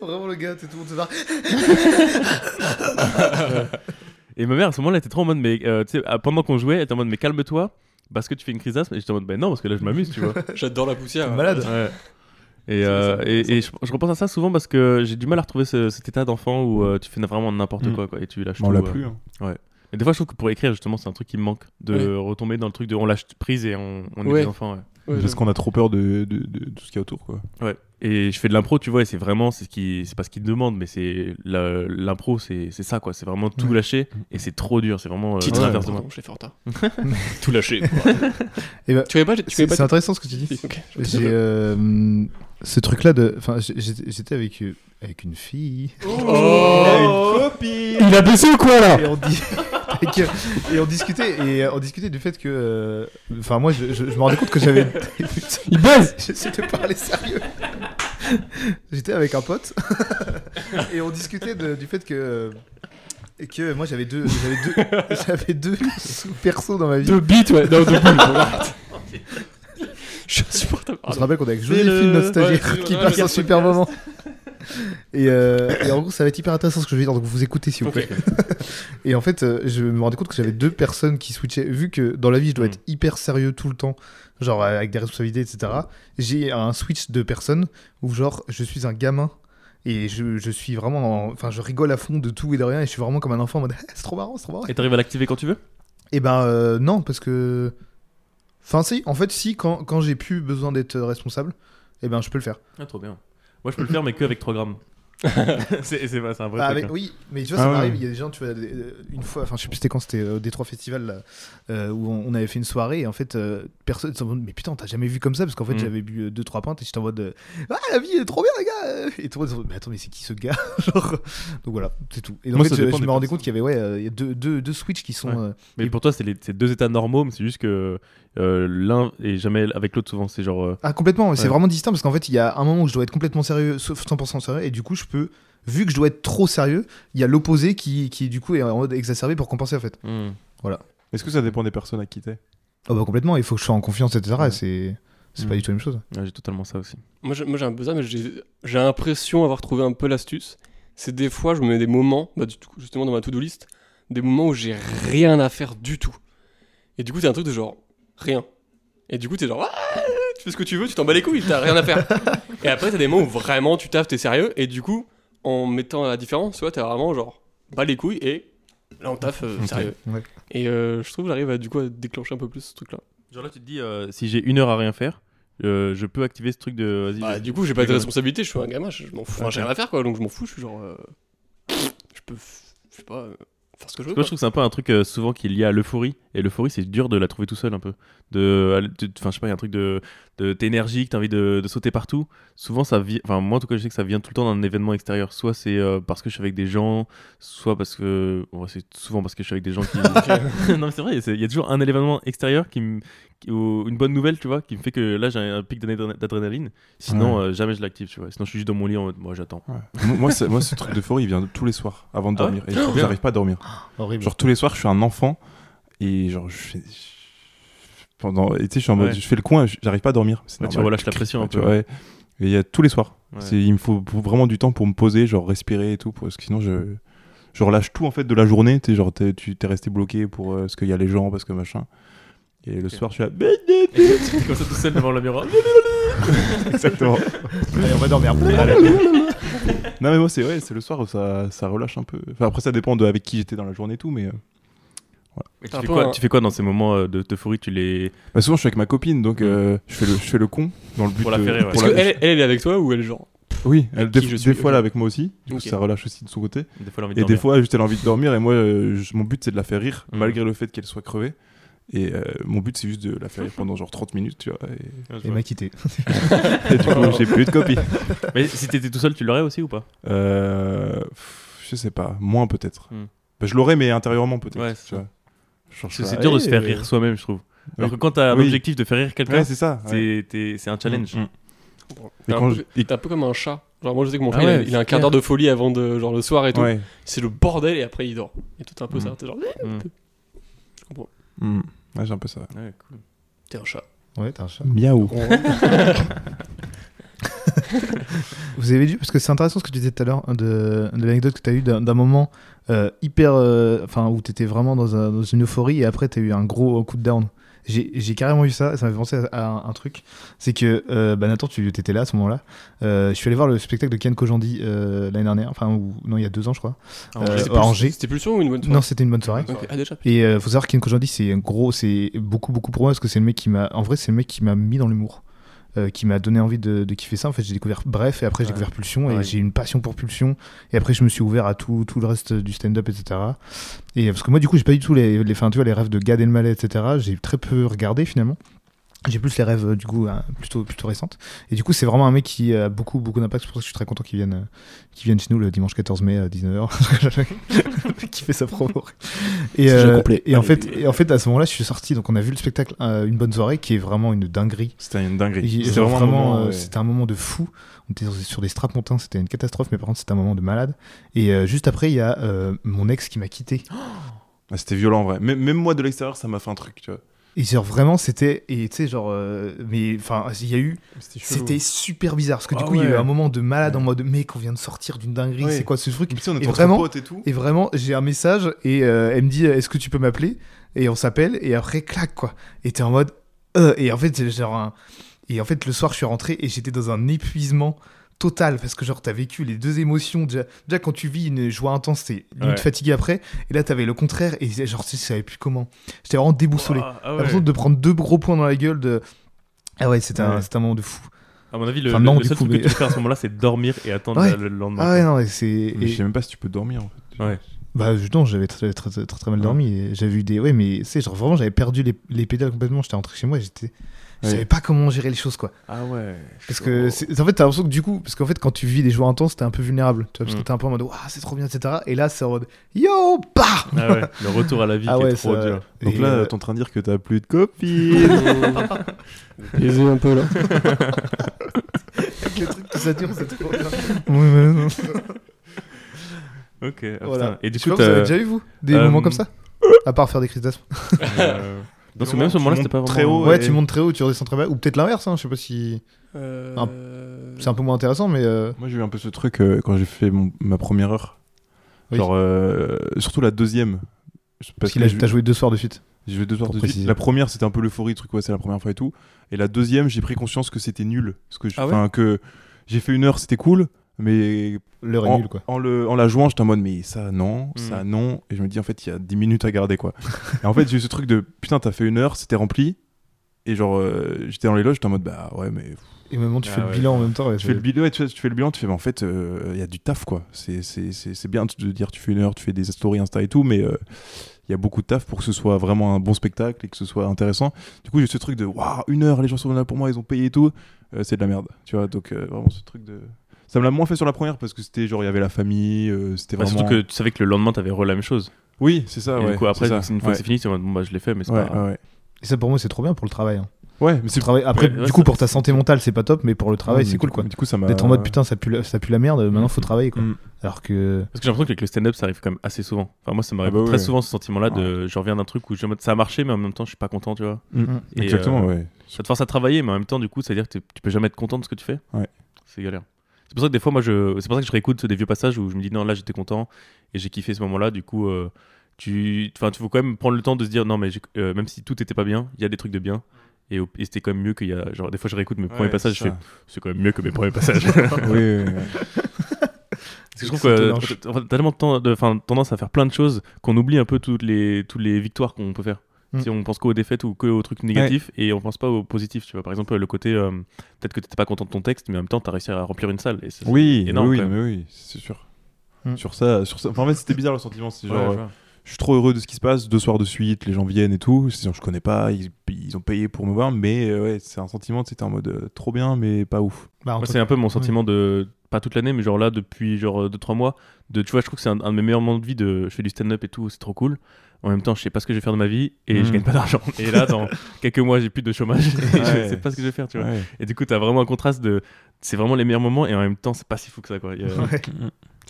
Vraiment, le gars, tout le monde se barre.
Et ma mère, à ce moment-là, elle était trop en mode, mais euh, tu sais, à- pendant qu'on jouait, elle était en mode, mais calme-toi, parce que tu fais une crise d'asthme. Et j'étais en mode, ben non, parce que là, je m'amuse, tu vois.
J'adore la poussière.
Malade.
Et, euh, et, et je, je repense à ça souvent parce que j'ai du mal à retrouver ce- cet état d'enfant où euh, tu fais vraiment n'importe
Mm.
quoi, quoi et tu lâches
Mais on
tout.
l'a
euh.
plus. hein.
Et des fois, je trouve que pour écrire, justement, c'est un truc qui me manque de retomber dans le truc de on lâche prise et on, on est
Ouais.
des enfants. ouais.
Ouais,
Parce qu'on a trop peur de, de- de- de tout ce qu'il y a autour quoi.
Ouais. Et je fais de l'impro, tu vois, et c'est vraiment, c'est ce qui- c'est pas ce qu'ils demandent, mais c'est la- l'impro, c'est c'est ça, quoi. C'est vraiment tout
Ouais.
lâcher et c'est trop dur. C'est vraiment. euh,
Titre,
ouais,
euh,
ouais.
pardon, je l'ai fait en retard. Tout lâché.
Eh ben,
tu connais pas, tu
C'est
connais pas.
c'est intéressant ce que tu dis.
Ok.
J'ai euh, ce truc-là de. Enfin, j'ai- j'étais j'étais avec, euh, avec une fille.
Oh
Il a baissé ou quoi là et on, dit- et que- et on discutait et euh, on discutait du fait que. euh, Enfin, moi, je, je- je me rendais compte que j'avais. Il baise. J'essaie de parler sérieux. J'étais avec un pote et on discutait de- du fait que. et que moi j'avais deux j'avais deux j'avais deux sous-persos dans ma vie.
De beat, ouais. Non, de boule. bon, arrête. Je suis pour ta
On se rappelle qu'on est avec Joséphine, notre stagiaire,
Ouais, c'est-
qui
ouais,
passe
ouais,
un super moment. Et, euh, et en gros, ça va être hyper intéressant ce que je vais dire, donc vous écoutez s'il vous plaît. Et en fait, euh, je me rendais compte que j'avais deux personnes qui switchaient. Vu que dans la vie, je dois être hyper sérieux tout le temps, genre euh, avec des responsabilités, etc. J'ai un switch de personnes où, genre, je suis un gamin et je, je suis vraiment. en- Enfin, je rigole à fond de tout et de rien et je suis vraiment comme un enfant en mode c'est trop marrant, c'est trop marrant.
Et t'arrives à l'activer quand tu veux
Eh ben euh, non, parce que. Enfin, si, en fait, si, quand, quand j'ai plus besoin d'être responsable, eh ben je peux le faire.
Ah, trop bien. Moi, je peux le faire, mais que avec 3 grammes. c'est c'est vrai, c'est un vrai
Ah,
truc.
mais-
hein.
oui, mais tu vois,
Ah
ça
ouais.
m'arrive. Il y a des gens, tu vois, des- euh, une fois, enfin, je sais plus c'était quand, c'était euh, au Détroit Festival, là, euh, où on, on avait fait une soirée, et en fait, euh, personne, ils mais putain, t'as jamais vu comme ça, parce qu'en fait,
Mm.
j'avais bu 2-3 pintes, et j'étais en mode, euh, ah, la vie est trop bien, les gars! euh. Et tout le monde, ils sont, mais attends, mais c'est qui ce gars? Genre, donc voilà, c'est tout. Et donc,
Moi,
en fait,
ça
je,
dépend
je
des
me rendais
personnes.
compte qu'il y avait, ouais, euh, il y a deux, deux, deux switches qui sont.
Ouais.
euh,
Mais pour toi, c'est les- c'est deux états normaux, mais c'est juste que euh, l'un est jamais avec l'autre souvent. C'est genre. euh,
Ah, complètement, c'est
Ouais.
vraiment distinct parce qu'en fait, il y a un moment où je dois être complètement sérieux, sauf 100% sérieux, et du coup, je peux, vu que je dois être trop sérieux, il y a l'opposé qui, qui, du coup, est en mode exacerbé pour compenser, en fait.
Est-ce que ça dépend des personnes à qui t'es
Ah, bah, complètement, il faut que je sois en confiance, etc.
Ouais.
C'est, c'est
Mm.
pas du tout la même chose.
ouais, J'ai totalement ça aussi.
Moi, j'ai moi, j'ai un peu ça, mais j'ai j'ai l'impression avoir trouvé un peu l'astuce. C'est des fois, je me mets des moments, bah, du coup, justement dans ma to-do list, des moments où j'ai rien à faire du tout. Et du coup, t'as un truc de genre, rien. Et du coup, t'es genre, Ah, tu fais ce que tu veux, tu t'en bats les couilles, t'as rien à faire. et après, t'as des moments où vraiment tu taffes, t'es sérieux. Et du coup, en mettant la différence, tu vois, t'as vraiment genre, bas les couilles et Là, on taffe, euh,
Ok.
sérieux.
Ouais.
Et euh, je trouve que j'arrive à, du coup, à déclencher un peu plus ce truc-là.
Genre là, tu te dis, euh, si j'ai une heure à rien faire, euh, je peux activer ce truc de. vas-y,
Bah,
je-
du coup, j'ai pas de responsabilité, je suis un gamin, je, je m'en fous. Enfin, j'ai rien à faire, quoi, donc je m'en fous, je suis genre. euh, je peux. f- Je sais pas, euh, faire ce que je
Parce que moi,
veux. quoi.
je trouve que c'est un peu un truc euh, souvent qui est lié à l'euphorie. Et l'euphorie, c'est dur de la trouver tout seul un peu. De, de- enfin, je sais pas, il y a un truc de, de t'es énergique, t'as envie de, de sauter partout. Souvent, ça vient. Enfin, moi, en tout cas, je sais que ça vient tout le temps d'un événement extérieur. Soit c'est euh, parce que je suis avec des gens, soit parce que, ouais, c'est souvent parce que je suis avec des gens qui. non, mais c'est vrai. c'est- Il y a toujours un événement extérieur qui me, qui- ou une bonne nouvelle, tu vois, qui me fait que là, j'ai un pic d'adréna- d'adrénaline. Sinon, euh, jamais je l'active, tu vois. Sinon, je suis juste dans mon lit en mode, moi, j'attends.
moi, c'est- moi, ce truc d'euphorie, il vient tous les soirs avant de
Ah
dormir. et je trouve que j'arrive pas à dormir.
Horrible.
Genre tous les soirs, je suis un enfant et genre je fais je- pendant et tu sais, je suis en mode
Ouais.
je fais le coin, et j'arrive pas à dormir. C'est
Ouais, tu
normal.
relâches la pression un
Tu
peu.
vois, ouais. Et il y a tous les soirs.
Ouais.
C'est il me faut pour- vraiment du temps pour me poser, genre respirer et tout parce que sinon je je relâche tout en fait de la journée, tu sais, genre t'es- tu t'es resté bloqué pour euh, parce qu'il y a les gens parce que machin. Et le soir, je suis là
Comme ça, tout seul devant le miroir.
exactement.
Allez, on va dormir.
non mais moi c'est ouais, c'est le soir ça ça relâche un peu. Enfin après ça dépend de avec qui j'étais dans la journée et tout mais euh,
Mais tu,
Un
fais
peu
quoi,
un-
tu fais quoi dans ces moments euh, de d'euphorie Tu les.
bah, souvent je suis avec ma copine donc euh, je fais le je fais le con dans le but
Pour la
de-
faire rire, ouais.
Parce
la-
que elle, elle, elle est avec toi ou elle, est genre.
Oui,
Avec
elle, des,
qui je
des
suis,
fois
ok.
là avec moi aussi, du coup,
Ok.
ça relâche aussi de son côté.
Des fois, l'envie de
Et des
dormir.
fois, juste elle a envie de dormir et moi, euh, je- mon but c'est de la faire rire,
Mm.
malgré le fait qu'elle soit crevée. Et euh, mon but c'est juste de la faire rire pendant genre 30 minutes, tu vois. Et,
Ouais, je
Et
vois.
m'a quitté.
et du coup, j'ai plus de copie.
Mais si t'étais tout seul, tu l'aurais aussi ou pas
Euh, pff, je sais pas, moins peut-être.
Mm.
Bah, je l'aurais, mais intérieurement peut-être.
Ouais, c'est
tu vois. Genre, je
Parce que
suis
c'est
là,
dur de se faire
eh,
rire soi-même, je trouve. Alors
Oui.
que quand t'as
Oui.
l'objectif de faire rire
Ouais,
quelqu'un,
c'est ça. ouais.
c'est t'es- c'est un challenge.
Hmm,
Mm, mm.
T'es
Et
un,
quand
peu-
je- et-
t'es un peu comme un chat. Genre, moi, je sais que mon
Ah
chat, il a-
ouais,
il a un
c'est
quart
clair.
d'heure de folie avant de, genre, le soir et tout.
Ouais.
C'est le bordel et après, il dort. Et tout un peu ça.
Mhm.
T'es genre,
Mm.
Hmm.
Mm. Ouais, j'ai un peu ça.
Ouais, cool.
t'es un chat.
Ouais, t'as un
Mm.
chat.
Miaou.
Vous avez vu, parce que c'est intéressant ce que tu disais tout à l'heure, hein, de, de l'anecdote que tu as eu d'un d'un moment euh, hyper. euh, Enfin, où tu étais vraiment dans, un- dans une euphorie et après tu as eu un gros coup de down. J'ai j'ai carrément eu ça, ça m'a fait penser à, à un, un truc. C'est que, euh, bah Nathan, tu étais là à ce moment-là. Euh, je suis allé voir le spectacle de Ken Kojandi euh, l'année dernière, enfin, ou non, il y a deux ans, je crois.
Ah,
Euh,
C'était
à
plus-
Angers.
C'était pulsion ou une bonne soirée
Non, c'était une bonne soirée.
Ok, Ah, déjà.
Et euh, faut savoir que Ken Kojandi, c'est un gros, c'est beaucoup, beaucoup pour moi parce que c'est le mec qui m'a, en vrai, c'est le mec qui m'a mis dans l'humour, euh, qui m'a donné envie de, de kiffer ça. En fait, j'ai découvert Bref et après j'ai
Ouais.
découvert Pulsion et
Ouais.
j'ai une passion pour Pulsion et après je me suis ouvert à tout, tout le reste du stand-up, etc. Et parce que moi, du coup, j'ai pas du tout les, les, enfin, tu vois, les rêves de Gad Elmaleh, etc. J'ai très peu regardé finalement. J'ai plus les rêves euh, du coup hein, plutôt plutôt récentes et du coup c'est vraiment un mec qui a beaucoup beaucoup d'impact c'est pour ça que je suis très content qu'il vienne euh, qu'il vienne chez nous le dimanche 14 mai à 19h qui fait sa promo et,
C'est déjà
euh,
complet.
et en
Allez.
fait et en fait à ce moment-là je suis sorti donc on a vu le spectacle euh, une bonne soirée qui est vraiment une dinguerie
C'était une
Et
dinguerie.
genre
un moment,
euh,
ouais.
c'était un moment de fou on était sur- sur des strapontins c'était une catastrophe mais par contre c'était un moment de malade et euh, juste après il y a euh, mon ex qui m'a quitté
Ah, C'était violent en vrai. Même même moi de l'extérieur, ça m'a fait un truc, tu vois.
et genre vraiment c'était et tu sais genre euh, mais enfin il y a eu
C'était chelou.
C'était super bizarre parce que du
Ah
coup il y a eu
ouais.
un moment de malade en mode mec on vient de sortir d'une dinguerie
Ouais.
c'est quoi ce truc
Et puis, on
Et
était entre
vraiment-
potes et tout.
et vraiment j'ai un message et euh, elle me dit est-ce que tu peux m'appeler et on s'appelle et après clac quoi et t'es en mode euh, et en fait c'est genre un- et en fait le soir je suis rentré et j'étais dans un épuisement total parce que genre t'as vécu les deux émotions déjà, déjà quand tu vis une joie intense t'es limite
Ouais.
fatigué après et là t'avais le contraire et genre tu sais, je savais plus comment j'étais vraiment déboussolé
Ah, ah
J'ai
ouais.
l'impression de prendre deux gros points dans la gueule de ah ouais c'était un,
Ouais.
c'était un moment de fou
À mon avis, le,
Enfin,
le-
non,
le
du
seul
coup,
truc
mais-
que tu peux faire à ce moment-là, c'est dormir et attendre
Ouais.
la- le lendemain.
ah ouais non mais c'est
Mais
et-
Je sais même pas si tu peux dormir en fait.
Bah je- non, j'avais très très, très, très, très mal
Ouais.
dormi. et J'avais eu des... Ouais, mais tu sais, genre vraiment, j'avais perdu les, les pédales complètement. J'étais rentré chez moi et j'étais... Je
Ouais.
savais pas comment gérer les choses, quoi.
Ah ouais.
Parce que, c'est- en fait, t'as l'impression que du coup, parce qu'en fait, quand tu vis des jours intenses, t'es un peu vulnérable. Tu vois, parce
Mm.
que t'es un peu en mode, waouh, c'est trop bien, etc. Et là, c'est en mode, yo, bah
Ah ouais, Le retour à la vie
Ah
qui
ouais,
est trop
ça-
dur.
Donc
Et,
là,
euh,
t'es en train de dire que t'as plus de copine.
Baiser un peu là.
le truc que ça dure, c'est trop bien. Ouais, ouais, non.
Ok. ah,
Voilà.
putain. Et du
Je sais
coup,
pas, vous avez
t'as.
déjà eu, vous, des
euh,
moments comme ça À part faire des crises d'asthme.
euh, Dans ce même ce moment-là, c'était pas
Très
vraiment.
haut,
Ouais,
et-
tu montes très haut, tu redescends très bas. Ou peut-être l'inverse, hein, je sais pas si.
Euh,
C'est un peu moins intéressant, mais. euh,
Moi, j'ai eu un peu ce truc euh, quand j'ai fait mon- ma première heure.
Oui.
Genre, euh, surtout la deuxième. Je-
Parce
que
qu'il a,
j'ai-
t'as joué deux soirs de suite.
j'ai joué deux soirs
pour
de suite.
préciser.
La première, c'était un peu l'euphorie, le truc, ouais, c'est la première fois et tout. Et la deuxième, j'ai pris conscience que c'était nul. Parce que, je-
Ah ouais
enfin, que j'ai fait une heure, c'était cool. mais
L'heure est
en,
nulle, quoi.
en le, en la jouant, j'étais en mode, mais ça, non, ça, non. Et je me dis, en fait, il y a 10 minutes à garder, quoi. et en fait, j'ai eu ce truc de, putain, t'as fait une heure, c'était rempli. Et genre, euh, j'étais dans les loges, j'étais en mode, bah ouais, mais.
Et au moment où tu
Ah
fais le
ouais.
bilan en même temps, ouais,
Tu
c'est-
fais le
Euh.
bilan, et tu, fais- tu fais le bilan, tu fais, mais en fait, euh, il y a du taf, quoi. C'est- C'est c'est- c'est bien de dire, tu fais une heure, tu fais des stories Insta et tout, mais. euh, il y a beaucoup de taf pour que ce soit vraiment un bon spectacle et que ce soit intéressant. Du coup, j'ai ce truc de waouh, une heure, les gens sont là pour moi, ils ont payé et tout. Euh, c'est de la merde, tu vois. Donc, euh, vraiment, ce truc de. Ça me l'a moins fait sur la première parce que c'était genre, il y avait la famille, euh, c'était
Bah,
vraiment.
surtout que tu savais que le lendemain, t'avais re la même chose.
Oui, c'est
Ah
ça.
Et
ouais,
du coup, après,
c'est
une
ça.
fois
ouais.
que c'est fini, tu es en mode, bon, bah, je l'ai fait, mais c'est
Ouais,
pas grave.
ouais, ouais.
Et ça, pour moi, c'est trop bien pour le travail. hein.
Ouais, mais c'est
Le travail- Après,
Ouais,
du
ouais,
coup,
ça-
pour ta santé mentale, c'est pas top, mais pour le travail,
Ouais,
Ah c'est
mais
cool,
du
quoi.
coup- Du coup, ça m'a.
D'être en
bah,
mode putain, ça pue la, ça pue la merde, maintenant faut travailler, quoi.
Mm.
Alors que.
Parce que j'ai l'impression qu'avec le stand-up, ça arrive quand même assez souvent. Enfin, moi, ça m'arrive
Ah bah
très
ouais.
souvent ce sentiment-là de je reviens d'un truc où je suis en mode, ça a marché, mais en même temps, je suis pas content, tu vois.
Mm.
Et,
Exactement,
euh,
ouais.
Ça te force à travailler, mais en même temps, du coup, ça veut dire que t'es- tu peux jamais être content de ce que tu fais.
Ouais.
C'est galère. C'est pour ça que des fois, moi, je, c'est pour ça que je réécoute des vieux passages où je me dis non, là, j'étais content et j'ai kiffé ce moment-là. Du coup, euh, tu, enfin, tu faut quand même prendre le temps de se dire non, mais j'ai- euh, même si tout était pas bien, il y a des trucs de bien. Et, au- et c'était quand même mieux qu'il y a. Genre, des fois, je réécoute mes premiers
Ouais,
passages, je
c'est
fais
ça.
c'est quand même mieux que mes premiers passages. Parce
Oui, oui, oui, oui.
que je trouve que euh, t'as tellement de temps- de- enfin, tendance à faire plein de choses qu'on oublie un peu toutes les, toutes les victoires qu'on peut faire.
Mm.
Si on pense qu'aux défaites ou que aux trucs négatifs et on pense pas aux positifs, tu vois. Par exemple, le côté, euh, peut-être que t'étais pas content de ton texte, mais en même temps, t'as réussi à remplir une salle. Et ça, c'est
Oui,
énorme,
oui,
quand même.
mais oui, c'est sûr.
Mm.
Sur ça, sur ça. Enfin, en fait, c'était bizarre le sentiment. C'est
Ouais,
genre, euh,
je vois.
je suis trop heureux de ce qui se passe, deux soirs de suite, les gens viennent et tout. C'est sûr, je connais pas, ils, ils ont payé pour me voir, mais euh, ouais, c'est un sentiment, c'était en mode euh, trop bien, mais pas ouf.
Bah, en
Moi,
tout
c'est un peu mon
ouais.
sentiment de pas toute l'année, mais genre là depuis genre 2-3 mois. De, tu vois, je trouve que c'est un, un de mes meilleurs moments de vie. De, je fais du stand-up et tout, c'est trop cool. En même temps, je sais pas ce que je vais faire de ma vie et je
Mm.
gagne pas d'argent. Et là, dans quelques mois, j'ai plus de chômage. et
Ouais.
Je sais pas ce que je vais faire, tu vois.
Ouais.
Et du coup, t'as vraiment un contraste de. C'est vraiment les meilleurs moments et en même temps, c'est pas si fou que ça, quoi. Il y a-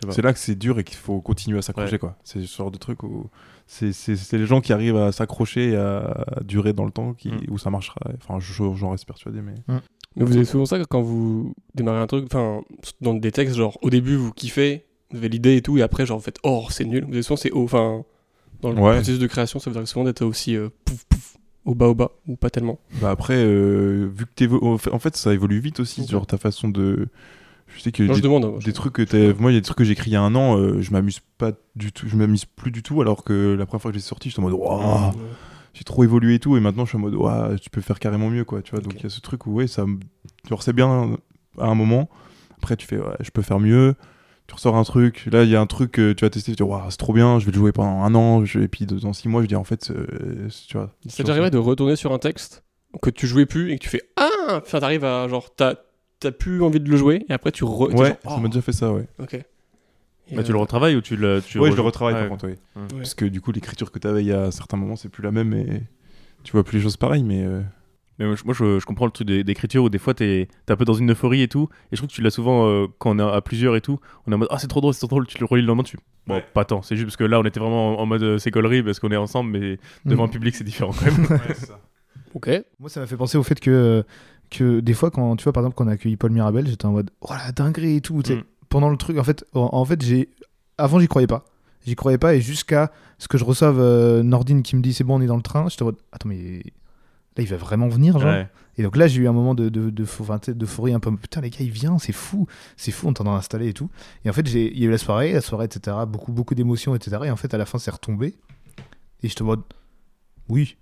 C'est là que c'est dur et qu'il faut continuer à s'accrocher,
Ouais.
quoi. C'est ce genre de truc où c'est- c'est c'est les gens qui arrivent à s'accrocher et à durer dans le temps qui,
Mm.
où ça marchera. Enfin, je- j'en reste persuadé, mais.
Mais vous avez souvent ça quand vous démarrez un truc, enfin, dans des textes, genre au début vous kiffez, vous avez l'idée et tout, et après genre vous faites oh c'est nul. Vous avez souvent c'est oh, enfin, dans le
Ouais.
processus de création, ça vous arrive souvent d'être aussi euh, pouf pouf, au bas au bas, ou pas tellement.
Bah après, euh, vu que t'évo- en fait- en fait, ça évolue vite aussi,
Ok.
genre ta façon de. Je sais que
Non,
des,
je demande. hein, je-
des trucs que t'as- moi, il y a des trucs que j'écris il y a un an, euh, je m'amuse pas du tout, je m'amuse plus du tout, alors que la première fois que j'ai sorti, j'étais en mode waouh,
Ouais.
j'ai trop évolué et tout, et maintenant je suis en mode waouh, tu peux faire carrément mieux, quoi, tu vois. Donc
Ok.
il y a ce truc où ouais, ça, me- genre c'est bien à un moment, après tu fais ouais, je peux faire mieux. Tu ressors un truc, là il y a un truc que tu vas tester, tu dis waouh, c'est trop bien, je vais le jouer pendant un an, je- et puis dans six mois, je dis en fait, euh, tu vois. des
Ça
choses-
t'arrive de retourner sur un texte que tu jouais plus et que tu fais ah, enfin t'arrives à genre t'as t'as plus envie de le jouer et après tu re. t'es
Ouais,
genre,
ça m'a déjà fait ça, ouais.
Oh, ok. Et,
Bah, tu
euh,
le retravailles ou tu le. Tu
ouais, je le
rejoues
retravaille
Ouais.
par contre, oui.
Ouais.
Parce que du coup, l'écriture que tu avais il y a certains moments, c'est plus la même et tu vois plus les choses pareilles, mais. euh,
Mais moi, je, moi, je- je comprends le truc des- d'écriture où des fois t'es t'es un peu dans une euphorie et tout. Et je trouve que tu l'as souvent euh, quand on est à plusieurs et tout. On est en mode ah c'est trop drôle, c'est trop drôle. Tu le relis le lendemain, tu. Bon,
Ouais.
pas tant. C'est juste parce que là on était vraiment en, en mode euh, c'est collerie parce qu'on est ensemble, mais
Hmm.
devant un public c'est différent quand même.
Ok.
Mm. Moi, ça m'a fait penser au fait que, euh, que des fois, quand tu vois, par exemple, quand on a accueilli Paul Mirabel, j'étais en mode oh la dinguerie et tout. tu sais.
Mm.
Pendant le truc, en fait, en, en fait j'ai avant, j'y croyais pas. J'y croyais pas, et jusqu'à ce que je reçoive euh, Nordine qui me dit c'est bon, on est dans le train, j'étais en mode attends, mais là, il va vraiment venir, genre.
Ouais.
Et donc là, j'ai eu un moment de, de, de, fou- enfin, tu sais, d'euphorie un peu. Putain, les gars, il vient, c'est fou, c'est fou, on t'en a installé et tout. Et en fait, j'ai- il y a eu la soirée, la soirée, etc. Beaucoup, beaucoup d'émotions, etc. Et en fait, à la fin, c'est retombé. Et je te mode, oui.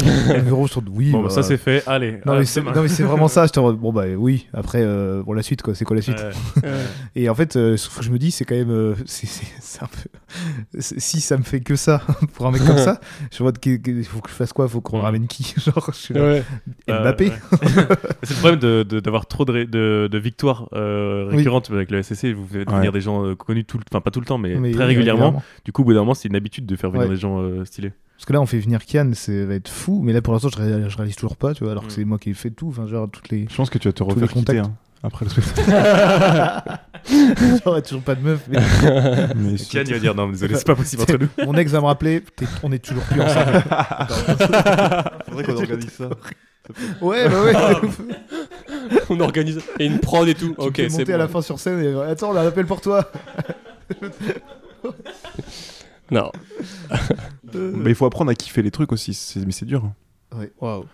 Et le gros, je te dis, oui.
Bon, bah,
bah,
ça c'est fait. Allez.
Non,
à
mais c'est
demain.
non, mais c'est vraiment ça. Je te mode, bon, bah oui. Après, euh, bon, la suite, quoi. C'est quoi la suite
Ouais.
Et en fait, euh, sauf que je me dis, c'est quand même. euh, c'est- c'est c'est un peu- c'est- Si ça me fait que ça, pour un mec comme ça, je suis en mode, qu'est- qu'est- faut que je fasse quoi Faut qu'on
Ouais.
ramène qui Genre, je suis là,
Ouais.
Euh,
Mbappé
ouais. c'est le problème de- de- d'avoir trop de, ré- de, de victoires euh,
Oui.
récurrentes avec le SSC. Vous faites venir
Ouais.
des gens euh, connus, tout le- enfin pas tout le temps, mais,
Mais
très régulièrement. Du coup, au bout d'un moment, c'est une habitude de faire venir
Ouais.
des gens euh, stylés.
Parce que là, on fait venir Kian, ça va être fou. Mais là, pour l'instant, je, ré- je réalise toujours pas, tu vois, alors
Mm.
que c'est moi qui ai fait tout. Enfin, genre, toutes les.
Je pense que tu vas te
les
refaire quitter
contacts.
hein, après le spectacle.
J'aurais toujours pas de meuf. mais
mais
Kian, il va dire non, mais désolé, c'est pas possible entre nous.
Mon ex va me rappeler, t'es- on est toujours plus ensemble.
faudrait qu'on organise ça.
ouais, bah ouais.
On organise et une prod et tout.
ok,
ok, c'est
monté à
bon.
la fin sur scène et attends, on a un appel pour toi.
Non.
Mais il faut apprendre à kiffer les trucs aussi, c'est- mais c'est dur. hein.
Waouh.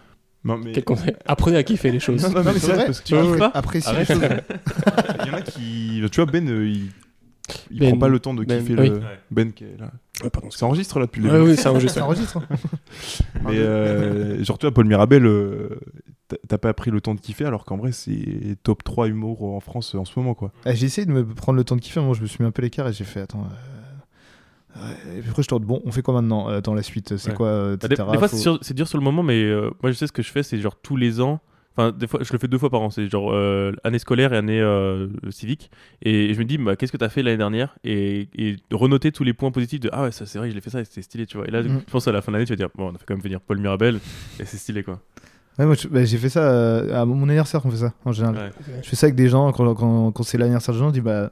Non, mais.
Quel conseil Apprenez à kiffer les choses.
Non, mais c'est vrai,
parce que
tu
Ouais, ouais.
Hein
appré- apprécies les choses.
Il y en a qui. Tu vois, Ben, euh, il, il
Ben,
prend pas le temps de
Ben,
kiffer
oui.
le. Ben qui est là.
pardon.
Ça enregistre là depuis le
Ouais,
début.
oui, ça enregistre.
Ça enregistre. hein.
Mais euh, genre, toi, Paul Mirabel, euh, t'as- t'as pas pris le temps de kiffer alors qu'en vrai, c'est top 3 humour en France euh, en ce moment, quoi.
Ah, J'ai essayé de me prendre le temps de kiffer, moi je me suis mis un peu à l'écart et j'ai fait attends. euh, ouais, et puis après je te bon, on fait quoi maintenant euh, dans la suite C'est
Ouais.
quoi euh,
Bah, des,
etc.,
des fois,
faut-
c'est sur- c'est dur sur le moment, mais euh, moi, je sais ce que je fais, c'est genre tous les ans. Enfin, des fois, je le fais deux fois par an. C'est genre euh, année scolaire et année euh, civique. Et je me dis, bah, qu'est-ce que t'as fait l'année dernière et, et de renoter tous les points positifs de ah ouais, ça c'est vrai, je l'ai fait ça et c'était stylé, tu vois. Et là,
Mm.
je pense à la fin de l'année, tu vas dire, bon, on a fait quand même venir Paul Mirabel et c'est stylé quoi.
Ouais, moi, je- bah, j'ai fait ça euh, à mon anniversaire, on fait ça en général. Je fais ça avec des gens quand, quand, quand c'est l'anniversaire des gens, je dis bah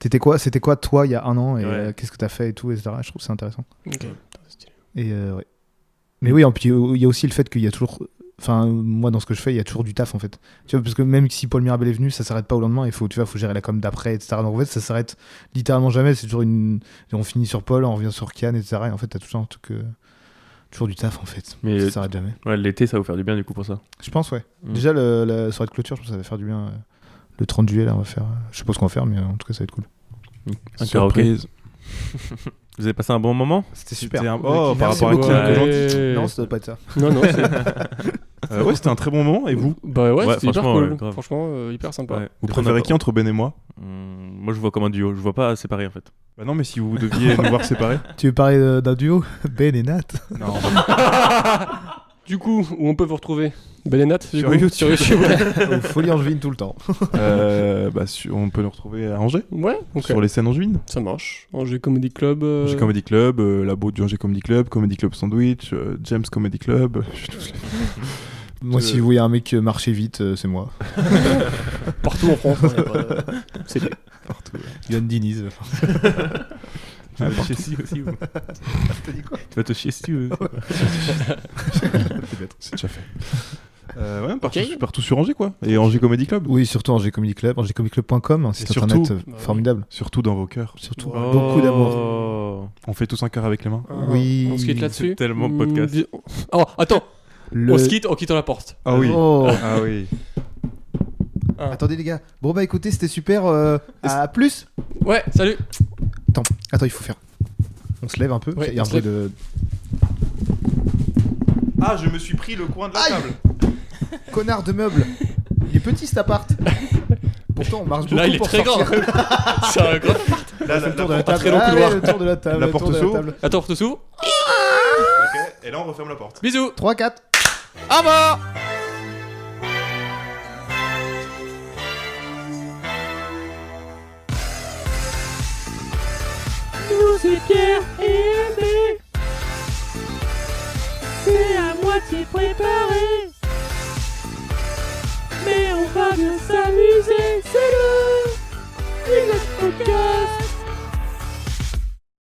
t'étais quoi C'était quoi toi il y a un an et
Ouais.
euh, qu'est-ce que t'as fait et tout, etc. Je trouve que c'est intéressant.
Ok.
Et euh, ouais. Mais oui, en plus, il y a aussi le fait qu'il y a toujours. Enfin, moi, dans ce que je fais, il y a toujours du taf, en fait. Tu vois, parce que même si Paul Mirabel est venu, ça s'arrête pas au lendemain. Il faut, tu vois, faut gérer la com d'après, etc. Donc, en fait, ça s'arrête littéralement jamais. C'est toujours une. On finit sur Paul, on revient sur Kian, etc. Et en fait, t'as toujours un truc. euh, Toujours du taf, en fait.
Mais-
ça s'arrête jamais.
Ouais, l'été, ça va vous faire du bien du coup pour ça.
Je pense, ouais.
Mm.
Déjà, le, la soirée de clôture, je pense que ça va faire du bien. euh, Le 30 juillet, là, on va faire. euh, Je sais pas ce qu'on va faire, mais euh, en tout cas, ça va être cool.
Ah,
Un karaoké. Vous avez passé un bon moment
C'était
C'était
super.
un- Oh, par
Merci
rapport à
beaucoup.
quoi
Ouais.
Non, ça doit pas être ça.
Non, non. c'est-
Euh, Ouais, c'était un très bon moment. Et vous
Bah ouais,
Ouais,
c'était hyper
franchement,
cool.
ouais, grave.
franchement, euh, hyper sympa.
Ouais.
Vous
Des fois, on a
préférez
pas-
qui entre Ben et moi
Hmm, Moi, je vois comme un duo. Je vois pas séparé en fait.
Bah non, mais si vous deviez nous voir séparés.
Tu veux parler euh, d'un duo Ben et Nat
Non.
Du coup, où on peut vous retrouver
Belle et Nat, du
Sur
coup,
YouTube.
Sur YouTube, ouais.
Au Folie Angevine tout le temps.
Euh, bah, su- on peut nous retrouver à Angers,
Ouais, ok.
sur les scènes angevines.
Ça marche. Angers Comedy Club. euh,
Angers Comedy Club, euh, Labo du Angers Comedy Club, Comedy Club Sandwich, euh, James Comedy Club. euh, Je suis tous-
Moi,
Je-
si vous voyez un mec euh, marcher vite, euh, c'est moi.
Partout en France. hein, y a pas de- C'est
Yann Diniz.
Tu
Ah,
vas te chier si aussi. ou- Tu vas te chier si. ou-
C'est déjà fait. Euh, ouais, partout,
Ok.
partout sur Angers, quoi. Et Angers Comedy Club.
Oui, surtout Angers Comedy Club, angers-comedy-club.com, un site
surtout-
internet euh,
Bah oui.
formidable.
Surtout dans vos cœurs.
Surtout
Oh.
beaucoup d'amour.
Oh.
On fait tous un cœur avec les mains.
Ah,
Oui.
On se quitte là-dessus.
C'est tellement
Hmm,
podcast.
dis- Oh, attends,
Le-
On se quitte en quittant la porte.
euh, Ah oui.
Oh.
Ah oui.
Attendez, les gars. Bon, bah écoutez, c'était super. euh, à plus.
Ouais, salut
Attends, attends, il faut faire. On se lève un peu.
Ouais,
Il y a
on
un
se
bruit de.
Ah, je me suis pris le coin de la table.
Connard de meuble. Il est petit cet appart. Pourtant, on marche beaucoup.
Là, il est
pour
très grand
sortir.
C'est un grand-
Là,
Le tour de la table.
très long
Allez,
couloir.
le tour de la table.
La
le tour
porte
de
s'ouvre.
table.
La porte s'ouvre.
Et là, on referme la porte.
Bisous
3, 4.
Au revoir
Nous c'est Pierre et Hervé. C'est à moitié préparé. Mais on va bien s'amuser. C'est le Podcast.